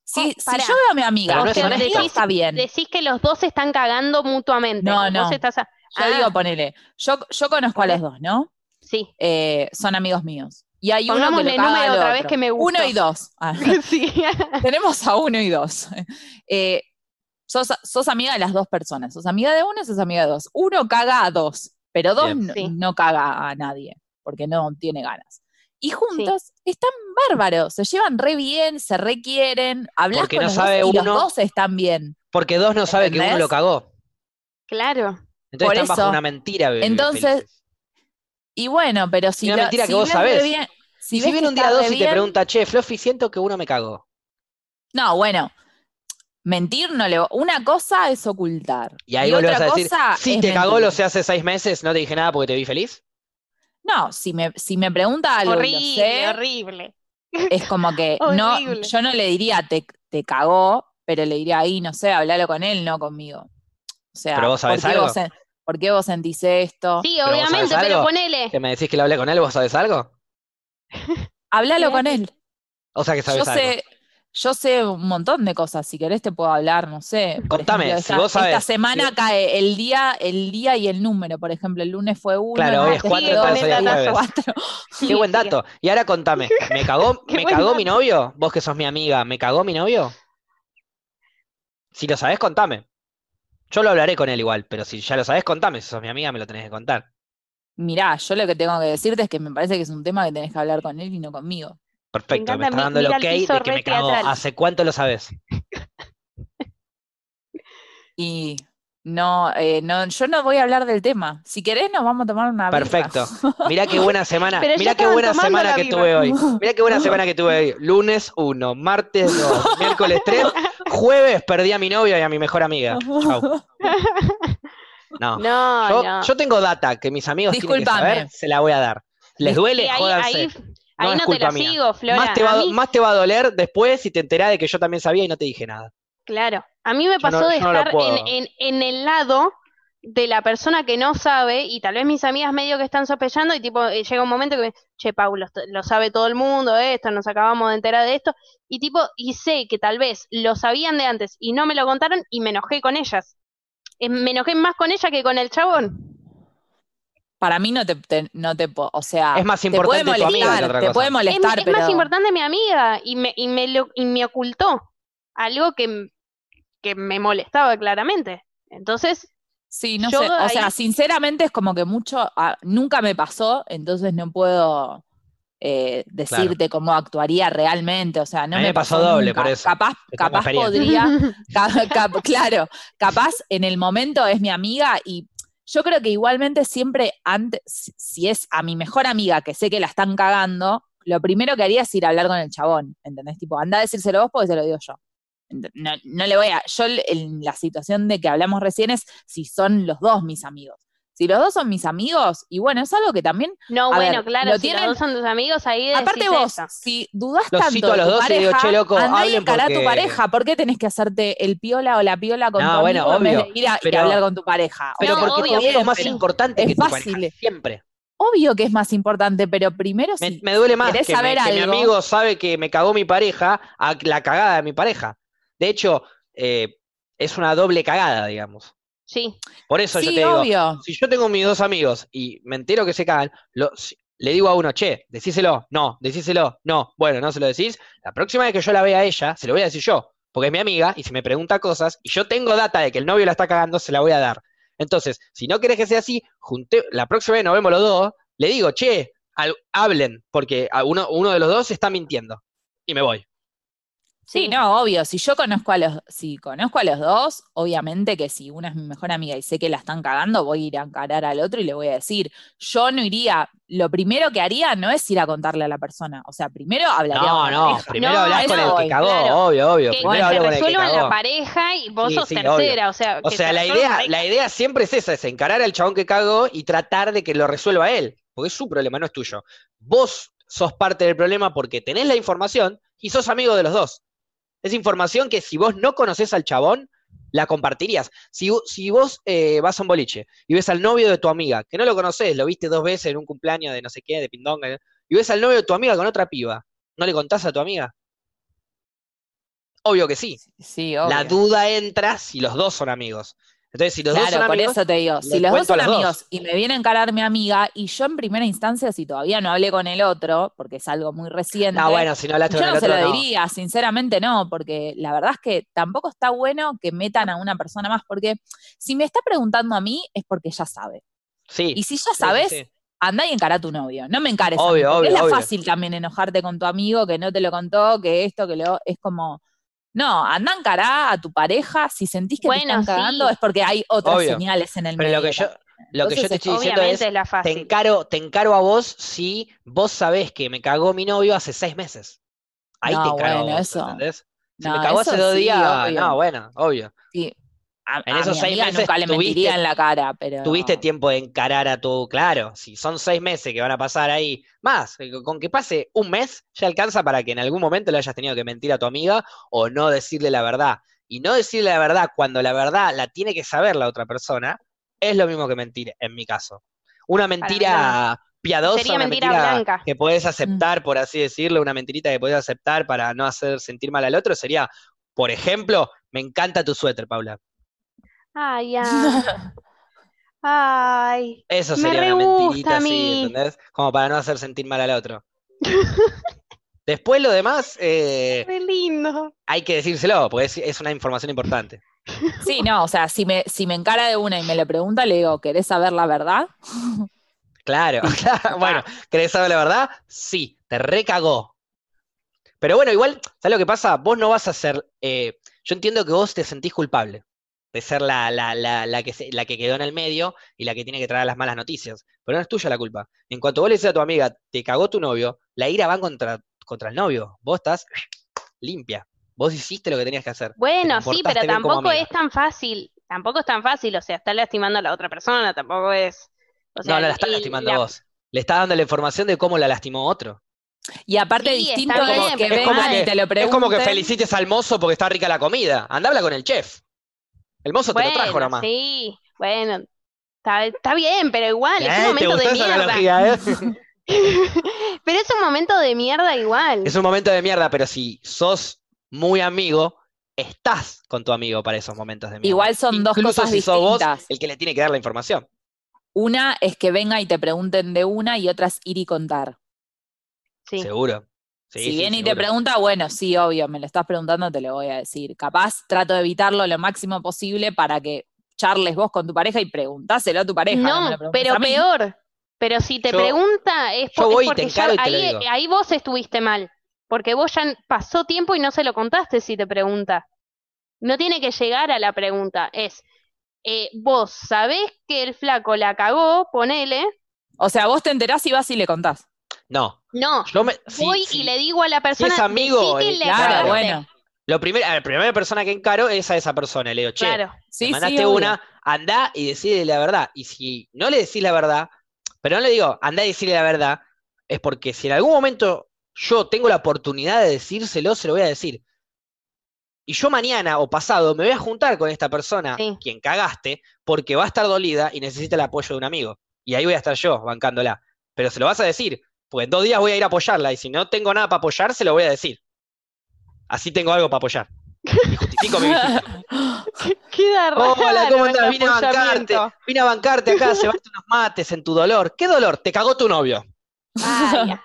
Speaker 2: Si,
Speaker 3: Oh,
Speaker 2: si
Speaker 3: pará.
Speaker 2: yo veo a mi amiga,
Speaker 1: Pero no
Speaker 2: que
Speaker 1: es
Speaker 2: mi amiga
Speaker 1: honesto.
Speaker 2: está bien,
Speaker 3: Decís que los dos se están cagando mutuamente.
Speaker 2: No,
Speaker 3: Vos
Speaker 2: no.
Speaker 3: estás a-
Speaker 2: yo
Speaker 3: Ah.
Speaker 2: digo, ponele, yo, yo conozco a los dos, ¿no?
Speaker 3: sí.
Speaker 2: eh, son amigos míos. Y hay uno que
Speaker 3: Pongámosle
Speaker 2: lo caga
Speaker 3: número
Speaker 2: al
Speaker 3: otra
Speaker 2: otro.
Speaker 3: vez que me gustó.
Speaker 2: Uno y dos. Ah.
Speaker 3: *laughs* Sí.
Speaker 2: Tenemos a uno y dos. *laughs* Eh, sos, sos amiga de las dos personas. Sos amiga de uno y sos amiga de dos. Uno caga a dos, pero dos
Speaker 1: Bien.
Speaker 2: no,
Speaker 3: Sí.
Speaker 2: no caga a nadie, porque no tiene ganas. Y juntos están bárbaros, se llevan re bien, se requieren, hablas
Speaker 1: Porque
Speaker 2: con
Speaker 1: no
Speaker 2: los
Speaker 1: sabe
Speaker 2: dos y los
Speaker 1: uno-
Speaker 2: dos están bien.
Speaker 1: Porque dos no sabe que uno
Speaker 2: ¿Entendés?
Speaker 1: lo cagó.
Speaker 3: Claro.
Speaker 1: Entonces
Speaker 2: Por
Speaker 1: están bajo
Speaker 2: eso.
Speaker 1: una mentira. be-
Speaker 2: Entonces,
Speaker 1: felices.
Speaker 2: Y bueno, pero si
Speaker 1: Y una
Speaker 2: lo-
Speaker 1: mentira
Speaker 2: si
Speaker 1: que vos
Speaker 2: ves re
Speaker 1: sabés.
Speaker 2: bien- si
Speaker 1: Y
Speaker 2: ves
Speaker 1: si
Speaker 2: que
Speaker 1: viene un día
Speaker 2: está
Speaker 1: dos
Speaker 2: re
Speaker 1: y te
Speaker 2: bien-
Speaker 1: pregunta, che, Fluffy, siento que uno me cagó.
Speaker 2: No, bueno, mentir no le. Una cosa es ocultar.
Speaker 1: Y ahí vos le
Speaker 2: otra
Speaker 1: vas a decir,
Speaker 2: cosa
Speaker 1: si
Speaker 2: es
Speaker 1: te cagó
Speaker 2: mentir.
Speaker 1: lo sé hace seis meses, no te dije nada porque te vi feliz.
Speaker 2: No, si me, si me pregunta algo y lo
Speaker 3: horrible,
Speaker 2: sé,
Speaker 3: horrible.
Speaker 2: es como
Speaker 3: *laughs*
Speaker 2: que no,
Speaker 3: Horrible.
Speaker 2: yo no le diría te, te cagó, pero le diría ahí, no sé, hablalo con él, no conmigo. O sea,
Speaker 1: Pero vos sabés
Speaker 2: ¿por qué
Speaker 1: algo.
Speaker 2: vos sen- por qué vos sentís esto?
Speaker 3: Sí,
Speaker 1: Pero vos sabés
Speaker 3: obviamente, pero
Speaker 1: algo,
Speaker 3: ponele.
Speaker 1: Que me decís que le hablé con él, ¿vos sabés algo?
Speaker 2: Hablalo con él.
Speaker 1: O sea que
Speaker 2: Yo
Speaker 1: sabés algo.
Speaker 2: sé, yo sé un montón de cosas. Si querés te puedo hablar, no sé. Por
Speaker 1: Contame,
Speaker 2: ejemplo,
Speaker 1: si
Speaker 2: esta,
Speaker 1: vos sabés,
Speaker 2: esta
Speaker 1: si
Speaker 2: semana
Speaker 1: vos-
Speaker 2: cae el día, el día y el número. Por ejemplo, el lunes fue uno,
Speaker 1: Claro,
Speaker 2: el
Speaker 1: hoy es
Speaker 2: martes fue
Speaker 1: cuatro,
Speaker 3: el
Speaker 2: dos,
Speaker 3: jueves
Speaker 2: el
Speaker 3: es
Speaker 2: viernes
Speaker 3: cuatro.
Speaker 2: cuatro.
Speaker 1: Qué buen dato. Y ahora
Speaker 3: *laughs*
Speaker 1: contame, ¿me cagó,
Speaker 3: Qué
Speaker 1: me
Speaker 3: buen
Speaker 1: cagó mi
Speaker 3: dato.
Speaker 1: novio? Vos que sos mi amiga, ¿me cagó mi novio? Si lo sabés, contame. Yo lo hablaré con él igual, pero si ya lo sabés, contame. Si sos mi amiga, me lo tenés que contar.
Speaker 2: Mirá, yo lo que tengo que decirte es que me parece que es un tema que tenés que hablar con él y no conmigo.
Speaker 1: Perfecto, me
Speaker 3: encanta,
Speaker 1: está
Speaker 3: mi-
Speaker 1: dando el
Speaker 3: mira
Speaker 1: ok
Speaker 3: el piso
Speaker 1: de que
Speaker 3: re
Speaker 1: me cagó.
Speaker 3: teatral.
Speaker 1: ¿Hace cuánto lo sabés?
Speaker 2: Y no, eh, no, yo no voy a hablar del tema. Si querés, nos vamos a tomar una birra. *laughs*
Speaker 1: Perfecto.
Speaker 3: *laughs*
Speaker 1: Mirá qué buena semana.
Speaker 3: Pero ya
Speaker 1: Mirá qué
Speaker 3: estaban
Speaker 1: buena
Speaker 3: tomando
Speaker 1: semana
Speaker 3: la
Speaker 1: que
Speaker 3: birra.
Speaker 1: tuve hoy. Mirá qué buena semana que tuve hoy. Lunes 1, martes
Speaker 3: *laughs*
Speaker 1: 2, miércoles 3, jueves perdí a mi novia y a mi mejor
Speaker 3: *laughs*
Speaker 1: amiga. Chau. No.
Speaker 3: No,
Speaker 1: Yo,
Speaker 3: no.
Speaker 1: yo tengo data que mis amigos tienen que
Speaker 2: Disculpame.
Speaker 1: saber, se la voy a dar. ¿Les duele?
Speaker 3: Sí, ahí,
Speaker 1: Jódanse.
Speaker 3: ahí,
Speaker 1: No
Speaker 3: ahí
Speaker 1: es
Speaker 3: no, te
Speaker 1: culpa
Speaker 3: lo
Speaker 1: mía.
Speaker 3: sigo, Flora.
Speaker 1: más, te va,
Speaker 3: a
Speaker 1: a do-
Speaker 3: mí,
Speaker 1: más te va a doler después si te enterás de que yo también sabía y no te dije nada.
Speaker 3: Claro, a mí me
Speaker 1: Yo no-
Speaker 3: pasó de
Speaker 1: yo no lo
Speaker 3: estar
Speaker 1: puedo.
Speaker 3: en, en, en el lado de la persona que no sabe y tal vez mis amigas medio que están sospechando y tipo eh, llega un momento que me, che, Paulo, esto- lo sabe todo el mundo esto, nos acabamos de enterar de esto y tipo, y sé que tal vez lo sabían de antes y no me lo contaron y me enojé con ellas. Eh, Me enojé más con ella que con el chabón.
Speaker 2: Para mí no te, te- no te po- o sea,
Speaker 1: Es más
Speaker 2: Ah, te
Speaker 1: importante
Speaker 2: puede
Speaker 1: tu amiga que
Speaker 2: molestar,
Speaker 1: otra
Speaker 2: te
Speaker 1: cosa.
Speaker 2: puede
Speaker 1: Es mi-
Speaker 3: Es, mi-
Speaker 2: molestar,
Speaker 3: es más
Speaker 2: pero-
Speaker 3: importante mi amiga y me, y me, lo- y me ocultó algo que, m- que me molestaba claramente. Entonces,
Speaker 2: Sí, no
Speaker 3: Yo
Speaker 2: sé. O sea,
Speaker 3: ahí-
Speaker 2: sinceramente es como que mucho, ah, nunca me pasó, entonces no puedo eh, decirte cómo actuaría realmente. O sea, no
Speaker 1: A mí
Speaker 2: me
Speaker 1: me pasó
Speaker 2: pasó
Speaker 1: doble,
Speaker 2: nunca.
Speaker 1: por eso.
Speaker 2: Capaz,
Speaker 1: tengo
Speaker 2: capaz
Speaker 1: experiencia.
Speaker 2: podría,
Speaker 3: *laughs*
Speaker 2: Ca- cap- claro, capaz en el momento es mi amiga y yo creo que igualmente siempre antes, si- si es a mi mejor amiga que sé que la están cagando, lo primero que haría es ir a hablar con el chabón, ¿entendés? Tipo, anda a decírselo vos porque se lo digo yo. Ent- No, no le voy a, yo l- en la situación de que hablamos recién es si son los dos mis amigos. Si los dos son mis amigos, y bueno, es algo que también,
Speaker 3: no,
Speaker 2: A
Speaker 3: bueno,
Speaker 2: ver,
Speaker 3: claro,
Speaker 2: lo
Speaker 3: si los
Speaker 2: tienen-
Speaker 3: dos son tus amigos, ahí decís
Speaker 2: aparte vos,
Speaker 3: eso.
Speaker 2: si dudás
Speaker 1: Los
Speaker 2: tanto
Speaker 1: cito a
Speaker 2: de
Speaker 1: los
Speaker 2: tu
Speaker 1: dos y
Speaker 2: pareja,
Speaker 1: digo, "Che, loco,
Speaker 2: andá y
Speaker 1: hablen
Speaker 2: encará a tu
Speaker 1: porque-
Speaker 2: pareja, ¿por qué tenés que hacerte el piola o la piola con
Speaker 1: No,
Speaker 2: tu
Speaker 1: bueno,
Speaker 2: amigo en vez
Speaker 1: obvio,
Speaker 2: de ir a, ir a
Speaker 1: pero-
Speaker 2: hablar con tu pareja?
Speaker 1: Pero
Speaker 3: No,
Speaker 1: porque
Speaker 3: obvio,
Speaker 1: tu amigo es más
Speaker 2: pero-
Speaker 1: importante
Speaker 2: es
Speaker 1: que tu pareja,
Speaker 2: fácil.
Speaker 1: siempre.
Speaker 2: obvio que es más importante, pero primero
Speaker 1: Me,
Speaker 2: sí.
Speaker 1: me duele más
Speaker 2: querés
Speaker 1: que, me-
Speaker 2: saber
Speaker 1: que mi
Speaker 2: algo-
Speaker 1: amigo sabe que me cagó mi pareja a la cagada de mi pareja. De hecho, eh, es una doble cagada, digamos.
Speaker 3: Sí,
Speaker 1: Por eso yo
Speaker 2: sí,
Speaker 1: te digo,
Speaker 2: obvio.
Speaker 1: si yo tengo mis dos amigos y me entero que se cagan, lo- si- le digo a uno, che, decíselo, no, decíselo, no, bueno, no se lo decís, la próxima vez que yo la vea a ella, se lo voy a decir yo, porque es mi amiga y si me pregunta cosas y yo tengo data de que el novio la está cagando, se la voy a dar. Entonces, si no querés que sea así, junte, la próxima vez nos vemos los dos, le digo, che, al- hablen, porque a uno, uno de los dos está mintiendo. Y me voy.
Speaker 2: Sí,
Speaker 3: sí.
Speaker 2: no, obvio. Si yo conozco a los, si conozco a los dos, obviamente que si una es mi mejor amiga y sé que la están cagando, voy a ir a encarar al otro y le voy a decir. Yo no iría, lo primero que haría no es ir a contarle a la persona. O sea, primero hablaría
Speaker 1: No,
Speaker 2: con la
Speaker 1: no,
Speaker 2: pareja.
Speaker 1: primero
Speaker 3: No,
Speaker 1: hablás
Speaker 2: eso
Speaker 1: con el que
Speaker 2: voy,
Speaker 1: cagó,
Speaker 3: claro.
Speaker 1: obvio, obvio.
Speaker 3: que,
Speaker 1: Primero
Speaker 2: bueno,
Speaker 3: que
Speaker 1: hablo con el que
Speaker 3: resuelvan la
Speaker 1: cagó.
Speaker 3: pareja y vos
Speaker 1: Sí,
Speaker 3: sos
Speaker 1: sí, obvio.
Speaker 3: tercera, o sea,
Speaker 1: O
Speaker 3: que
Speaker 1: sea,
Speaker 3: se
Speaker 1: la
Speaker 3: resuelva
Speaker 1: idea,
Speaker 3: la pareja.
Speaker 1: la idea siempre es esa, es encarar al chabón que cagó y tratar de que lo resuelva él, porque es su problema, no es tuyo. Vos sos parte del problema porque tenés la información y sos amigo de los dos. Es información que si vos no conocés al chabón, la compartirías. Si, vo- si vos eh, vas a un boliche y ves al novio de tu amiga, que no lo conocés, lo viste dos veces en un cumpleaños de no sé qué, de pindonga, ¿eh? y ves al novio de tu amiga con otra piba, ¿no le contás a tu amiga? Obvio que sí.
Speaker 2: Sí, obvio.
Speaker 1: La duda entra si los dos son amigos. Entonces, si los dos
Speaker 2: Claro,
Speaker 1: son
Speaker 2: por
Speaker 1: amigos,
Speaker 2: eso te digo, si
Speaker 1: les
Speaker 2: los dos
Speaker 1: cuento
Speaker 2: son
Speaker 1: a los dos.
Speaker 2: amigos y me viene a encarar mi amiga, y yo en primera instancia, si todavía no hablé con el otro, porque es algo muy reciente,
Speaker 1: no, ah, bueno, si no hablaste
Speaker 2: yo
Speaker 1: con
Speaker 2: no
Speaker 1: el
Speaker 2: se
Speaker 1: otro,
Speaker 2: lo
Speaker 1: no.
Speaker 2: diría, sinceramente no, porque la verdad es que tampoco está bueno que metan a una persona más, porque si me está preguntando a mí es porque ya sabe.
Speaker 1: Sí.
Speaker 2: Y si ya
Speaker 1: sí,
Speaker 2: sabes,
Speaker 1: sí.
Speaker 2: andá y encará a tu novio, no me encares. a mí,
Speaker 1: Obvio,
Speaker 2: porque
Speaker 1: obvio,
Speaker 2: es la
Speaker 1: obvio.
Speaker 2: fácil también enojarte con tu amigo que no te lo contó, que esto, que lo. Es como. No, andá encará a tu pareja. Si sentís que te
Speaker 3: Bueno,
Speaker 2: están cagando,
Speaker 3: sí.
Speaker 2: es porque hay otras
Speaker 1: Obvio.
Speaker 2: señales en el
Speaker 1: Pero
Speaker 2: medio.
Speaker 1: lo que yo, lo que yo
Speaker 2: Entonces,
Speaker 1: te estoy diciendo
Speaker 3: Obviamente
Speaker 1: es,
Speaker 3: es, la
Speaker 1: te
Speaker 3: fácil.
Speaker 1: encaro, te encaro a vos si vos sabés que me cagó mi novio hace seis meses. Ahí
Speaker 2: No,
Speaker 1: te encaro a
Speaker 2: bueno,
Speaker 1: vos,
Speaker 2: eso-
Speaker 1: ¿entendés? Si
Speaker 2: No,
Speaker 1: me cagó
Speaker 2: eso
Speaker 1: hace dos
Speaker 2: sí,
Speaker 1: días,
Speaker 2: obvio.
Speaker 1: no, bueno, obvio.
Speaker 2: Sí. A,
Speaker 1: En
Speaker 2: a
Speaker 1: esos
Speaker 2: mi
Speaker 1: seis
Speaker 2: amiga
Speaker 1: meses
Speaker 2: nunca le mentiría
Speaker 1: tuviste-
Speaker 2: en la cara, pero.
Speaker 1: Tuviste tiempo de encarar a tu, claro, si son seis meses que van a pasar ahí, más, eh, con que pase un mes ya alcanza para que en algún momento le hayas tenido que mentir a tu amiga o no decirle la verdad. Y no decirle la verdad cuando la verdad la tiene que saber la otra persona, es lo mismo que mentir, en mi caso. Una mentira piadosa,
Speaker 3: Sería
Speaker 1: una
Speaker 3: mentira
Speaker 1: mentira
Speaker 3: blanca. Mm.
Speaker 1: que podés aceptar, por así decirlo, una mentirita que podés aceptar para no hacer sentir mal al otro, sería, por ejemplo, me encanta tu suéter, Paula.
Speaker 3: Ay, ay.
Speaker 1: *laughs*
Speaker 3: ay.
Speaker 1: Eso
Speaker 3: Me
Speaker 1: sería
Speaker 3: re
Speaker 1: una
Speaker 3: gusta
Speaker 1: mentirita
Speaker 3: a
Speaker 1: así,
Speaker 3: mí.
Speaker 1: ¿entendés? Como para no hacer sentir mal al
Speaker 3: *laughs*
Speaker 1: otro. Después lo demás eh,
Speaker 3: Qué lindo.
Speaker 1: hay que decírselo, porque es, es una información importante.
Speaker 2: *laughs* Sí, no, o sea, si me, si me encara de una y me lo pregunta, le digo, ¿querés saber la verdad?
Speaker 3: *laughs*
Speaker 1: Claro, *laughs* claro.
Speaker 3: Ah.
Speaker 1: Bueno, ¿querés saber la verdad? Sí, te recagó. Pero bueno, igual, ¿sabes lo que pasa? Vos no vas a ser. eh, yo entiendo que vos te sentís culpable de ser la, la, la, la que se- la que quedó en el medio y la que tiene que traer las malas noticias. Pero no es tuya la culpa. En cuanto vos le decís a tu amiga, te cagó tu novio, la ira va contra, contra el novio. Vos estás *sniffs* limpia. Vos hiciste lo que tenías que hacer.
Speaker 3: Bueno,
Speaker 1: Te
Speaker 3: sí,
Speaker 1: comportaste
Speaker 3: pero
Speaker 1: bien como
Speaker 3: tampoco
Speaker 1: amiga.
Speaker 3: es tan fácil. Tampoco es tan fácil. O sea, está lastimando a la otra persona. Tampoco es. O sea,
Speaker 1: no, no la estás
Speaker 3: y
Speaker 1: lastimando
Speaker 3: la-
Speaker 1: vos. Le estás dando la información de cómo la lastimó otro.
Speaker 2: Y aparte,
Speaker 3: Sí,
Speaker 2: distinto
Speaker 3: está
Speaker 2: es
Speaker 3: bien,
Speaker 2: que
Speaker 3: pero
Speaker 1: es como
Speaker 2: vengan y
Speaker 1: que-
Speaker 2: te lo
Speaker 1: Es
Speaker 2: pregunten.
Speaker 1: como que felicites al mozo porque está rica la comida. Andá habla con el chef. El mozo te lo trajo
Speaker 3: Bueno,
Speaker 1: nomás.
Speaker 3: sí. Bueno. Está, está bien, pero igual. Es un
Speaker 1: Eh, ¿Te
Speaker 3: momento
Speaker 1: gustó
Speaker 3: de
Speaker 1: esa
Speaker 3: mierda.
Speaker 1: analogía, eh?
Speaker 3: *laughs* Pero es un momento de mierda igual.
Speaker 1: Es un momento de mierda, pero si sos muy amigo, estás con tu amigo para esos momentos de mierda.
Speaker 2: Igual son dos
Speaker 1: Incluso
Speaker 2: cosas
Speaker 1: si sos vos
Speaker 2: distintas.
Speaker 1: el que le tiene que dar la información.
Speaker 2: Una es que venga y te pregunten de una y otra es ir y contar.
Speaker 3: Sí.
Speaker 1: Seguro. Sí,
Speaker 2: si
Speaker 1: sí,
Speaker 2: viene y te
Speaker 1: seguro.
Speaker 2: pregunta, bueno, sí, obvio, me lo estás preguntando, te lo voy a decir. Capaz trato de evitarlo lo máximo posible para que charles vos con tu pareja y preguntáselo a tu pareja. No, me
Speaker 3: No,
Speaker 2: lo preguntes
Speaker 3: pero
Speaker 2: a mí.
Speaker 3: peor. Pero si te
Speaker 1: Yo-
Speaker 3: pregunta, es,
Speaker 1: yo
Speaker 3: po- es
Speaker 1: voy y te
Speaker 3: porque ya
Speaker 1: encaro y te lo
Speaker 3: ahí,
Speaker 1: digo.
Speaker 3: ahí vos estuviste mal. Porque vos ya n- pasó tiempo y no se lo contaste si te pregunta. No tiene que llegar a la pregunta. Es, eh, vos sabés que el flaco la cagó, ponele.
Speaker 2: O sea, vos te enterás y vas y le contás.
Speaker 1: No,
Speaker 3: No,
Speaker 1: yo me. si-
Speaker 3: voy
Speaker 1: si-
Speaker 3: y le digo a la persona.
Speaker 1: es amigo,
Speaker 3: "Decí que
Speaker 1: eh,
Speaker 3: le
Speaker 2: Claro,
Speaker 1: Claro.
Speaker 3: cagaste".
Speaker 2: bueno.
Speaker 1: Lo primer, a la primera persona que encaro es a esa persona. Le digo, che,
Speaker 3: Claro. *laughs*
Speaker 1: Te
Speaker 2: Sí,
Speaker 1: mandaste
Speaker 2: sí, obvio.
Speaker 1: una, andá y decide la verdad. Y si no le decís la verdad, pero no le digo, andá y decirle la verdad, es porque si en algún momento yo tengo la oportunidad de decírselo, se lo voy a decir. Y yo mañana o pasado me voy a juntar con esta persona,
Speaker 3: Sí.
Speaker 1: quien cagaste, porque va a estar dolida y necesita el apoyo de un amigo. Y ahí voy a estar yo bancándola. Pero se lo vas a decir, porque en dos días voy a ir a apoyarla y si no tengo nada para apoyar, se lo voy a decir. Así tengo algo para apoyar. Y justifico
Speaker 2: *laughs*
Speaker 1: mi visita.
Speaker 3: Queda raro.
Speaker 1: Hola, ¿cómo andás?
Speaker 3: el
Speaker 1: Vine a bancarte.
Speaker 3: apoyamiento.
Speaker 1: Vine a bancarte acá a llevarte unos mates en tu dolor. ¿Qué dolor? Te cagó tu novio.
Speaker 3: Ay, ya.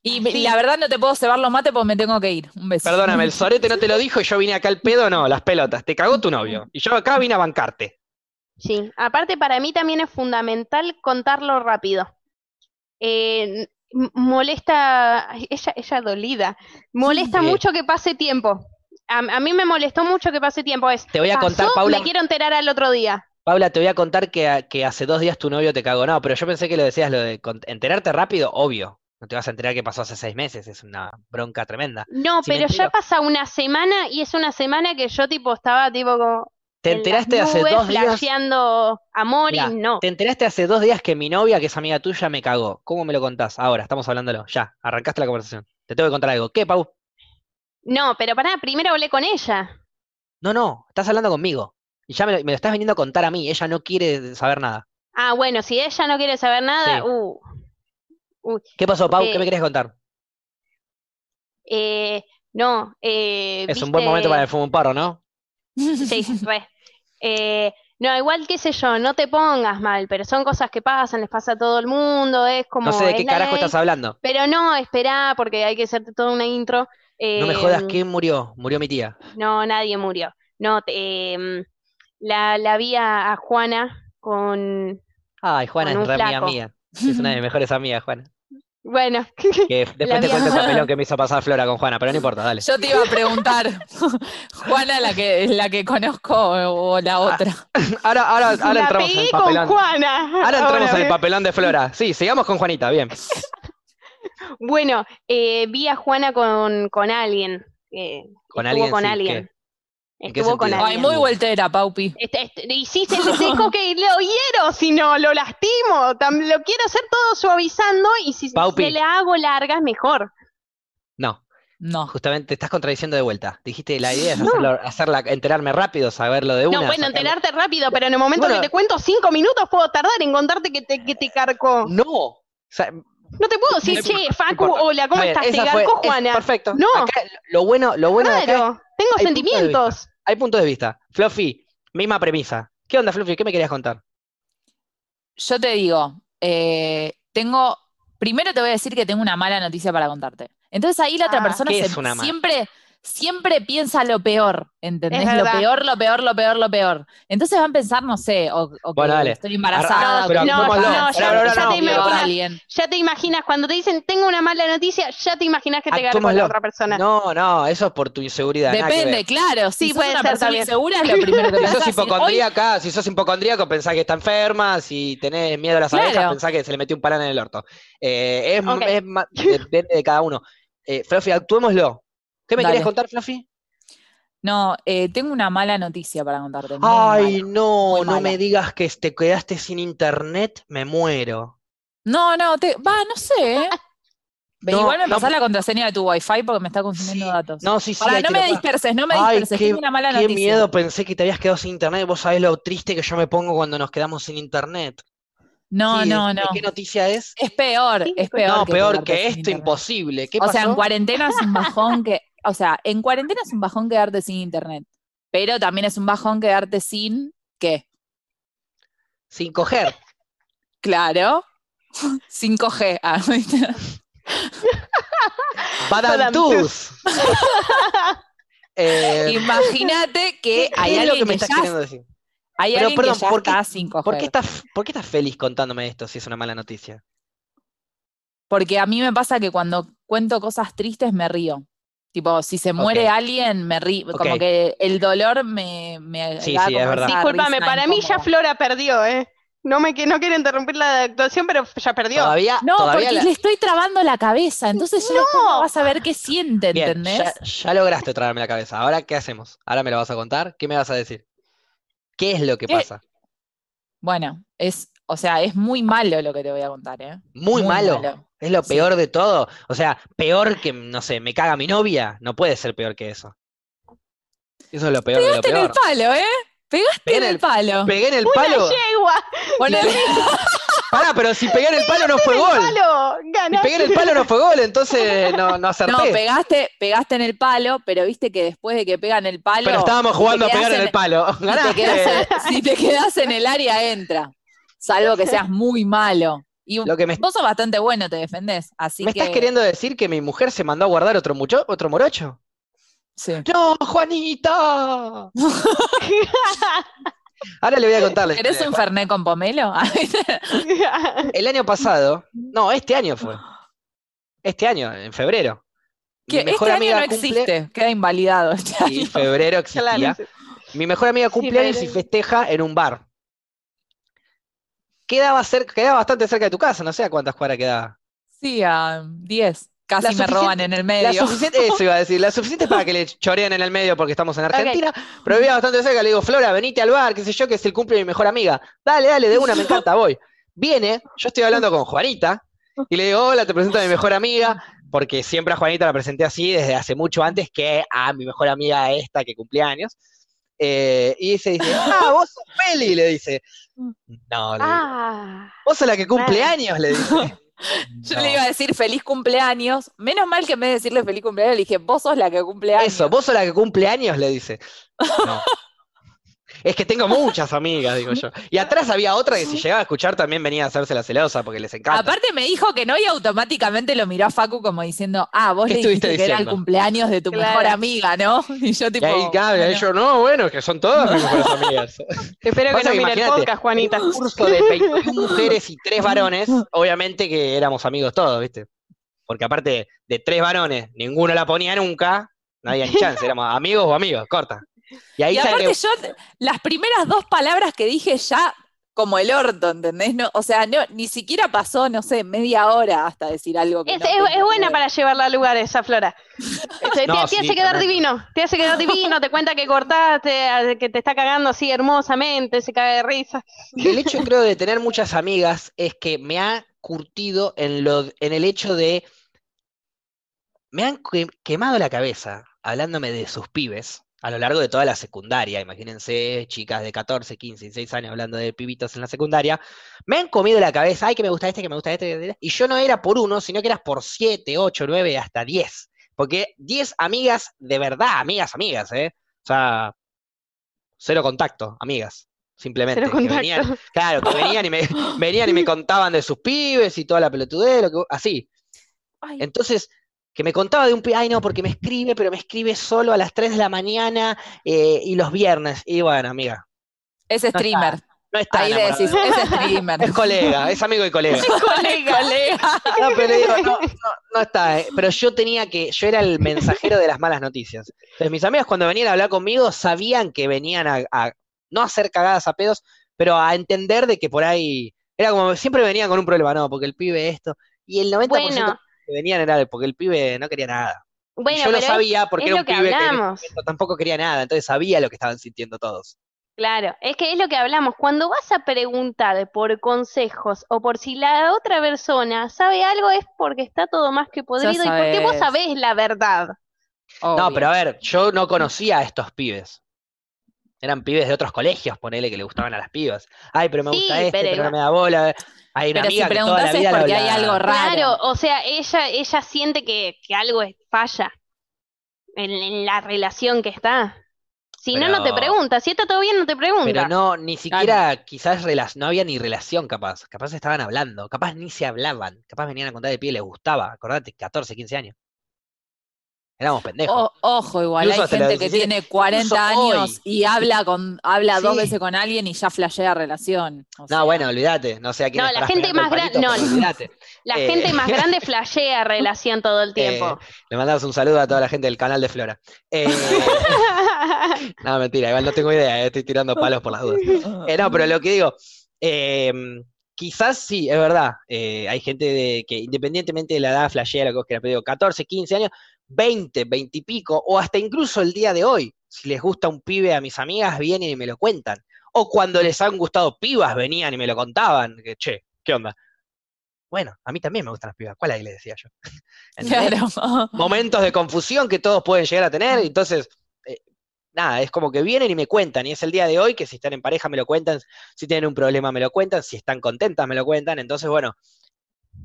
Speaker 2: Y
Speaker 3: Sí.
Speaker 2: la verdad no te puedo cebar los mates porque me tengo que ir. Un beso.
Speaker 1: Perdóname,
Speaker 2: *laughs*
Speaker 1: el sorete no te lo dijo y yo vine acá al pedo, no, las pelotas. Te cagó tu novio. Y yo acá vine a bancarte.
Speaker 3: Sí, aparte para mí también es fundamental contarlo rápido. Eh, m- molesta, ay, ella, ella dolida, molesta
Speaker 1: Sí.
Speaker 3: mucho que pase tiempo. A, a mí me molestó mucho que pase tiempo. Es,
Speaker 1: Te voy a contar,
Speaker 3: pasó,
Speaker 1: Paula.
Speaker 3: me quiero enterar al otro día.
Speaker 1: Paula, te voy a contar que, que hace dos días tu novio te cagó. No, pero yo pensé que lo decías lo de con- enterarte rápido, obvio. No te vas a enterar que pasó hace seis meses, es una bronca tremenda.
Speaker 3: No,
Speaker 1: Si me
Speaker 3: pero ya
Speaker 1: entero-
Speaker 3: pasa una semana y es una semana que yo tipo estaba tipo como
Speaker 1: Te
Speaker 3: en las
Speaker 1: enteraste hace
Speaker 3: nubes,
Speaker 1: dos días.
Speaker 3: flasheando amor y
Speaker 1: Mirá,
Speaker 3: no.
Speaker 1: Te enteraste hace dos días que mi novia, que es amiga tuya, me cagó. ¿Cómo me lo contás? Ahora, estamos hablándolo. Ya, arrancaste la conversación. Te tengo que contar algo. ¿Qué, Pau?
Speaker 3: No, pero pará, primero hablé con ella.
Speaker 1: No, no, estás hablando conmigo. Y ya me lo, me lo estás viniendo a contar a mí. Ella no quiere saber nada.
Speaker 3: Ah, bueno, si ella no quiere saber
Speaker 1: Sí.
Speaker 3: nada, uh,
Speaker 1: ¿Qué pasó, Pau? ¿Qué
Speaker 3: Eh,
Speaker 1: me querés contar?
Speaker 3: eh, no, eh,
Speaker 1: Es un buen
Speaker 3: viste-
Speaker 2: *laughs*
Speaker 1: momento para el fumo un porro, ¿no?
Speaker 3: Sí, re. Eh, No, igual qué sé yo, no te pongas mal, pero son cosas que pasan, les pasa a todo el mundo, es como...
Speaker 1: No sé de
Speaker 3: es
Speaker 1: qué
Speaker 3: la
Speaker 1: carajo
Speaker 3: ley,
Speaker 1: estás hablando.
Speaker 3: Pero no, esperá, porque hay que hacerte toda una intro.
Speaker 1: No me
Speaker 3: eh,
Speaker 1: jodas, ¿quién murió? Murió mi tía.
Speaker 3: No, nadie murió. No, te- eh, la, la vi a, a Juana con...
Speaker 1: Ay, Juana es
Speaker 3: Con un
Speaker 1: re amiga
Speaker 3: flaco.
Speaker 1: mía. Es
Speaker 3: *laughs*
Speaker 1: una de mis mejores amigas, Juana.
Speaker 3: Bueno, *laughs*
Speaker 1: Que después te
Speaker 3: mía.
Speaker 1: cuento el papelón que me hizo pasar Flora con Juana, pero no importa, dale.
Speaker 2: Yo te iba a preguntar, *laughs* Juana, la que, la que conozco o
Speaker 1: Ah,
Speaker 2: la otra.
Speaker 1: Ahora,
Speaker 3: *laughs*
Speaker 1: ahora, ahora
Speaker 3: la
Speaker 1: entramos en
Speaker 3: pegué
Speaker 1: el
Speaker 3: con
Speaker 1: papelón.
Speaker 3: Juana. *laughs* ¿eh?
Speaker 1: Ahora entramos en el
Speaker 3: ¿ves?
Speaker 1: papelón de Flora. Sí, sigamos con Juanita, bien.
Speaker 3: Bueno, eh, vi a Juana con, con alguien. eh,
Speaker 1: Con
Speaker 3: estuvo
Speaker 1: alguien,
Speaker 3: con
Speaker 1: sí,
Speaker 3: alguien.
Speaker 1: ¿En qué
Speaker 3: Estuvo con
Speaker 1: sentido?
Speaker 2: Ay,
Speaker 3: alguien.
Speaker 2: muy vueltera, Paupi.
Speaker 3: Este, este, le *laughs* hiciste el seco que lo hiero, si no lo lastimo. Tam- lo quiero hacer todo suavizando y si
Speaker 1: Paupi.
Speaker 3: se la hago larga es mejor.
Speaker 1: No,
Speaker 2: No.
Speaker 1: justamente te estás contradiciendo de vuelta. Dijiste la idea es hacerlo- hacerla, enterarme rápido, saberlo de una.
Speaker 3: no, bueno,
Speaker 1: sacarlo.
Speaker 3: enterarte rápido, pero en el momento
Speaker 1: Bueno.
Speaker 3: que te cuento cinco minutos puedo tardar en contarte que te, que te carcó. *laughs*
Speaker 1: No. O sea,
Speaker 3: No te puedo decir,
Speaker 1: No
Speaker 3: che, Facu,
Speaker 1: importa.
Speaker 3: hola, ¿cómo
Speaker 1: está bien,
Speaker 3: estás? Te
Speaker 1: esa
Speaker 3: carcó
Speaker 1: fue- es-
Speaker 3: Juana.
Speaker 1: perfecto.
Speaker 3: No.
Speaker 1: Acá lo bueno, lo bueno de acá es-
Speaker 3: Claro, tengo
Speaker 1: punto de
Speaker 3: sentimientos.
Speaker 1: hay puntos de vista. Fluffy, misma premisa. ¿Qué onda, Fluffy? ¿Qué me querías contar?
Speaker 2: Yo te digo, eh, tengo. Primero te voy a decir que tengo una mala noticia para contarte. Entonces ahí la otra
Speaker 3: Ah.
Speaker 2: persona
Speaker 1: ¿Qué
Speaker 2: se-
Speaker 1: es una mala?
Speaker 2: siempre, siempre piensa lo peor, ¿entendés?
Speaker 3: Es
Speaker 2: Lo
Speaker 3: verdad.
Speaker 2: peor, lo peor, lo peor, lo peor. Entonces van a pensar, no sé, o, o
Speaker 1: Bueno,
Speaker 2: que
Speaker 1: dale. Ah,
Speaker 2: estoy embarazada,
Speaker 3: No,
Speaker 2: o que
Speaker 3: pero
Speaker 2: tengo
Speaker 3: no,
Speaker 2: cáncer,
Speaker 3: no, ya-
Speaker 2: o que
Speaker 3: ya te
Speaker 2: tengo
Speaker 3: imaginas.
Speaker 2: alguien.
Speaker 3: Ya te imaginas, cuando te dicen tengo una mala noticia, ya te imaginas que te cargó
Speaker 1: Actuémoslo.
Speaker 3: la otra persona.
Speaker 1: No, no, eso es por tu inseguridad. nada que ver.
Speaker 2: Depende, claro. Si
Speaker 3: Sí,
Speaker 2: sos
Speaker 3: puede
Speaker 2: una
Speaker 3: ser
Speaker 2: persona
Speaker 3: también.
Speaker 2: insegura es
Speaker 1: *laughs*
Speaker 2: lo primero que
Speaker 1: Si
Speaker 2: pensás.
Speaker 1: sos
Speaker 2: decir, "Hoy
Speaker 1: hipocondríaca, si sos hipocondríaco, pensás que está enferma, si tenés miedo a las
Speaker 2: Claro.
Speaker 1: abejas, pensás que se le metió un parán en el orto. Eh, es,
Speaker 3: Ok.
Speaker 1: es ma- depende de cada uno. Eh, Fluffy, actuémoslo. ¿Qué me
Speaker 2: Dale.
Speaker 1: querías contar, Fluffy?
Speaker 2: No, eh, tengo una mala noticia para contarte. muy
Speaker 1: Ay,
Speaker 2: mala.
Speaker 1: no,
Speaker 2: muy
Speaker 1: no me
Speaker 2: mala.
Speaker 1: digas que te quedaste sin internet, me muero.
Speaker 2: No, no, te, va, no sé.
Speaker 1: *laughs*
Speaker 2: ¿eh? Ve,
Speaker 1: No,
Speaker 2: Igual me
Speaker 1: no.
Speaker 2: pasás la contraseña de tu wifi porque me está consumiendo
Speaker 1: Sí,
Speaker 2: datos.
Speaker 1: No, sí, sí,
Speaker 2: Pará,
Speaker 1: ahí
Speaker 2: no
Speaker 1: te
Speaker 2: me
Speaker 1: lo paso.
Speaker 2: disperses, no me
Speaker 1: Ay,
Speaker 2: disperses.
Speaker 1: qué-
Speaker 2: tengo una mala
Speaker 1: Qué
Speaker 2: noticia.
Speaker 1: miedo, pensé que te habías quedado sin internet. Vos sabés lo triste que yo me pongo cuando nos quedamos sin internet.
Speaker 2: No,
Speaker 1: Sí,
Speaker 2: no,
Speaker 1: decime,
Speaker 2: no.
Speaker 1: ¿Qué noticia es?
Speaker 2: Es peor,
Speaker 3: Sí,
Speaker 2: es
Speaker 3: pero-
Speaker 2: peor.
Speaker 1: No, peor
Speaker 2: quedarte
Speaker 1: que
Speaker 2: sin
Speaker 1: esto,
Speaker 2: internet.
Speaker 1: imposible. ¿Qué
Speaker 2: O sea, en
Speaker 1: pasó?
Speaker 2: cuarentena es un bajón que. O sea, en cuarentena es un bajón quedarte sin internet. Pero también es un bajón quedarte sin. ¿Qué?
Speaker 1: Sin coger.
Speaker 2: Claro. *laughs* 5G. Ah, ¿viste? *laughs*
Speaker 1: Badantús. Eh,
Speaker 2: Imagínate que hay
Speaker 1: ¿qué es lo
Speaker 2: alguien
Speaker 1: que me
Speaker 2: que,
Speaker 1: estás
Speaker 2: ya-
Speaker 1: queriendo decir?
Speaker 2: hay
Speaker 1: Pero,
Speaker 2: alguien que
Speaker 1: perdón,
Speaker 2: ya
Speaker 1: ¿por qué-
Speaker 2: está sin
Speaker 1: ¿Por
Speaker 2: coger.
Speaker 1: qué, estás, ¿Por qué estás feliz contándome esto si es una mala noticia?
Speaker 2: Porque a mí me pasa que cuando cuento cosas tristes me río. Tipo, si se muere
Speaker 1: Ok.
Speaker 2: alguien, me río.
Speaker 1: Ok.
Speaker 2: Como que el dolor me, me
Speaker 1: Sí,
Speaker 2: da
Speaker 1: sí, es
Speaker 2: como
Speaker 1: verdad.
Speaker 2: esa
Speaker 3: Disculpame,
Speaker 2: risa
Speaker 3: para mí ya
Speaker 2: incómoda.
Speaker 3: Flora perdió, ¿eh? No me que- no quiero interrumpir la actuación, pero ya perdió.
Speaker 1: Todavía,
Speaker 2: No,
Speaker 1: todavía
Speaker 2: porque
Speaker 1: la-
Speaker 2: le estoy trabando la cabeza, entonces ya después no vas a ver qué siente,
Speaker 1: Bien,
Speaker 2: ¿entendés?
Speaker 1: ya, ya lograste traerme la cabeza. Ahora, ¿qué hacemos? Ahora me lo vas a contar. ¿Qué me vas a decir? ¿Qué es lo que
Speaker 2: ¿Qué?
Speaker 1: pasa?
Speaker 2: Bueno, es, o sea, es muy malo lo que te voy a contar, ¿eh?
Speaker 1: Muy, malo. Es lo
Speaker 2: Sí.
Speaker 1: peor de todo. O sea, peor que, no sé, me caga mi novia. No puede ser peor que eso. Eso es lo peor de lo
Speaker 2: Pegaste en el
Speaker 1: peor.
Speaker 2: palo, ¿eh? Pegaste
Speaker 1: Pegué
Speaker 2: en
Speaker 1: en
Speaker 2: el
Speaker 1: el-
Speaker 2: palo.
Speaker 1: Pegué en el
Speaker 3: ¡Una
Speaker 1: palo.
Speaker 3: yegua!
Speaker 2: Bueno,
Speaker 1: Pará, pero si pegué en el palo no fue
Speaker 3: ¡El
Speaker 1: gol.
Speaker 3: palo!
Speaker 1: Si
Speaker 3: ¡Ganaste!
Speaker 1: pegué en el palo no fue gol, entonces no, no acerté.
Speaker 2: *laughs* No, pegaste, pegaste en el palo, pero viste que después de que pegan el palo,
Speaker 1: Pero estábamos
Speaker 2: si te
Speaker 1: jugando a
Speaker 2: quedás
Speaker 1: pegar en
Speaker 2: en-
Speaker 1: el palo.
Speaker 2: si, te
Speaker 1: Ganaste.
Speaker 2: quedás en, si te quedás en el área, entra. Salvo que seas muy malo. Y
Speaker 1: Lo que me,
Speaker 2: vos sos bastante bueno, te defendés. Así
Speaker 1: me
Speaker 2: que.
Speaker 1: estás queriendo decir que mi mujer se mandó a guardar otro, mucho, otro
Speaker 2: *laughs*
Speaker 1: morocho.
Speaker 2: sí.
Speaker 1: ¡No, Juanita! Ahora le voy a contarle.
Speaker 2: ¿Querés un Fernet con pomelo? *laughs*
Speaker 1: *laughs* El año pasado, no, este año fue. Este año, en febrero. Mi
Speaker 2: que
Speaker 1: mejor
Speaker 2: este año
Speaker 1: amiga
Speaker 2: no
Speaker 1: cumple-
Speaker 2: existe, queda invalidado este
Speaker 1: Sí,
Speaker 2: año.
Speaker 1: febrero existía.
Speaker 3: Claro, sí.
Speaker 1: Mi mejor amiga cumple años y
Speaker 3: febrero.
Speaker 1: festeja en un bar. Quedaba, cerca, quedaba bastante cerca de tu casa, no sé a cuántas cuadras quedaba.
Speaker 2: Sí, a 10. Casi
Speaker 1: La
Speaker 2: me roban
Speaker 1: suficiente-
Speaker 2: en el
Speaker 1: La
Speaker 2: medio. *laughs*
Speaker 1: suficiente, eso iba a decir, la suficiente para que le choreen en el medio porque estamos en Argentina, pero vivía bastante cerca, le digo, Flora, venite al bar, qué sé yo, que es el cumple de mi mejor amiga. Dale, dale, de una, me encanta, voy. Viene, yo estoy hablando con Juanita, y le digo, hola, te presento a mi mejor amiga, porque siempre a Juanita la presenté así desde hace mucho antes que a mi mejor amiga esta que cumple años. Eh, y se dice, ah, vos sos Meli, le dice.
Speaker 2: Mm.
Speaker 1: No, le digo,
Speaker 3: Ah,
Speaker 1: vos sos la que cumple
Speaker 3: claro.
Speaker 1: años, le dice.
Speaker 2: *laughs* Yo
Speaker 1: No.
Speaker 2: le iba a decir feliz cumpleaños. Menos mal que en vez de decirle feliz cumpleaños, le dije, vos sos la que cumple
Speaker 1: *laughs*
Speaker 2: años.
Speaker 1: Eso, vos sos la que cumple años, le dice. No. Es que tengo muchas amigas, digo yo. Y atrás había otra que si llegaba a escuchar también venía a hacerse la celosa porque les encanta.
Speaker 2: Aparte me dijo que no y automáticamente lo miró a Facu como diciendo, ah, vos
Speaker 1: ¿Qué
Speaker 2: le dijiste
Speaker 1: estuviste
Speaker 2: que era el
Speaker 1: diciendo?
Speaker 2: cumpleaños de tu
Speaker 3: Claro.
Speaker 2: mejor amiga, ¿no? *laughs* Y yo
Speaker 1: y
Speaker 2: tipo...
Speaker 1: ahí cabe,
Speaker 2: bueno.
Speaker 1: ahí yo, no, bueno, es que son todas mis mejores *laughs* amigas.
Speaker 3: Espero que
Speaker 1: Pasa que
Speaker 3: no mire el
Speaker 1: imagínate,
Speaker 3: podcast, Juanita.
Speaker 1: En un curso de 21 mujeres y 3 varones, obviamente que éramos amigos todos, ¿viste? Porque aparte de 3 varones, ninguno la ponía nunca, no había ni chance, éramos amigos o amigos, corta. Y ahí
Speaker 2: Y
Speaker 1: sale
Speaker 2: aparte yo, las primeras dos palabras que dije ya como el orto, ¿entendés? No, o sea, no, ni siquiera pasó, no sé, media hora hasta decir algo que
Speaker 3: *laughs* Es,
Speaker 2: no
Speaker 3: es-
Speaker 2: tenía
Speaker 3: es buena
Speaker 2: que ver.
Speaker 3: para llevarla a lugares,
Speaker 1: *laughs*
Speaker 3: esa flora. Te,
Speaker 1: No,
Speaker 3: te
Speaker 1: sí,
Speaker 3: hace quedar
Speaker 1: tremendo.
Speaker 3: divino, te hace quedar divino, te cuenta que cortaste, a- que te está cagando así hermosamente, se cae de risa.
Speaker 1: El hecho, creo, de tener muchas amigas es que me ha curtido en lo, en el hecho de. Me han que- quemado la cabeza hablándome de sus pibes a lo largo de toda la secundaria. Imagínense, chicas de 14, 15, 16 años hablando de pibitos en la secundaria. Me han comido la cabeza, ay, que me gusta este, que me gusta este. Y yo no era por uno, sino que eras por 7, 8, 9, hasta 10. Porque 10 amigas de verdad, amigas, amigas, ¿eh? O sea, cero contacto, amigas. Simplemente.
Speaker 3: Cero
Speaker 1: que venían-
Speaker 3: contacto.
Speaker 1: Claro, que venían y me, venían y me contaban de sus pibes y toda la pelotudez, lo que, así.
Speaker 2: Ay.
Speaker 1: Entonces, que me contaba de un pibe, ay no, porque me escribe, pero me escribe solo a las 3 de la mañana eh, y los viernes. Y bueno, amiga,
Speaker 2: Es streamer,
Speaker 1: no está
Speaker 2: ahí le
Speaker 1: enamorado
Speaker 2: decís,
Speaker 1: de vos.
Speaker 2: es
Speaker 1: *laughs*
Speaker 2: streamer.
Speaker 1: Es colega, es amigo y colega.
Speaker 3: Colega.
Speaker 2: *laughs* colega.
Speaker 1: *laughs* No, pero digo,
Speaker 3: *laughs*
Speaker 1: no, no, no está, eh. pero yo tenía que, yo era el mensajero de las malas noticias. Entonces, mis amigos cuando venían a hablar conmigo sabían que venían a, a no hacer cagadas a pedos, pero a entender de que por ahí, era como, siempre venían con un problema, no, porque el pibe esto, y el 90%
Speaker 3: Bueno,
Speaker 1: que venían era porque el pibe no quería nada. Y
Speaker 3: bueno,
Speaker 1: yo lo
Speaker 3: pero es-
Speaker 1: sabía porque
Speaker 3: es
Speaker 1: era
Speaker 3: lo
Speaker 1: un
Speaker 3: que
Speaker 1: pibe que en ese
Speaker 3: hablamos.
Speaker 1: momento tampoco quería nada, entonces sabía lo que estaban sintiendo todos.
Speaker 3: Claro, es que es lo que hablamos. Cuando vas a preguntar por consejos o por si la otra persona sabe algo, es porque está todo más que podrido y porque vos
Speaker 2: sabés.
Speaker 3: sabés la verdad.
Speaker 1: No, pero a ver, yo no conocía a estos pibes. Eran pibes de otros colegios, ponele, que le gustaban a las pibas. Ay, pero me
Speaker 3: Sí,
Speaker 1: gusta este,
Speaker 3: pero
Speaker 1: pero,
Speaker 3: igual-
Speaker 1: no me da bola. Hay una
Speaker 2: Pero si
Speaker 1: amiga que toda la
Speaker 2: preguntás es
Speaker 1: vida la
Speaker 2: porque hay algo raro.
Speaker 3: Claro, o sea, ella, ella siente que, que algo es- falla en, en la relación que está. Si no, no te
Speaker 1: Pero-
Speaker 3: pregunta. Si está todo bien, no te pregunta.
Speaker 1: Pero no, ni siquiera, quizás rela- no había ni relación capaz. Capaz estaban hablando, capaz ni se hablaban, capaz venían a contar de pie y les gustaba. Acordate, 14, 15 años. Éramos pendejos.
Speaker 2: Oh, O- ojo, igual
Speaker 1: Incluso
Speaker 2: hay
Speaker 1: hasta la
Speaker 2: gente que
Speaker 1: adolescencia,
Speaker 2: tiene 40
Speaker 1: incluso
Speaker 2: años y habla con habla dos
Speaker 1: Sí.
Speaker 2: veces con alguien y ya flashea relación. O
Speaker 1: no,
Speaker 2: sea,
Speaker 1: bueno, olvídate. No sé a quién
Speaker 3: No,
Speaker 1: estará
Speaker 3: la gente
Speaker 1: pegando el
Speaker 3: más gran-
Speaker 1: palito,
Speaker 3: no,
Speaker 1: pero
Speaker 3: no.
Speaker 1: olvídate.
Speaker 3: La
Speaker 1: Eh.
Speaker 3: gente más
Speaker 1: *laughs*
Speaker 3: grande flashea relación todo el tiempo.
Speaker 1: Le mandamos un saludo a toda la gente del canal de
Speaker 2: *laughs*
Speaker 1: Flora. Eh, No, mentira, igual no tengo idea, eh, estoy tirando palos por las dudas. Eh, no, pero lo que digo, eh, quizás sí, es verdad. eh, hay gente de- que independientemente de la edad flashea, lo que vos quieras, pero digo, 14, 15 años, 20, 20 y pico, o hasta incluso el día de hoy, si les gusta un pibe a mis amigas, vienen y me lo cuentan. O cuando les han gustado pibas, venían y me lo contaban, que che, ¿qué onda? Bueno, a mí también me gustan las pibas, ¿cuál ahí le decía yo? *laughs* ¿Entendés?
Speaker 2: *laughs* Claro.
Speaker 1: momentos de confusión que todos pueden llegar a tener. Entonces, eh, nada, es como que vienen y me cuentan. Y es el día de hoy que si están en pareja me lo cuentan, si tienen un problema me lo cuentan, si están contentas me lo cuentan. Entonces, bueno,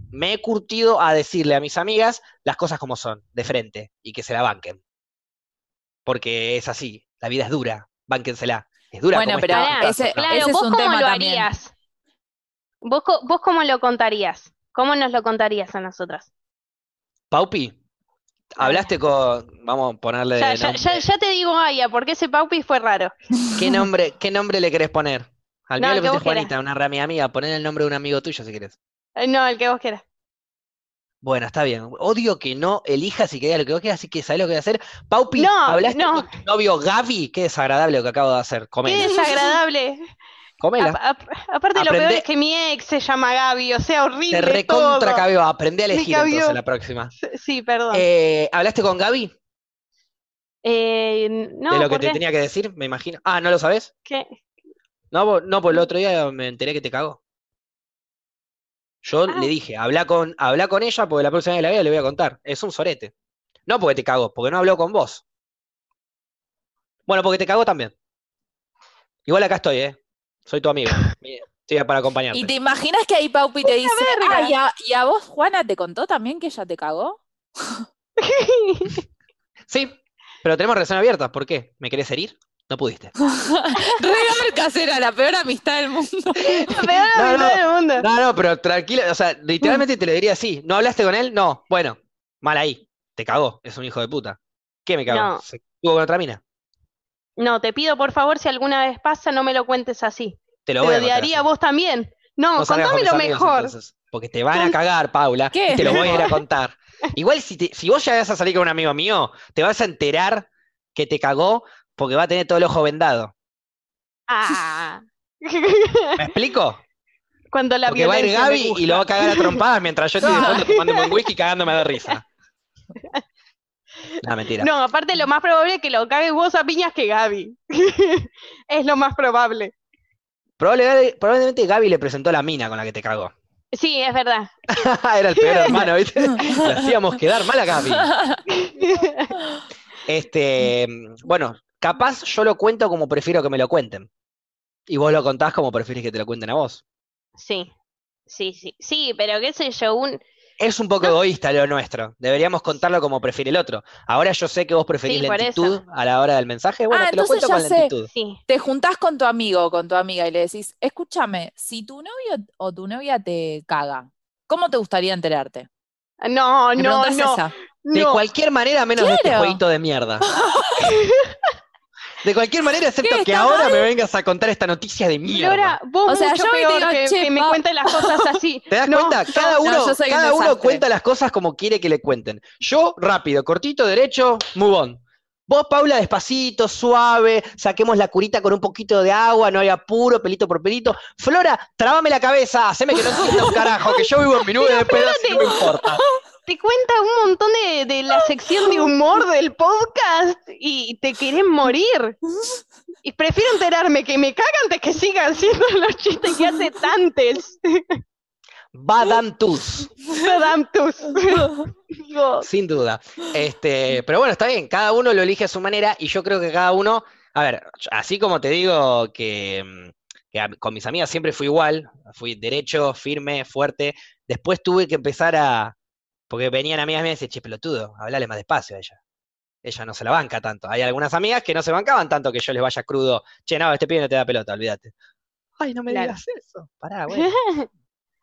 Speaker 1: me he curtido a decirle a mis amigas las cosas como son, de frente, y que se la banquen. Porque es así, la vida es dura, bánquensela. Es dura
Speaker 2: Bueno,
Speaker 1: como
Speaker 2: pero
Speaker 1: está,
Speaker 3: Pará,
Speaker 2: ese-
Speaker 1: no.
Speaker 3: Claro,
Speaker 2: ese es
Speaker 3: ¿vos
Speaker 2: un
Speaker 3: cómo
Speaker 2: tema
Speaker 3: lo
Speaker 2: también.
Speaker 3: harías? ¿Vos, co- ¿Vos cómo lo contarías? ¿Cómo nos lo contarías a nosotras?
Speaker 1: Paupi, hablaste con. Vamos a ponerle.
Speaker 3: Ya, ya,
Speaker 1: nombre.
Speaker 3: ya, ya te digo, Aya, porque ese Paupi fue raro.
Speaker 1: ¿Qué nombre, ¿Qué nombre le querés poner? Al
Speaker 3: No,
Speaker 1: mío le
Speaker 3: el que
Speaker 1: pusiste
Speaker 3: vos quieras.
Speaker 1: Juanita, una rami amiga. Poner el nombre de un amigo tuyo si querés.
Speaker 3: Eh, No, el que vos quieras.
Speaker 1: Bueno, está bien. Odio que no elijas y que digas lo que vos quieras, así que sabés lo que voy a hacer. Paupi,
Speaker 3: No,
Speaker 1: ¿hablaste
Speaker 3: no.
Speaker 1: con tu novio Gaby? Qué desagradable lo que acabo de hacer.
Speaker 3: Qué
Speaker 1: Comela.
Speaker 3: desagradable.
Speaker 1: Comela.
Speaker 3: Ap- ap- aparte, lo peor
Speaker 1: Aprende-
Speaker 3: es que mi ex se llama Gaby, o sea, horrible
Speaker 1: Te recontra
Speaker 3: todo.
Speaker 1: cabió. Aprendí a
Speaker 3: Me
Speaker 1: elegir entonces
Speaker 3: cabió.
Speaker 1: la próxima.
Speaker 3: Sí, perdón.
Speaker 1: Eh, ¿hablaste con Gaby?
Speaker 3: Eh,
Speaker 1: de
Speaker 3: no,
Speaker 1: lo que
Speaker 3: ¿por
Speaker 1: te
Speaker 3: qué?
Speaker 1: tenía que decir, me imagino. Ah, ¿no lo sabés?
Speaker 3: ¿Qué? *laughs*
Speaker 1: No, vos- no, por el otro día me enteré que te cagó. Yo
Speaker 3: Ah.
Speaker 1: le dije, habla con, habla con ella porque la próxima vez que la vea le voy a contar. Es un sorete. No porque te cagó, porque no habló con vos. Bueno, porque te cagó también. Igual acá estoy, ¿eh? Soy tu amigo. Estoy para acompañarte.
Speaker 2: Y te imaginas que ahí Paupi te dice,
Speaker 3: verga.
Speaker 2: "Ah, y a, y a vos Juana te contó también que ella te *laughs* cagó.
Speaker 1: Sí, pero tenemos relación abierta. ¿Por qué? ¿Me querés herir? No pudiste.
Speaker 2: Real casera, la peor amistad del mundo.
Speaker 3: La peor
Speaker 1: No,
Speaker 3: amistad
Speaker 1: no.
Speaker 3: del mundo.
Speaker 1: No, no, pero tranquila, o sea, literalmente te lo diría así. ¿No hablaste con él? No, bueno, mal ahí. Te cagó, es un hijo de puta. ¿Qué me cagó?
Speaker 3: No.
Speaker 1: Se tuvo con otra mina.
Speaker 3: No, te pido por favor, si alguna vez pasa, no me lo cuentes así.
Speaker 1: Te lo
Speaker 3: Te
Speaker 1: voy a contar
Speaker 3: odiaría
Speaker 1: así.
Speaker 3: vos también. No,
Speaker 1: No salgas con
Speaker 3: contame
Speaker 1: mis
Speaker 3: lo
Speaker 1: amigos,
Speaker 3: mejor.
Speaker 1: entonces, porque te van a cagar, Paula,
Speaker 2: ¿Qué?
Speaker 1: y te lo voy a ir
Speaker 3: *laughs*
Speaker 1: a contar. Igual si, te- si vos llegas a salir con un amigo mío, te vas a enterar que te cagó porque va a tener todo el ojo vendado.
Speaker 3: Ah.
Speaker 1: ¿Me explico?
Speaker 3: Cuando *laughs* la
Speaker 1: Porque va a ir
Speaker 3: violencia me
Speaker 1: Gaby y lo va a
Speaker 3: gusta.
Speaker 1: cagar a trompadas mientras yo estoy de
Speaker 2: No.
Speaker 3: *laughs*
Speaker 1: fondo tomándome un whisky y cagándome de risa. No, mentira.
Speaker 3: No, aparte lo más probable es que lo cagues vos a piñas que Gaby. *laughs* es lo más probable.
Speaker 1: Probable- probablemente Gaby le presentó la mina con la que te cagó. *laughs*
Speaker 3: Sí, es verdad.
Speaker 1: Era el
Speaker 3: *laughs*
Speaker 1: peor hermano, ¿viste? *laughs* Le hacíamos quedar mal a Gaby. Este, bueno, capaz yo lo cuento como prefiero que me lo cuenten. Y vos lo contás como prefieres que te lo cuenten a vos.
Speaker 3: sí. Sí, sí. Sí, pero qué sé yo, un
Speaker 1: Es un poco egoísta lo nuestro. Deberíamos contarlo como prefiere el otro. Ahora yo sé que vos preferís
Speaker 3: Sí,
Speaker 1: la
Speaker 3: por eso.
Speaker 1: lentitud a la hora del mensaje. Bueno,
Speaker 2: Ah,
Speaker 1: te lo
Speaker 2: entonces
Speaker 1: cuento
Speaker 2: ya
Speaker 1: con
Speaker 2: sé.
Speaker 1: lentitud.
Speaker 3: sí.
Speaker 2: *laughs* Te juntás con tu amigo o con tu amiga y le decís, escúchame, si tu novio o tu novia te caga, ¿cómo te gustaría enterarte?
Speaker 3: No,
Speaker 2: Le
Speaker 3: no,
Speaker 2: preguntás
Speaker 3: no.
Speaker 2: esa.
Speaker 1: De
Speaker 3: no.
Speaker 1: cualquier manera, menos de este
Speaker 2: Claro.
Speaker 1: jueguito de
Speaker 2: *laughs*
Speaker 1: mierda. De cualquier manera, excepto
Speaker 2: ¿Qué,
Speaker 1: que
Speaker 2: está
Speaker 1: ahora me vengas a contar esta noticia de mierda.
Speaker 3: Flora, vos
Speaker 2: O sea,
Speaker 3: mucho
Speaker 2: yo hoy te
Speaker 3: peor
Speaker 2: digo,
Speaker 3: que,
Speaker 2: "Che,
Speaker 3: que me
Speaker 2: pa".
Speaker 3: cuentas las cosas así.
Speaker 1: ¿Te das
Speaker 3: No,
Speaker 1: cuenta? Cada
Speaker 2: no,
Speaker 1: uno,
Speaker 2: yo soy un
Speaker 1: cada uno
Speaker 2: desastre.
Speaker 1: cuenta las cosas como quiere que le cuenten. Yo, rápido, cortito, derecho, move on. Vos, Paula, despacito, suave, saquemos la curita con un poquito de agua, no hay apuro, pelito por pelito. Flora, trabame la cabeza, haceme
Speaker 2: *laughs*
Speaker 1: que no sienta un carajo, que yo vivo en mi nube de pedo, así no me importa.
Speaker 3: Te cuenta un montón de, de *laughs* la sección de humor del podcast y te querés morir. Y prefiero enterarme que me cagan antes que sigan haciendo los chistes que *laughs* hace tantes.
Speaker 1: Badantus,
Speaker 3: Sadamtus.
Speaker 1: *laughs*
Speaker 3: Digo,
Speaker 1: sin duda. Este, pero bueno, está bien, cada uno lo elige a su manera y yo creo que cada uno, a ver, así como te digo que, mm, que a- con mis amigas siempre fui igual, fui derecho, firme, fuerte, después tuve que empezar a, porque venían amigas mías y me decían, che, pelotudo, hablale más despacio a ella. Ella no se la banca tanto. Hay algunas amigas que no se bancaban tanto que yo les vaya crudo. Che, no, este pibe no te da pelota, olvídate. Ay, no me
Speaker 3: Claro.
Speaker 1: digas eso.
Speaker 3: *laughs*
Speaker 1: Pará, güey.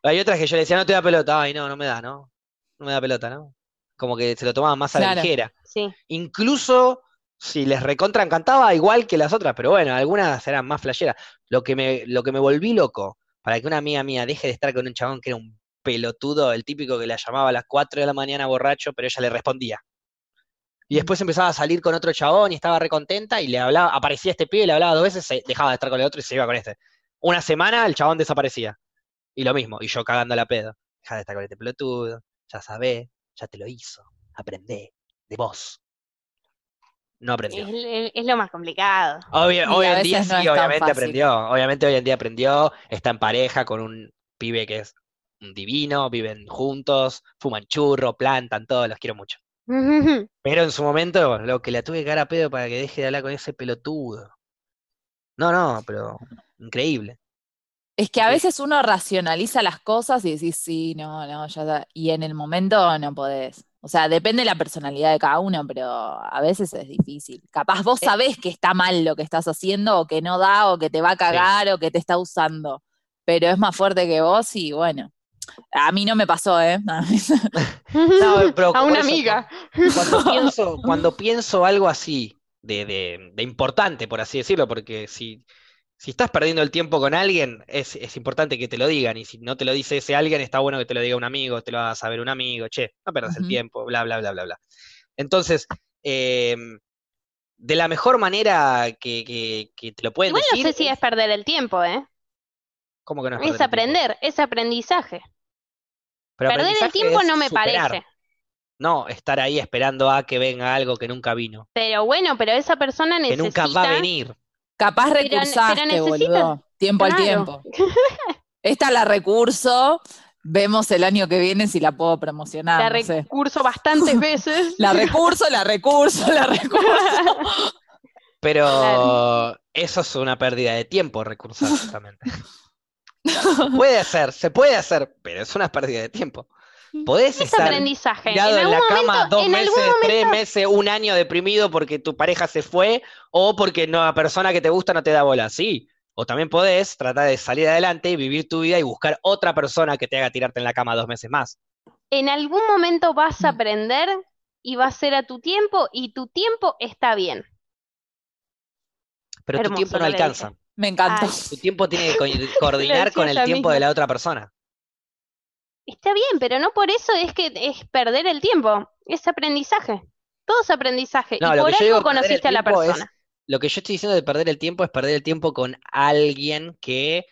Speaker 1: Hay otras que yo le decía, no te da pelota. Ay, no, no me da, ¿no? No me da pelota, ¿no? Como que se lo tomaban más a la
Speaker 2: Claro.
Speaker 1: ligera.
Speaker 3: sí.
Speaker 1: Incluso si les recontra encantaba, igual que las otras, pero bueno, algunas eran más flasheras. Lo que me, lo que me volví loco, para que una amiga mía deje de estar con un chabón que era un pelotudo, el típico que la llamaba a las 4 de la mañana borracho, pero ella le respondía. Y después empezaba a salir con otro chabón y estaba recontenta y le hablaba, aparecía este pibe, le hablaba dos veces, se- dejaba de estar con el otro y se iba con este. Una semana el chabón desaparecía. Y lo mismo, y yo cagando la pedo. Dejá de estar con este pelotudo, ya sabés, ya te lo hizo, aprendé, de vos. No aprendió.
Speaker 3: Es, es- es lo más
Speaker 1: *laughs*
Speaker 3: complicado.
Speaker 1: Obvio-
Speaker 2: Y a
Speaker 1: hoy en
Speaker 2: veces
Speaker 1: día
Speaker 2: no
Speaker 1: sí,
Speaker 2: es tan
Speaker 1: obviamente
Speaker 2: fácil.
Speaker 1: aprendió. Obviamente hoy en día aprendió, está en pareja con un pibe que es un divino, viven juntos, fuman churro, plantan, todo, los quiero mucho. Pero en su momento, lo que la tuve que dar a pedo para que deje de hablar con ese pelotudo. No, no, pero increíble.
Speaker 2: Es que a
Speaker 1: Sí.
Speaker 2: veces uno racionaliza las cosas y decís, sí, no, no, ya está. Y en el momento no podés. O sea, depende de la personalidad de cada uno, pero a veces es difícil. Capaz
Speaker 3: Eh
Speaker 2: vos sabés que está mal lo que estás haciendo, o que no da, o que te va a cagar, o que te está usando. Pero es más fuerte que vos y bueno. A mí no me pasó, ¿eh?
Speaker 3: *laughs*
Speaker 2: *laughs*
Speaker 1: No, pero
Speaker 3: a
Speaker 1: por
Speaker 3: una
Speaker 1: eso,
Speaker 3: amiga. *laughs*
Speaker 1: Cuando pienso, cuando pienso algo así, de, de- de importante, por así decirlo, porque si, si estás perdiendo el tiempo con alguien, es, es importante que te lo digan, y si no te lo dice ese alguien, está bueno que te lo diga un amigo, te lo haga saber un amigo, che, no perdas el
Speaker 2: Ujú.
Speaker 1: tiempo, bla, bla, bla, bla, bla. Entonces, eh, de la mejor manera que, que- que te lo pueden
Speaker 3: Igual no
Speaker 1: decir,
Speaker 3: sé si es perder el tiempo, ¿eh?
Speaker 1: ¿cómo que no es
Speaker 3: Es
Speaker 1: perder el tiempo?
Speaker 3: aprender, es aprendizaje.
Speaker 1: Pero
Speaker 3: perder el
Speaker 1: aprendizaje
Speaker 3: tiempo
Speaker 1: es
Speaker 3: no me
Speaker 1: superar,
Speaker 3: parece.
Speaker 1: No, estar ahí esperando a que venga algo que nunca vino,
Speaker 3: Pero bueno, pero esa persona
Speaker 1: que nunca
Speaker 3: necesita.
Speaker 1: va a venir.
Speaker 2: Capaz
Speaker 3: pero
Speaker 2: recursaste,
Speaker 3: necesitas-
Speaker 2: boludo. Tiempo al
Speaker 3: Claro.
Speaker 2: tiempo. Esta la recurso, vemos el año que viene si la puedo promocionar,
Speaker 3: La
Speaker 2: no sé.
Speaker 3: recurso
Speaker 1: *laughs*
Speaker 3: bastantes veces.
Speaker 2: *laughs* La recurso, la recurso, la recurso.
Speaker 1: Pero
Speaker 3: Claro.
Speaker 1: eso es una pérdida de tiempo,
Speaker 3: *laughs*
Speaker 1: recursar justamente. puede hacer, se puede hacer, pero es una pérdida de tiempo. Podés
Speaker 3: Es
Speaker 1: estar
Speaker 3: aprendizaje. Mm. En
Speaker 1: tirado en
Speaker 3: algún
Speaker 1: la cama
Speaker 3: momento,
Speaker 1: dos
Speaker 3: en
Speaker 1: meses,
Speaker 3: algún
Speaker 1: tres
Speaker 3: momento,
Speaker 1: meses, un año deprimido porque tu pareja se fue o porque no, la persona que te gusta no te da bola. Sí. O también podés tratar de salir adelante y vivir tu vida y buscar otra persona que te haga tirarte en la cama dos meses más.
Speaker 3: en algún momento vas a aprender y va a ser a tu tiempo y tu tiempo está bien.
Speaker 1: Pero tu
Speaker 3: Hermoso,
Speaker 1: tiempo no
Speaker 3: lo que
Speaker 1: alcanza.
Speaker 2: Me encantó.
Speaker 3: Ay.
Speaker 1: Tu tiempo tiene que
Speaker 3: *laughs*
Speaker 1: co- coordinar
Speaker 3: decía
Speaker 1: con el
Speaker 3: ella
Speaker 1: tiempo
Speaker 3: misma.
Speaker 1: de la otra persona.
Speaker 3: Está bien, pero no por eso es que es perder el tiempo, es aprendizaje. Todo es aprendizaje
Speaker 1: No,
Speaker 3: y
Speaker 1: lo
Speaker 3: por
Speaker 1: que yo digo perder
Speaker 3: algo
Speaker 1: el
Speaker 3: conociste a la
Speaker 1: tiempo es-
Speaker 3: persona.
Speaker 1: Lo que yo estoy diciendo de perder el tiempo es perder el tiempo con alguien que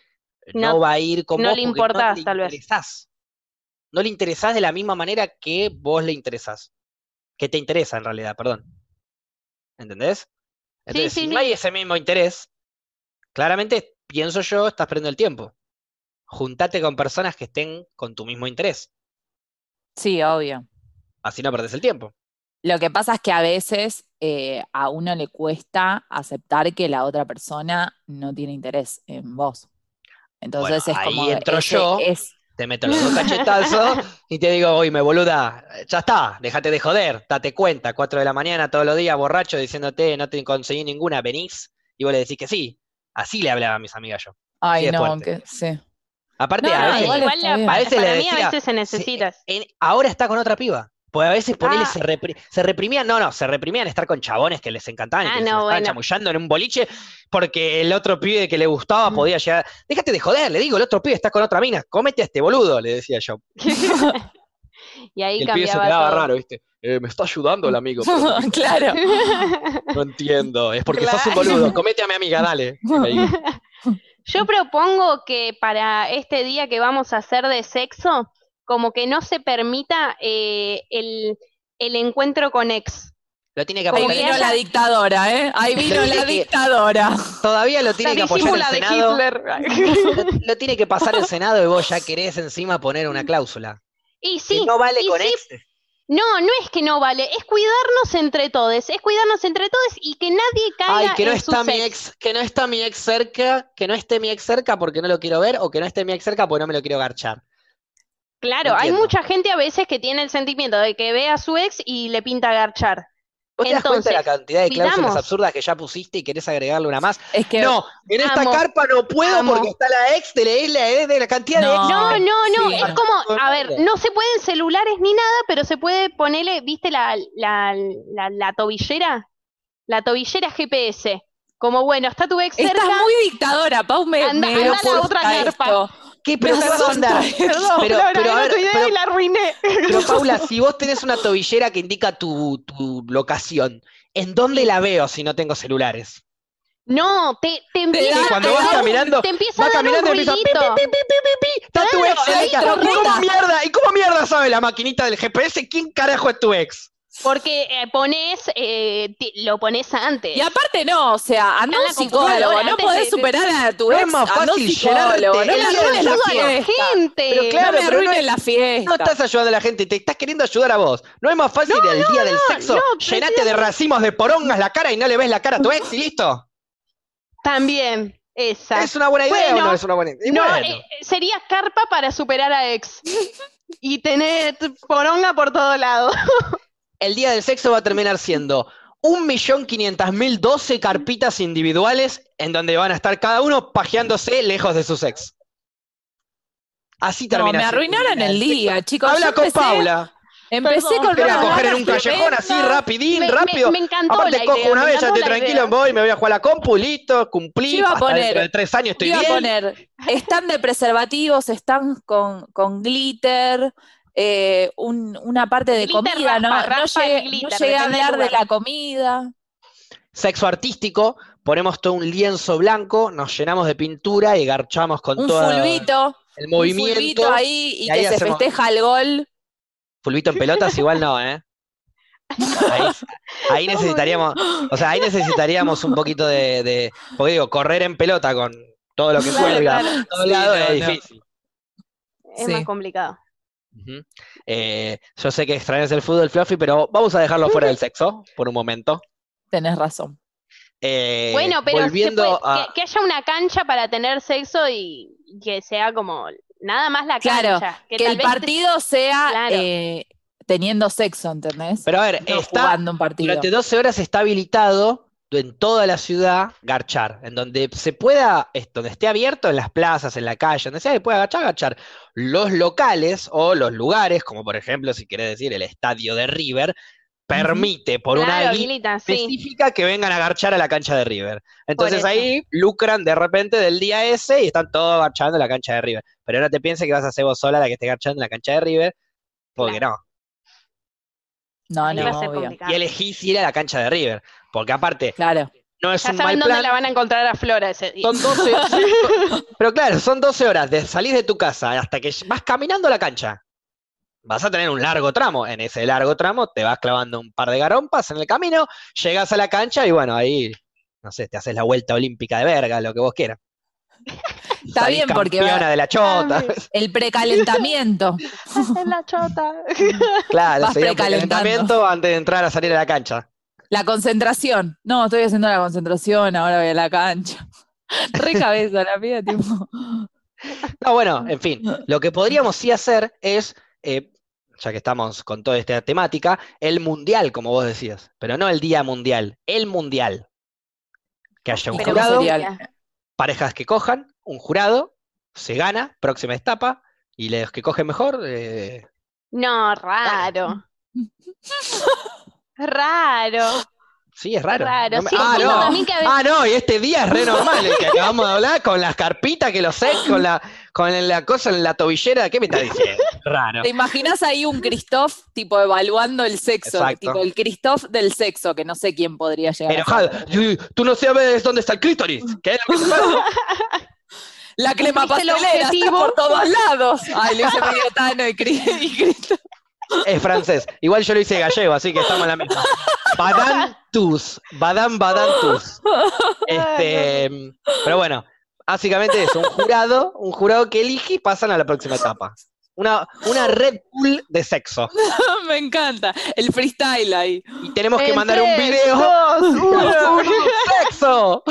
Speaker 1: no,
Speaker 3: No-
Speaker 1: va a ir con
Speaker 3: no
Speaker 1: vos
Speaker 3: le
Speaker 1: porque no
Speaker 3: importás,
Speaker 1: le
Speaker 3: tal vez.
Speaker 1: interesás. No le interesás de la misma manera que vos le interesás. Que te interesa en realidad, perdón. ¿Entendés? Entonces,
Speaker 3: sí,
Speaker 1: si
Speaker 3: sí.
Speaker 1: no hay ese mismo interés, claramente pienso yo, estás perdiendo el tiempo. Juntate con personas que estén con tu mismo interés.
Speaker 2: Sí, obvio.
Speaker 1: Así no perdés el tiempo.
Speaker 2: Lo que pasa es que a veces eh, a uno le cuesta aceptar que la otra persona no tiene interés en vos. Entonces
Speaker 1: Bueno,
Speaker 2: es
Speaker 1: ahí
Speaker 2: como
Speaker 1: entro
Speaker 2: ese
Speaker 1: yo.
Speaker 2: es-
Speaker 1: Te meto los dos cachetazos y te digo, oye, me boluda, ya está, déjate de joder, date cuenta, 4 de la mañana todos los días, borracho, diciéndote, no te conseguí ninguna, venís, y vos le decís que sí. Así le hablaba a mis amigas yo.
Speaker 2: Ay,
Speaker 1: Sí, es
Speaker 2: no,
Speaker 1: fuerte.
Speaker 2: que sí.
Speaker 1: Aparte,
Speaker 2: No,
Speaker 1: a
Speaker 2: no,
Speaker 1: veces,
Speaker 2: igual
Speaker 3: igual
Speaker 2: está
Speaker 3: la-
Speaker 2: bien.
Speaker 3: pa-
Speaker 1: A veces
Speaker 3: para
Speaker 1: le
Speaker 3: mí a
Speaker 1: decía,
Speaker 3: veces se necesitas.
Speaker 1: en- ahora está con otra piba. Porque a veces ponele,
Speaker 3: Ah.
Speaker 1: se, repri- se reprimían, no, no, se reprimían estar con chabones que les encantaban y
Speaker 3: Ah,
Speaker 1: que les
Speaker 3: no,
Speaker 1: estaban
Speaker 3: bueno.
Speaker 1: chamullando en un boliche porque el otro pibe que le gustaba
Speaker 2: Mm.
Speaker 1: podía llegar. Déjate de joder, le digo, el otro pibe está con otra mina, cómete a este boludo, le decía yo.
Speaker 3: Y ahí
Speaker 1: Y el pibe se
Speaker 3: cambiaba
Speaker 1: quedaba
Speaker 3: todo.
Speaker 1: raro, ¿viste? Eh, me está ayudando el amigo. pero no,
Speaker 2: *laughs* Claro.
Speaker 1: no entiendo. Es porque sos un
Speaker 2: Claro.
Speaker 1: boludo. Comete a mi amiga, dale. Ahí.
Speaker 3: *laughs* Yo propongo que para este día que vamos a hacer de sexo, como que no se permita eh, el, el encuentro con ex.
Speaker 1: *laughs* Lo tiene que
Speaker 3: Como
Speaker 2: Ahí
Speaker 1: apoyar.
Speaker 3: que
Speaker 2: vino
Speaker 3: haya-
Speaker 2: la dictadora, ¿eh? *laughs* Ahí vino
Speaker 1: Sí,
Speaker 2: la
Speaker 1: sí.
Speaker 2: dictadora.
Speaker 1: Todavía lo tiene que
Speaker 3: La
Speaker 1: apoyar el
Speaker 3: disímula de
Speaker 1: Senado. *laughs*
Speaker 3: Hitler.
Speaker 1: Lo, lo tiene que pasar el Senado y vos ya querés encima poner una cláusula.
Speaker 3: Y sí,
Speaker 1: Si no vale
Speaker 3: y
Speaker 1: con este.
Speaker 3: sí,
Speaker 1: exes.
Speaker 3: no, no es que no vale, es cuidarnos entre todos, es cuidarnos entre todos y que nadie
Speaker 1: Ay,
Speaker 3: caiga
Speaker 1: que no
Speaker 3: en
Speaker 1: está
Speaker 3: sus
Speaker 1: mi
Speaker 3: ex.
Speaker 1: ex, que no está mi ex cerca, que no esté mi ex cerca porque no lo quiero ver, o que no esté mi ex cerca porque no me lo quiero garchar.
Speaker 3: Claro, hay
Speaker 1: Entiendo.
Speaker 3: mucha gente a veces que tiene el sentimiento de que ve a su ex y le pinta garchar.
Speaker 1: ¿Vos te das cuenta de la
Speaker 3: Entonces,
Speaker 1: cantidad de cláusulas
Speaker 3: pidamos.
Speaker 1: absurdas que ya pusiste y querés agregarle una más?
Speaker 2: Es que
Speaker 1: No, en esta
Speaker 3: Amo.
Speaker 1: carpa no puedo
Speaker 3: Amo.
Speaker 1: porque está la ex de la isla, de la cantidad de
Speaker 2: No.
Speaker 1: ex.
Speaker 3: No, no, no,
Speaker 2: Sí,
Speaker 3: es
Speaker 2: bueno.
Speaker 3: como, a ver, no se pueden celulares ni nada, pero se puede ponerle, viste, la, la, la, la tobillera, la tobillera GPS. Como bueno, está tu ex
Speaker 2: estás
Speaker 3: cerca,
Speaker 2: muy dictadora, Pau. Me,
Speaker 3: Anda-
Speaker 2: me
Speaker 3: anda a la
Speaker 2: asusta
Speaker 3: otra carpa.
Speaker 2: esto.
Speaker 1: ¿Qué
Speaker 2: Me
Speaker 1: pero qué
Speaker 2: asusta
Speaker 1: onda?
Speaker 2: esto.
Speaker 3: Perdón,
Speaker 1: Pero-
Speaker 3: Flora,
Speaker 1: pero, a
Speaker 3: era
Speaker 1: ver,
Speaker 3: tu idea
Speaker 1: pero-
Speaker 3: y la arruiné.
Speaker 1: Pero Paula, si vos tenés una tobillera que indica tu, tu locación, ¿en dónde la veo si no tengo celulares?
Speaker 3: No, te, te empieza,
Speaker 2: da-
Speaker 1: Y
Speaker 3: a
Speaker 1: cuando
Speaker 2: te
Speaker 1: vas
Speaker 2: da
Speaker 3: dar un-
Speaker 1: caminando,
Speaker 3: te empieza
Speaker 1: vas
Speaker 3: a dar un
Speaker 1: caminando y empieza pi, pi,
Speaker 3: ruidito.
Speaker 1: pi, pi, pi, pi, pi, está tu
Speaker 2: Claro,
Speaker 1: ex
Speaker 2: ahí
Speaker 1: cerca.
Speaker 2: te
Speaker 1: ¿Y cómo
Speaker 2: reta.
Speaker 1: mierda? ¿Y cómo mierda sabe la maquinita del GPS quién carajo es tu ex?
Speaker 3: Porque eh, pones, eh, ti- lo pones antes.
Speaker 2: Y aparte no, o sea, anda
Speaker 3: Anda
Speaker 2: a
Speaker 3: la
Speaker 2: un psicólogo,
Speaker 3: computadora,
Speaker 2: no
Speaker 3: antes
Speaker 2: podés
Speaker 3: de-
Speaker 2: superar a tu
Speaker 1: No
Speaker 2: ex,
Speaker 1: es más
Speaker 2: anda a un
Speaker 1: fácil
Speaker 2: psicólogo,
Speaker 1: llenarte
Speaker 2: no
Speaker 1: el
Speaker 2: le
Speaker 1: día de
Speaker 2: arruines la
Speaker 1: ayuda a la
Speaker 2: fiesta.
Speaker 3: gente.
Speaker 1: Pero
Speaker 2: No
Speaker 1: claro,
Speaker 2: me
Speaker 1: pero no
Speaker 2: arruines la
Speaker 1: No
Speaker 2: fiesta.
Speaker 1: estás ayudando a la gente, te estás queriendo ayudar a vos. ¿No es más fácil el día del sexo
Speaker 3: no,
Speaker 1: llenate de racimos de porongas la cara y no le ves la cara a tu ex y listo?
Speaker 3: También, esa.
Speaker 1: ¿Es una buena idea o
Speaker 3: Bueno,
Speaker 1: no es una buena idea? Y
Speaker 3: no,
Speaker 1: bueno.
Speaker 3: eh, sería carpa para superar a ex. y tener poronga por todo lado.
Speaker 1: el día del sexo va a terminar siendo 1.500.012 carpitas individuales en donde van a estar cada uno pajeándose lejos de su sexo. Así
Speaker 2: No,
Speaker 1: termina.
Speaker 2: me
Speaker 1: siendo el
Speaker 2: arruinaron el
Speaker 1: del
Speaker 2: día,
Speaker 1: sexo.
Speaker 2: chicos.
Speaker 1: Habla
Speaker 2: Yo
Speaker 1: con
Speaker 2: empecé-
Speaker 1: Paula.
Speaker 2: Empecé
Speaker 3: Perdón,
Speaker 2: con
Speaker 1: Te voy a
Speaker 2: unas
Speaker 1: coger en un
Speaker 2: ganas
Speaker 1: callejón así,
Speaker 2: tremendas.
Speaker 1: rapidín,
Speaker 3: me, me-
Speaker 1: rápido.
Speaker 3: me encantó
Speaker 1: Aparte
Speaker 3: la
Speaker 1: cojo
Speaker 3: idea,
Speaker 1: una
Speaker 3: me
Speaker 1: vez, ya
Speaker 3: encantó
Speaker 1: estoy
Speaker 3: la
Speaker 1: tranquilo,
Speaker 3: idea.
Speaker 1: voy, me voy a jugar a la compu, listo, cumplí.
Speaker 2: Yo iba a
Speaker 1: hasta
Speaker 2: poner-
Speaker 1: dentro de tres años estoy
Speaker 2: Iba a
Speaker 1: bien.
Speaker 2: poner stand de preservativos, stand con, con glitter, eh, un- una parte de
Speaker 3: Glitter,
Speaker 2: comida, ¿no?
Speaker 3: raspa,
Speaker 2: no
Speaker 3: raspa y
Speaker 2: llegué,
Speaker 3: glitter,
Speaker 2: no llegué a
Speaker 3: depende del
Speaker 2: hablar de
Speaker 3: lugar.
Speaker 2: la comida.
Speaker 1: Sexo artístico, ponemos todo un lienzo blanco, nos llenamos de pintura y garchamos con
Speaker 2: Un
Speaker 1: todo
Speaker 2: fulbito,
Speaker 1: el
Speaker 2: un
Speaker 1: movimiento.
Speaker 2: fulbito ahí y,
Speaker 1: y ahí
Speaker 2: que se
Speaker 1: hacemos-
Speaker 2: festeja el gol.
Speaker 1: Fulvito en pelotas igual no, ¿eh? Ahí,
Speaker 3: *laughs*
Speaker 1: ahí necesitaríamos, o sea, ahí necesitaríamos un poquito de, de- porque digo, correr en pelota con todo lo que
Speaker 2: Claro,
Speaker 1: cuelga
Speaker 3: claro.
Speaker 1: por todos
Speaker 2: Sí,
Speaker 1: lados
Speaker 2: no,
Speaker 1: es
Speaker 2: no.
Speaker 1: difícil.
Speaker 3: Es
Speaker 2: Sí.
Speaker 3: más complicado.
Speaker 1: Ujú. Eh, yo sé que extrañas el fútbol fluffy, pero vamos a dejarlo fuera del sexo por un momento.
Speaker 2: Tenés razón.
Speaker 1: Eh,
Speaker 3: bueno, pero se
Speaker 1: volviendo
Speaker 3: puede-
Speaker 1: a
Speaker 3: que, que haya una cancha para tener sexo y y que sea como nada más la cancha.
Speaker 2: Claro,
Speaker 3: que,
Speaker 2: que
Speaker 3: tal
Speaker 2: el
Speaker 3: vez-
Speaker 2: partido sea
Speaker 3: Claro.
Speaker 2: eh, teniendo sexo, ¿entendés?
Speaker 1: Pero a ver,
Speaker 2: No
Speaker 1: está,
Speaker 2: jugando un partido.
Speaker 1: Durante 12 horas está habilitado en toda la ciudad garchar, en donde se pueda, es- donde esté abierto en las plazas, en la calle, donde sea que pueda garchar, garchar. Los locales o los lugares, como por ejemplo, si querés decir, el estadio de River, permite por
Speaker 3: Claro,
Speaker 1: una guía
Speaker 3: habilitan, sí.
Speaker 1: específica que vengan a garchar a la cancha de River. Entonces
Speaker 3: eso.
Speaker 1: ahí lucran de repente del día ese y están todos garchando en la cancha de River. Pero no te pienses que vas a ser vos sola la que esté garchando en la cancha de River, porque no.
Speaker 2: No,
Speaker 3: Ahí
Speaker 2: no,
Speaker 3: va a ser
Speaker 2: obvio.
Speaker 3: complicado.
Speaker 1: Y elegís ir a la cancha de River, porque aparte
Speaker 2: Claro.
Speaker 1: no es
Speaker 3: Ya
Speaker 1: un
Speaker 3: saben
Speaker 1: mal
Speaker 3: dónde
Speaker 1: plan.
Speaker 3: la van a encontrar a Flora ese día.
Speaker 1: Son
Speaker 3: *laughs*
Speaker 1: 12 Pero claro, son 12 horas de salir de tu casa hasta que vas caminando a la cancha. Vas a tener un largo tramo. En ese largo tramo te vas clavando un par de garompas en el camino, llegas a la cancha y bueno, ahí, no sé, te haces la vuelta olímpica de verga, lo que vos quieras.
Speaker 2: *laughs* Está
Speaker 1: Salís
Speaker 2: bien, porque va- Ah,
Speaker 1: campeona de la chota.
Speaker 3: Cambio. *laughs*
Speaker 2: El precalentamiento.
Speaker 3: Hacen la chota.
Speaker 1: *laughs* claro,
Speaker 2: Vas
Speaker 1: sería un
Speaker 2: precalentando.
Speaker 1: calentamiento antes de entrar a salir a la cancha.
Speaker 2: La concentración. No, estoy haciendo la concentración, ahora voy a
Speaker 3: *laughs*
Speaker 2: la cancha. Re cabeza la piba, tipo.
Speaker 1: No, bueno, en fin, lo que podríamos sí hacer es, eh, ya que estamos con toda esta temática, el mundial, como vos decías, pero no el día mundial, el mundial. Que haya un
Speaker 2: ¿Y
Speaker 3: Pero
Speaker 2: cómo
Speaker 1: jurado,
Speaker 2: sería?
Speaker 1: parejas que cojan, un jurado, se gana, próxima etapa, y los que cogen mejor, eh,
Speaker 3: No, raro. Raro.
Speaker 1: sí, es raro.
Speaker 3: Raro,
Speaker 1: No me-
Speaker 3: sí,
Speaker 1: ah,
Speaker 3: como
Speaker 1: no.
Speaker 3: también que a veces-
Speaker 1: Ah, no, y este día es re normal, el que acabamos de hablar, con las carpitas que lo sé, con la, con la cosa en la tobillera, ¿qué me está diciendo? Raro.
Speaker 2: ¿Te imaginas ahí un Christoph, tipo, evaluando el sexo?
Speaker 1: Exacto.
Speaker 2: Tipo, el Christoph del sexo, que no sé quién podría
Speaker 1: *laughs*
Speaker 2: llegar
Speaker 1: Enojado.
Speaker 2: a ser.
Speaker 1: Sí, Tú no sabes dónde está el clítoris. ¿Qué es lo que pasa?
Speaker 2: La crema
Speaker 3: ¿Cumpliste el
Speaker 2: pastelera está
Speaker 3: objetivo?
Speaker 2: por todos lados. Ay, lo hice medio Tano y Cri- y Christoph.
Speaker 1: Es francés. Igual yo lo hice gallego, así que estamos en la misma. Badantus. Badán Badantus. Este, pero bueno, básicamente es un jurado, un jurado que elige y pasan a la próxima etapa. Una, una Red Bull de sexo.
Speaker 2: *laughs* Me encanta. El freestyle ahí.
Speaker 1: Y tenemos que
Speaker 3: En
Speaker 1: mandar un
Speaker 3: tres, *laughs*
Speaker 1: video.
Speaker 3: dos, uno.
Speaker 1: ¡Uno, ¡Sexo!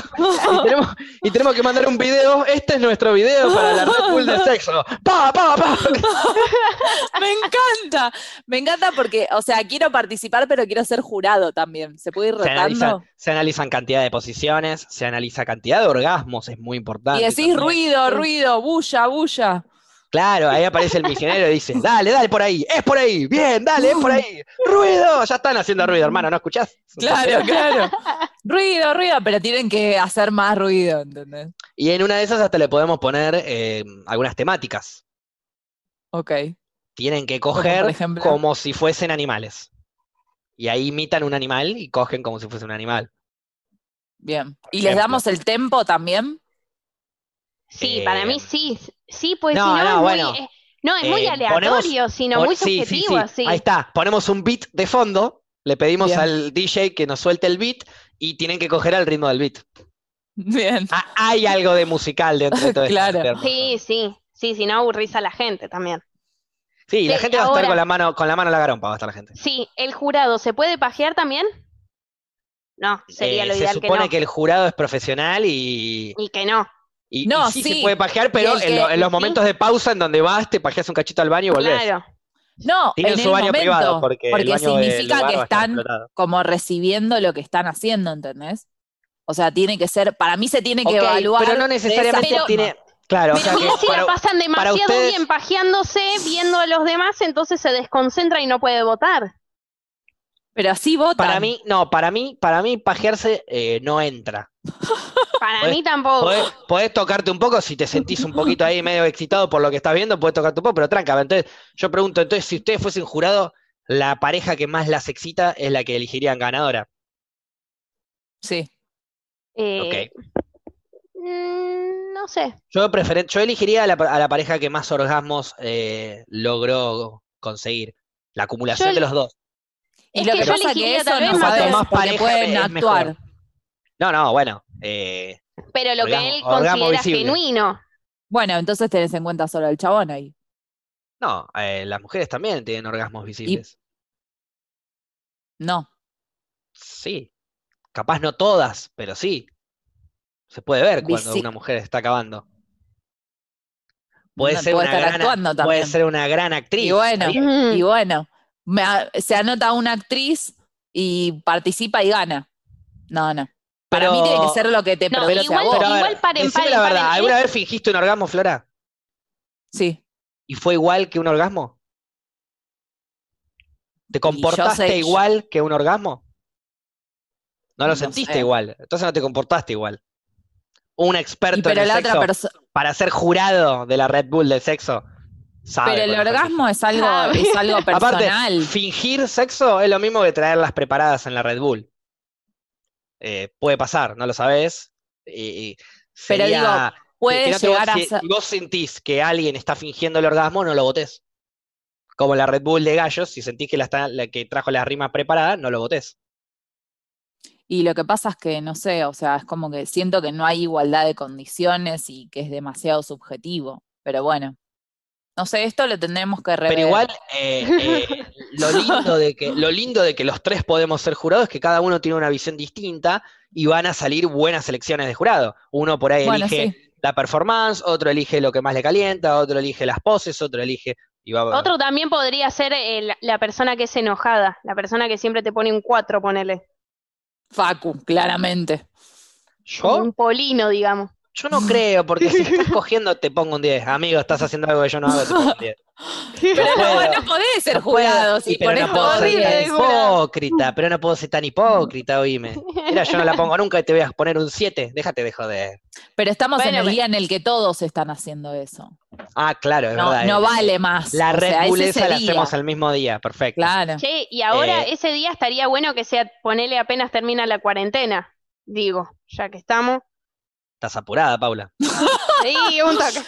Speaker 1: Y tenemos, y tenemos que mandar un video. Este es nuestro video para la Red Bull de sexo. ¡Pa, pa, pa!
Speaker 2: Me encanta. Me encanta porque, o sea, quiero participar, pero quiero ser jurado también. ¿Se puede ir
Speaker 1: Se
Speaker 2: rotando?
Speaker 1: analizan, se analizan cantidad de posiciones, se analiza cantidad de orgasmos, es muy importante.
Speaker 2: Y decís
Speaker 1: también.
Speaker 2: ruido, ruido, bulla, bulla.
Speaker 1: Claro, ahí aparece el misionero y
Speaker 2: *laughs*
Speaker 1: dice, dale, dale por ahí, es por ahí, bien, dale, es
Speaker 2: Uh.
Speaker 1: por ahí. Ruido, ya están haciendo ruido, hermano, ¿no escuchás? *laughs*
Speaker 2: Claro, claro. Ruido, ruido, pero tienen que hacer más ruido, ¿entendés?
Speaker 1: Y en una de esas hasta le podemos poner eh, algunas temáticas.
Speaker 2: Ok.
Speaker 1: Tienen que
Speaker 2: por
Speaker 1: coger
Speaker 2: ejemplo.
Speaker 1: como si fuesen animales. Y ahí imitan un animal y cogen como si fuese un animal.
Speaker 2: Bien. ¿Y
Speaker 1: ejemplo.
Speaker 2: les damos el tempo también?
Speaker 3: Sí,
Speaker 1: Eh,
Speaker 3: para mí sí. Sí, pues
Speaker 1: no,
Speaker 3: si no,
Speaker 1: no,
Speaker 3: es muy,
Speaker 1: bueno.
Speaker 3: eh, no, es muy
Speaker 1: Eh,
Speaker 3: aleatorio, sino
Speaker 1: Por-
Speaker 3: muy
Speaker 1: sí, sí,
Speaker 3: subjetivo,
Speaker 1: sí.
Speaker 3: así.
Speaker 1: Ahí está, ponemos un beat de fondo, le pedimos
Speaker 2: Bien.
Speaker 1: al DJ que nos suelte el beat y tienen que coger al ritmo del beat.
Speaker 2: Bien.
Speaker 1: Ah, hay algo de musical dentro
Speaker 2: *laughs*
Speaker 1: de todo esto,
Speaker 2: Claro.
Speaker 1: Fermo.
Speaker 3: Sí, sí, sí, si no aburrís a la gente también.
Speaker 1: Sí, y la
Speaker 3: Sí,
Speaker 1: gente va a estar
Speaker 3: ahora-
Speaker 1: con la mano con la mano en la garompa, va a estar la gente.
Speaker 3: Sí, el jurado, ¿se puede pajear también? No, sería
Speaker 1: Eh,
Speaker 3: lo
Speaker 1: se
Speaker 3: ideal que
Speaker 1: supone
Speaker 3: no.
Speaker 1: que el jurado es profesional y,
Speaker 3: Y que no.
Speaker 1: y-
Speaker 2: No,
Speaker 1: y sí,
Speaker 2: sí.
Speaker 1: se puede pajear, pero
Speaker 2: el
Speaker 1: en, lo-
Speaker 2: que-
Speaker 1: en los
Speaker 3: sí.
Speaker 1: momentos de pausa en donde vas, te pajeas un cachito al baño y volvés.
Speaker 3: Claro.
Speaker 2: No,
Speaker 1: Tienen
Speaker 2: en
Speaker 1: su
Speaker 2: el
Speaker 1: baño
Speaker 2: momento,
Speaker 1: privado, porque, el baño del
Speaker 2: significa
Speaker 1: lugar
Speaker 2: que
Speaker 1: va a estar
Speaker 2: están
Speaker 1: explotado.
Speaker 2: como recibiendo lo que están haciendo, ¿entendés? O sea, tiene que ser, para mí se tiene que
Speaker 1: Ok,
Speaker 2: evaluar.
Speaker 1: pero no
Speaker 2: de esa
Speaker 1: necesariamente
Speaker 2: forma.
Speaker 1: tiene. Claro, o
Speaker 3: Pero *laughs*
Speaker 1: sea que
Speaker 3: si
Speaker 1: para-
Speaker 3: la pasan demasiado
Speaker 1: ustedes-
Speaker 3: bien pajeándose, viendo a los demás, entonces se desconcentra y no puede votar.
Speaker 2: Pero así votan.
Speaker 1: Para mí, no, para mí, para mí, pajearse eh, no entra.
Speaker 3: Para
Speaker 1: Podés-
Speaker 3: mí tampoco.
Speaker 1: Podés, podés tocarte un poco si te sentís un poquito ahí medio excitado por lo que estás viendo, podés tocarte un poco, pero tranca. Entonces, yo pregunto, entonces, si ustedes fuesen jurado, la pareja que más las excita es la que elegirían ganadora.
Speaker 2: Sí.
Speaker 3: Eh, mm, no sé.
Speaker 1: Yo preferen- yo elegiría a la, a la pareja que más orgasmos eh, logró conseguir. La acumulación
Speaker 3: Yo-
Speaker 1: de los dos.
Speaker 2: Y
Speaker 3: Es
Speaker 2: lo
Speaker 3: que
Speaker 2: que,
Speaker 3: yo
Speaker 2: pasa que
Speaker 3: elegiría
Speaker 2: eso
Speaker 3: tal vez
Speaker 2: no
Speaker 1: más-
Speaker 2: sabes,
Speaker 1: Más
Speaker 2: porque
Speaker 1: pareja
Speaker 2: pueden
Speaker 1: es mejor.
Speaker 2: actuar.
Speaker 1: No, no, bueno. eh,
Speaker 3: Pero lo
Speaker 1: Orgasmo-
Speaker 3: que él
Speaker 1: orgasmo
Speaker 3: considera
Speaker 1: visible.
Speaker 3: genuino.
Speaker 2: Bueno, entonces tenés en cuenta solo el chabón ahí.
Speaker 1: no, eh, las mujeres también tienen orgasmos visibles.
Speaker 2: No.
Speaker 1: Sí. Capaz no todas, pero sí. Se puede ver cuando
Speaker 2: Visi-
Speaker 1: una mujer está acabando. Puede,
Speaker 2: No,
Speaker 1: ser,
Speaker 2: puede
Speaker 1: una
Speaker 2: estar
Speaker 1: gran,
Speaker 2: actuando también.
Speaker 1: puede ser una gran actriz.
Speaker 2: Y bueno.
Speaker 1: ¿sabías?
Speaker 3: Mm.
Speaker 2: Y bueno, me a- se anota una actriz y participa y gana. No, no. Para
Speaker 1: Pero-
Speaker 2: mí tiene que ser lo que te
Speaker 3: No,
Speaker 2: provoque
Speaker 3: igual-
Speaker 2: a vos.
Speaker 1: Pero a ver,
Speaker 3: igual paren,
Speaker 1: decime
Speaker 3: paren,
Speaker 1: la verdad,
Speaker 3: paren,
Speaker 1: ¿alguna vez fingiste un orgasmo, Flora?
Speaker 2: Sí.
Speaker 1: ¿Y fue igual que un orgasmo? ¿Te comportaste
Speaker 2: sé-
Speaker 1: igual que un orgasmo? No lo
Speaker 2: No
Speaker 1: sentiste
Speaker 2: sé.
Speaker 1: igual, entonces no te comportaste igual. Un
Speaker 2: Y
Speaker 1: experto en
Speaker 2: pero
Speaker 1: el
Speaker 2: la otra
Speaker 1: sexo
Speaker 2: persona.
Speaker 1: para ser jurado de la Red Bull del sexo. sabe
Speaker 2: Pero el
Speaker 1: cuando fue
Speaker 2: orgasmo es algo,
Speaker 3: Sabe.
Speaker 2: es algo personal.
Speaker 1: Aparte, fingir sexo es lo mismo que traerlas preparadas en la Red Bull. Eh, puede pasar, no lo sabes. Y, y
Speaker 2: Pero digo,
Speaker 1: sería-
Speaker 2: Puede
Speaker 1: fíjate vos,
Speaker 2: llegar a
Speaker 1: si
Speaker 2: ser.
Speaker 1: vos sentís que alguien está fingiendo el orgasmo, no lo votés. Como la Red Bull de gallos, si sentís que la, está- la que trajo las rimas preparadas, no lo votés.
Speaker 2: Y lo que pasa es que, no sé, o sea, es como que siento que no hay igualdad de condiciones y que es demasiado subjetivo. Pero bueno. No sé, esto lo tendremos que rever.
Speaker 1: Pero igual, eh,
Speaker 2: *laughs*
Speaker 1: eh, lo, lindo de que, lo lindo de que los tres podemos ser jurados es que cada uno tiene una visión distinta y van a salir buenas selecciones de jurado. Uno por ahí
Speaker 2: Bueno,
Speaker 1: elige
Speaker 2: sí.
Speaker 1: la performance, otro elige lo que más le calienta, otro elige las poses, otro elige. Y va,
Speaker 3: Otro también podría ser eh, la, la persona que es enojada, la persona que siempre te pone un 4, ponele.
Speaker 2: Facu, claramente.
Speaker 3: Como
Speaker 2: Mm.
Speaker 1: ¿Yo?
Speaker 3: Un polino, digamos.
Speaker 1: Yo no creo, porque si
Speaker 2: *laughs*
Speaker 1: estás cogiendo te pongo un 10. Amigo, estás haciendo algo que yo no hago, te pongo un 10.
Speaker 2: *laughs* Pero no,
Speaker 1: puedo.
Speaker 2: no podés ser
Speaker 1: No puedo,
Speaker 2: jurado
Speaker 1: sí,
Speaker 2: si
Speaker 1: pero
Speaker 2: ponés
Speaker 1: no puedo
Speaker 2: todo
Speaker 1: ser
Speaker 3: horrible,
Speaker 1: tan
Speaker 2: bien.
Speaker 3: jurado.
Speaker 1: hipócrita, pero no puedo ser tan hipócrita, oíme.
Speaker 3: *laughs*
Speaker 1: Mira, yo no la pongo nunca y te voy a poner un 7. Déjate de joder.
Speaker 2: Pero estamos en
Speaker 3: Bueno,
Speaker 2: el
Speaker 3: me-
Speaker 2: día en el que todos están haciendo eso.
Speaker 1: Ah, claro, es
Speaker 2: No,
Speaker 1: verdad.
Speaker 2: no
Speaker 1: eh.
Speaker 2: vale más.
Speaker 1: La
Speaker 2: O
Speaker 1: Red
Speaker 2: sea, es
Speaker 1: Bull
Speaker 2: ese
Speaker 1: esa la
Speaker 2: día.
Speaker 1: hacemos al mismo día, perfecto. *laughs*
Speaker 2: Claro.
Speaker 3: Che, y ahora
Speaker 1: Eh.
Speaker 3: ese día estaría bueno que sea, ponele apenas termina la cuarentena, digo, ya
Speaker 1: *laughs*
Speaker 3: que estamos.
Speaker 1: Estás apurada, Paula.
Speaker 3: Sí, un toque.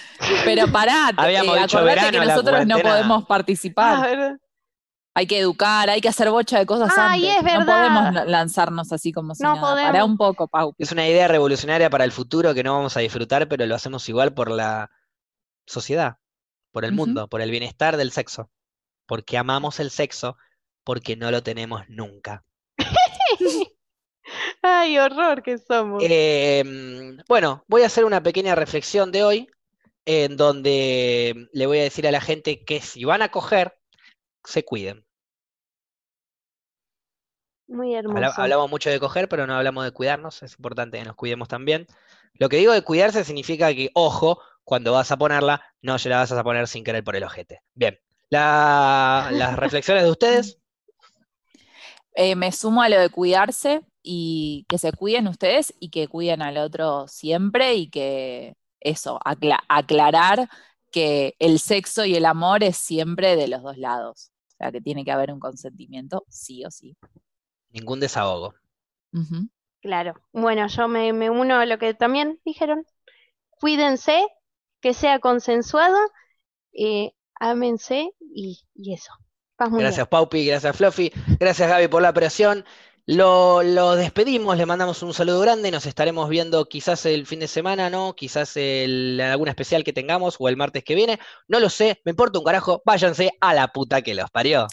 Speaker 2: Pero pará, te-
Speaker 1: Habíamos
Speaker 2: eh,
Speaker 1: dicho
Speaker 2: acordate
Speaker 1: verano,
Speaker 2: que
Speaker 1: la
Speaker 2: nosotros no
Speaker 1: cuarentena.
Speaker 2: podemos
Speaker 3: Ah,
Speaker 2: participar.
Speaker 3: ¿verdad?
Speaker 2: Hay que educar, hay que hacer bocha de cosas
Speaker 3: Ay,
Speaker 2: antes.
Speaker 3: es verdad.
Speaker 2: No podemos na- lanzarnos así como si
Speaker 3: No
Speaker 2: nada.
Speaker 3: podemos.
Speaker 2: Pará un poco, Pau.
Speaker 1: Es una idea revolucionaria para el futuro que no vamos a disfrutar, pero lo hacemos igual por la sociedad, por el
Speaker 2: Ujú.
Speaker 1: mundo, por el bienestar del sexo. Porque amamos el sexo, porque no lo tenemos nunca.
Speaker 3: Ay, horror que somos.
Speaker 1: Eh, bueno, voy a hacer una pequeña reflexión de hoy, en donde le voy a decir a la gente que si van a coger, se cuiden.
Speaker 3: Muy hermoso.
Speaker 1: Habla- hablamos mucho de coger, pero no hablamos de cuidarnos. Es importante que nos cuidemos también. Lo que digo de cuidarse significa que, ojo, cuando vas a ponerla, no se la vas a poner sin querer por el ojete. Bien. La- las reflexiones de ustedes,
Speaker 2: Eh, me sumo a lo de cuidarse y que se cuiden ustedes y que cuiden al otro siempre y que eso, acla- aclarar que el sexo y el amor es siempre de los dos lados. O sea, que tiene que haber un consentimiento, sí o sí.
Speaker 1: ningún desahogo.
Speaker 2: Ujú.
Speaker 3: Claro. Bueno, yo me, me uno a lo que también dijeron. Cuídense, que sea consensuado, eh, ámense y, y eso. Paz mundial.
Speaker 1: Gracias, Paupi, gracias, Fluffy, gracias, Gaby, por la operación. Lo, lo despedimos, le mandamos un saludo grande. Nos estaremos viendo quizás el fin de semana, ¿no? Quizás el, algún especial que tengamos o el martes que
Speaker 3: *laughs*
Speaker 1: viene. No lo sé, me importa un carajo. Váyanse a la puta que los parió.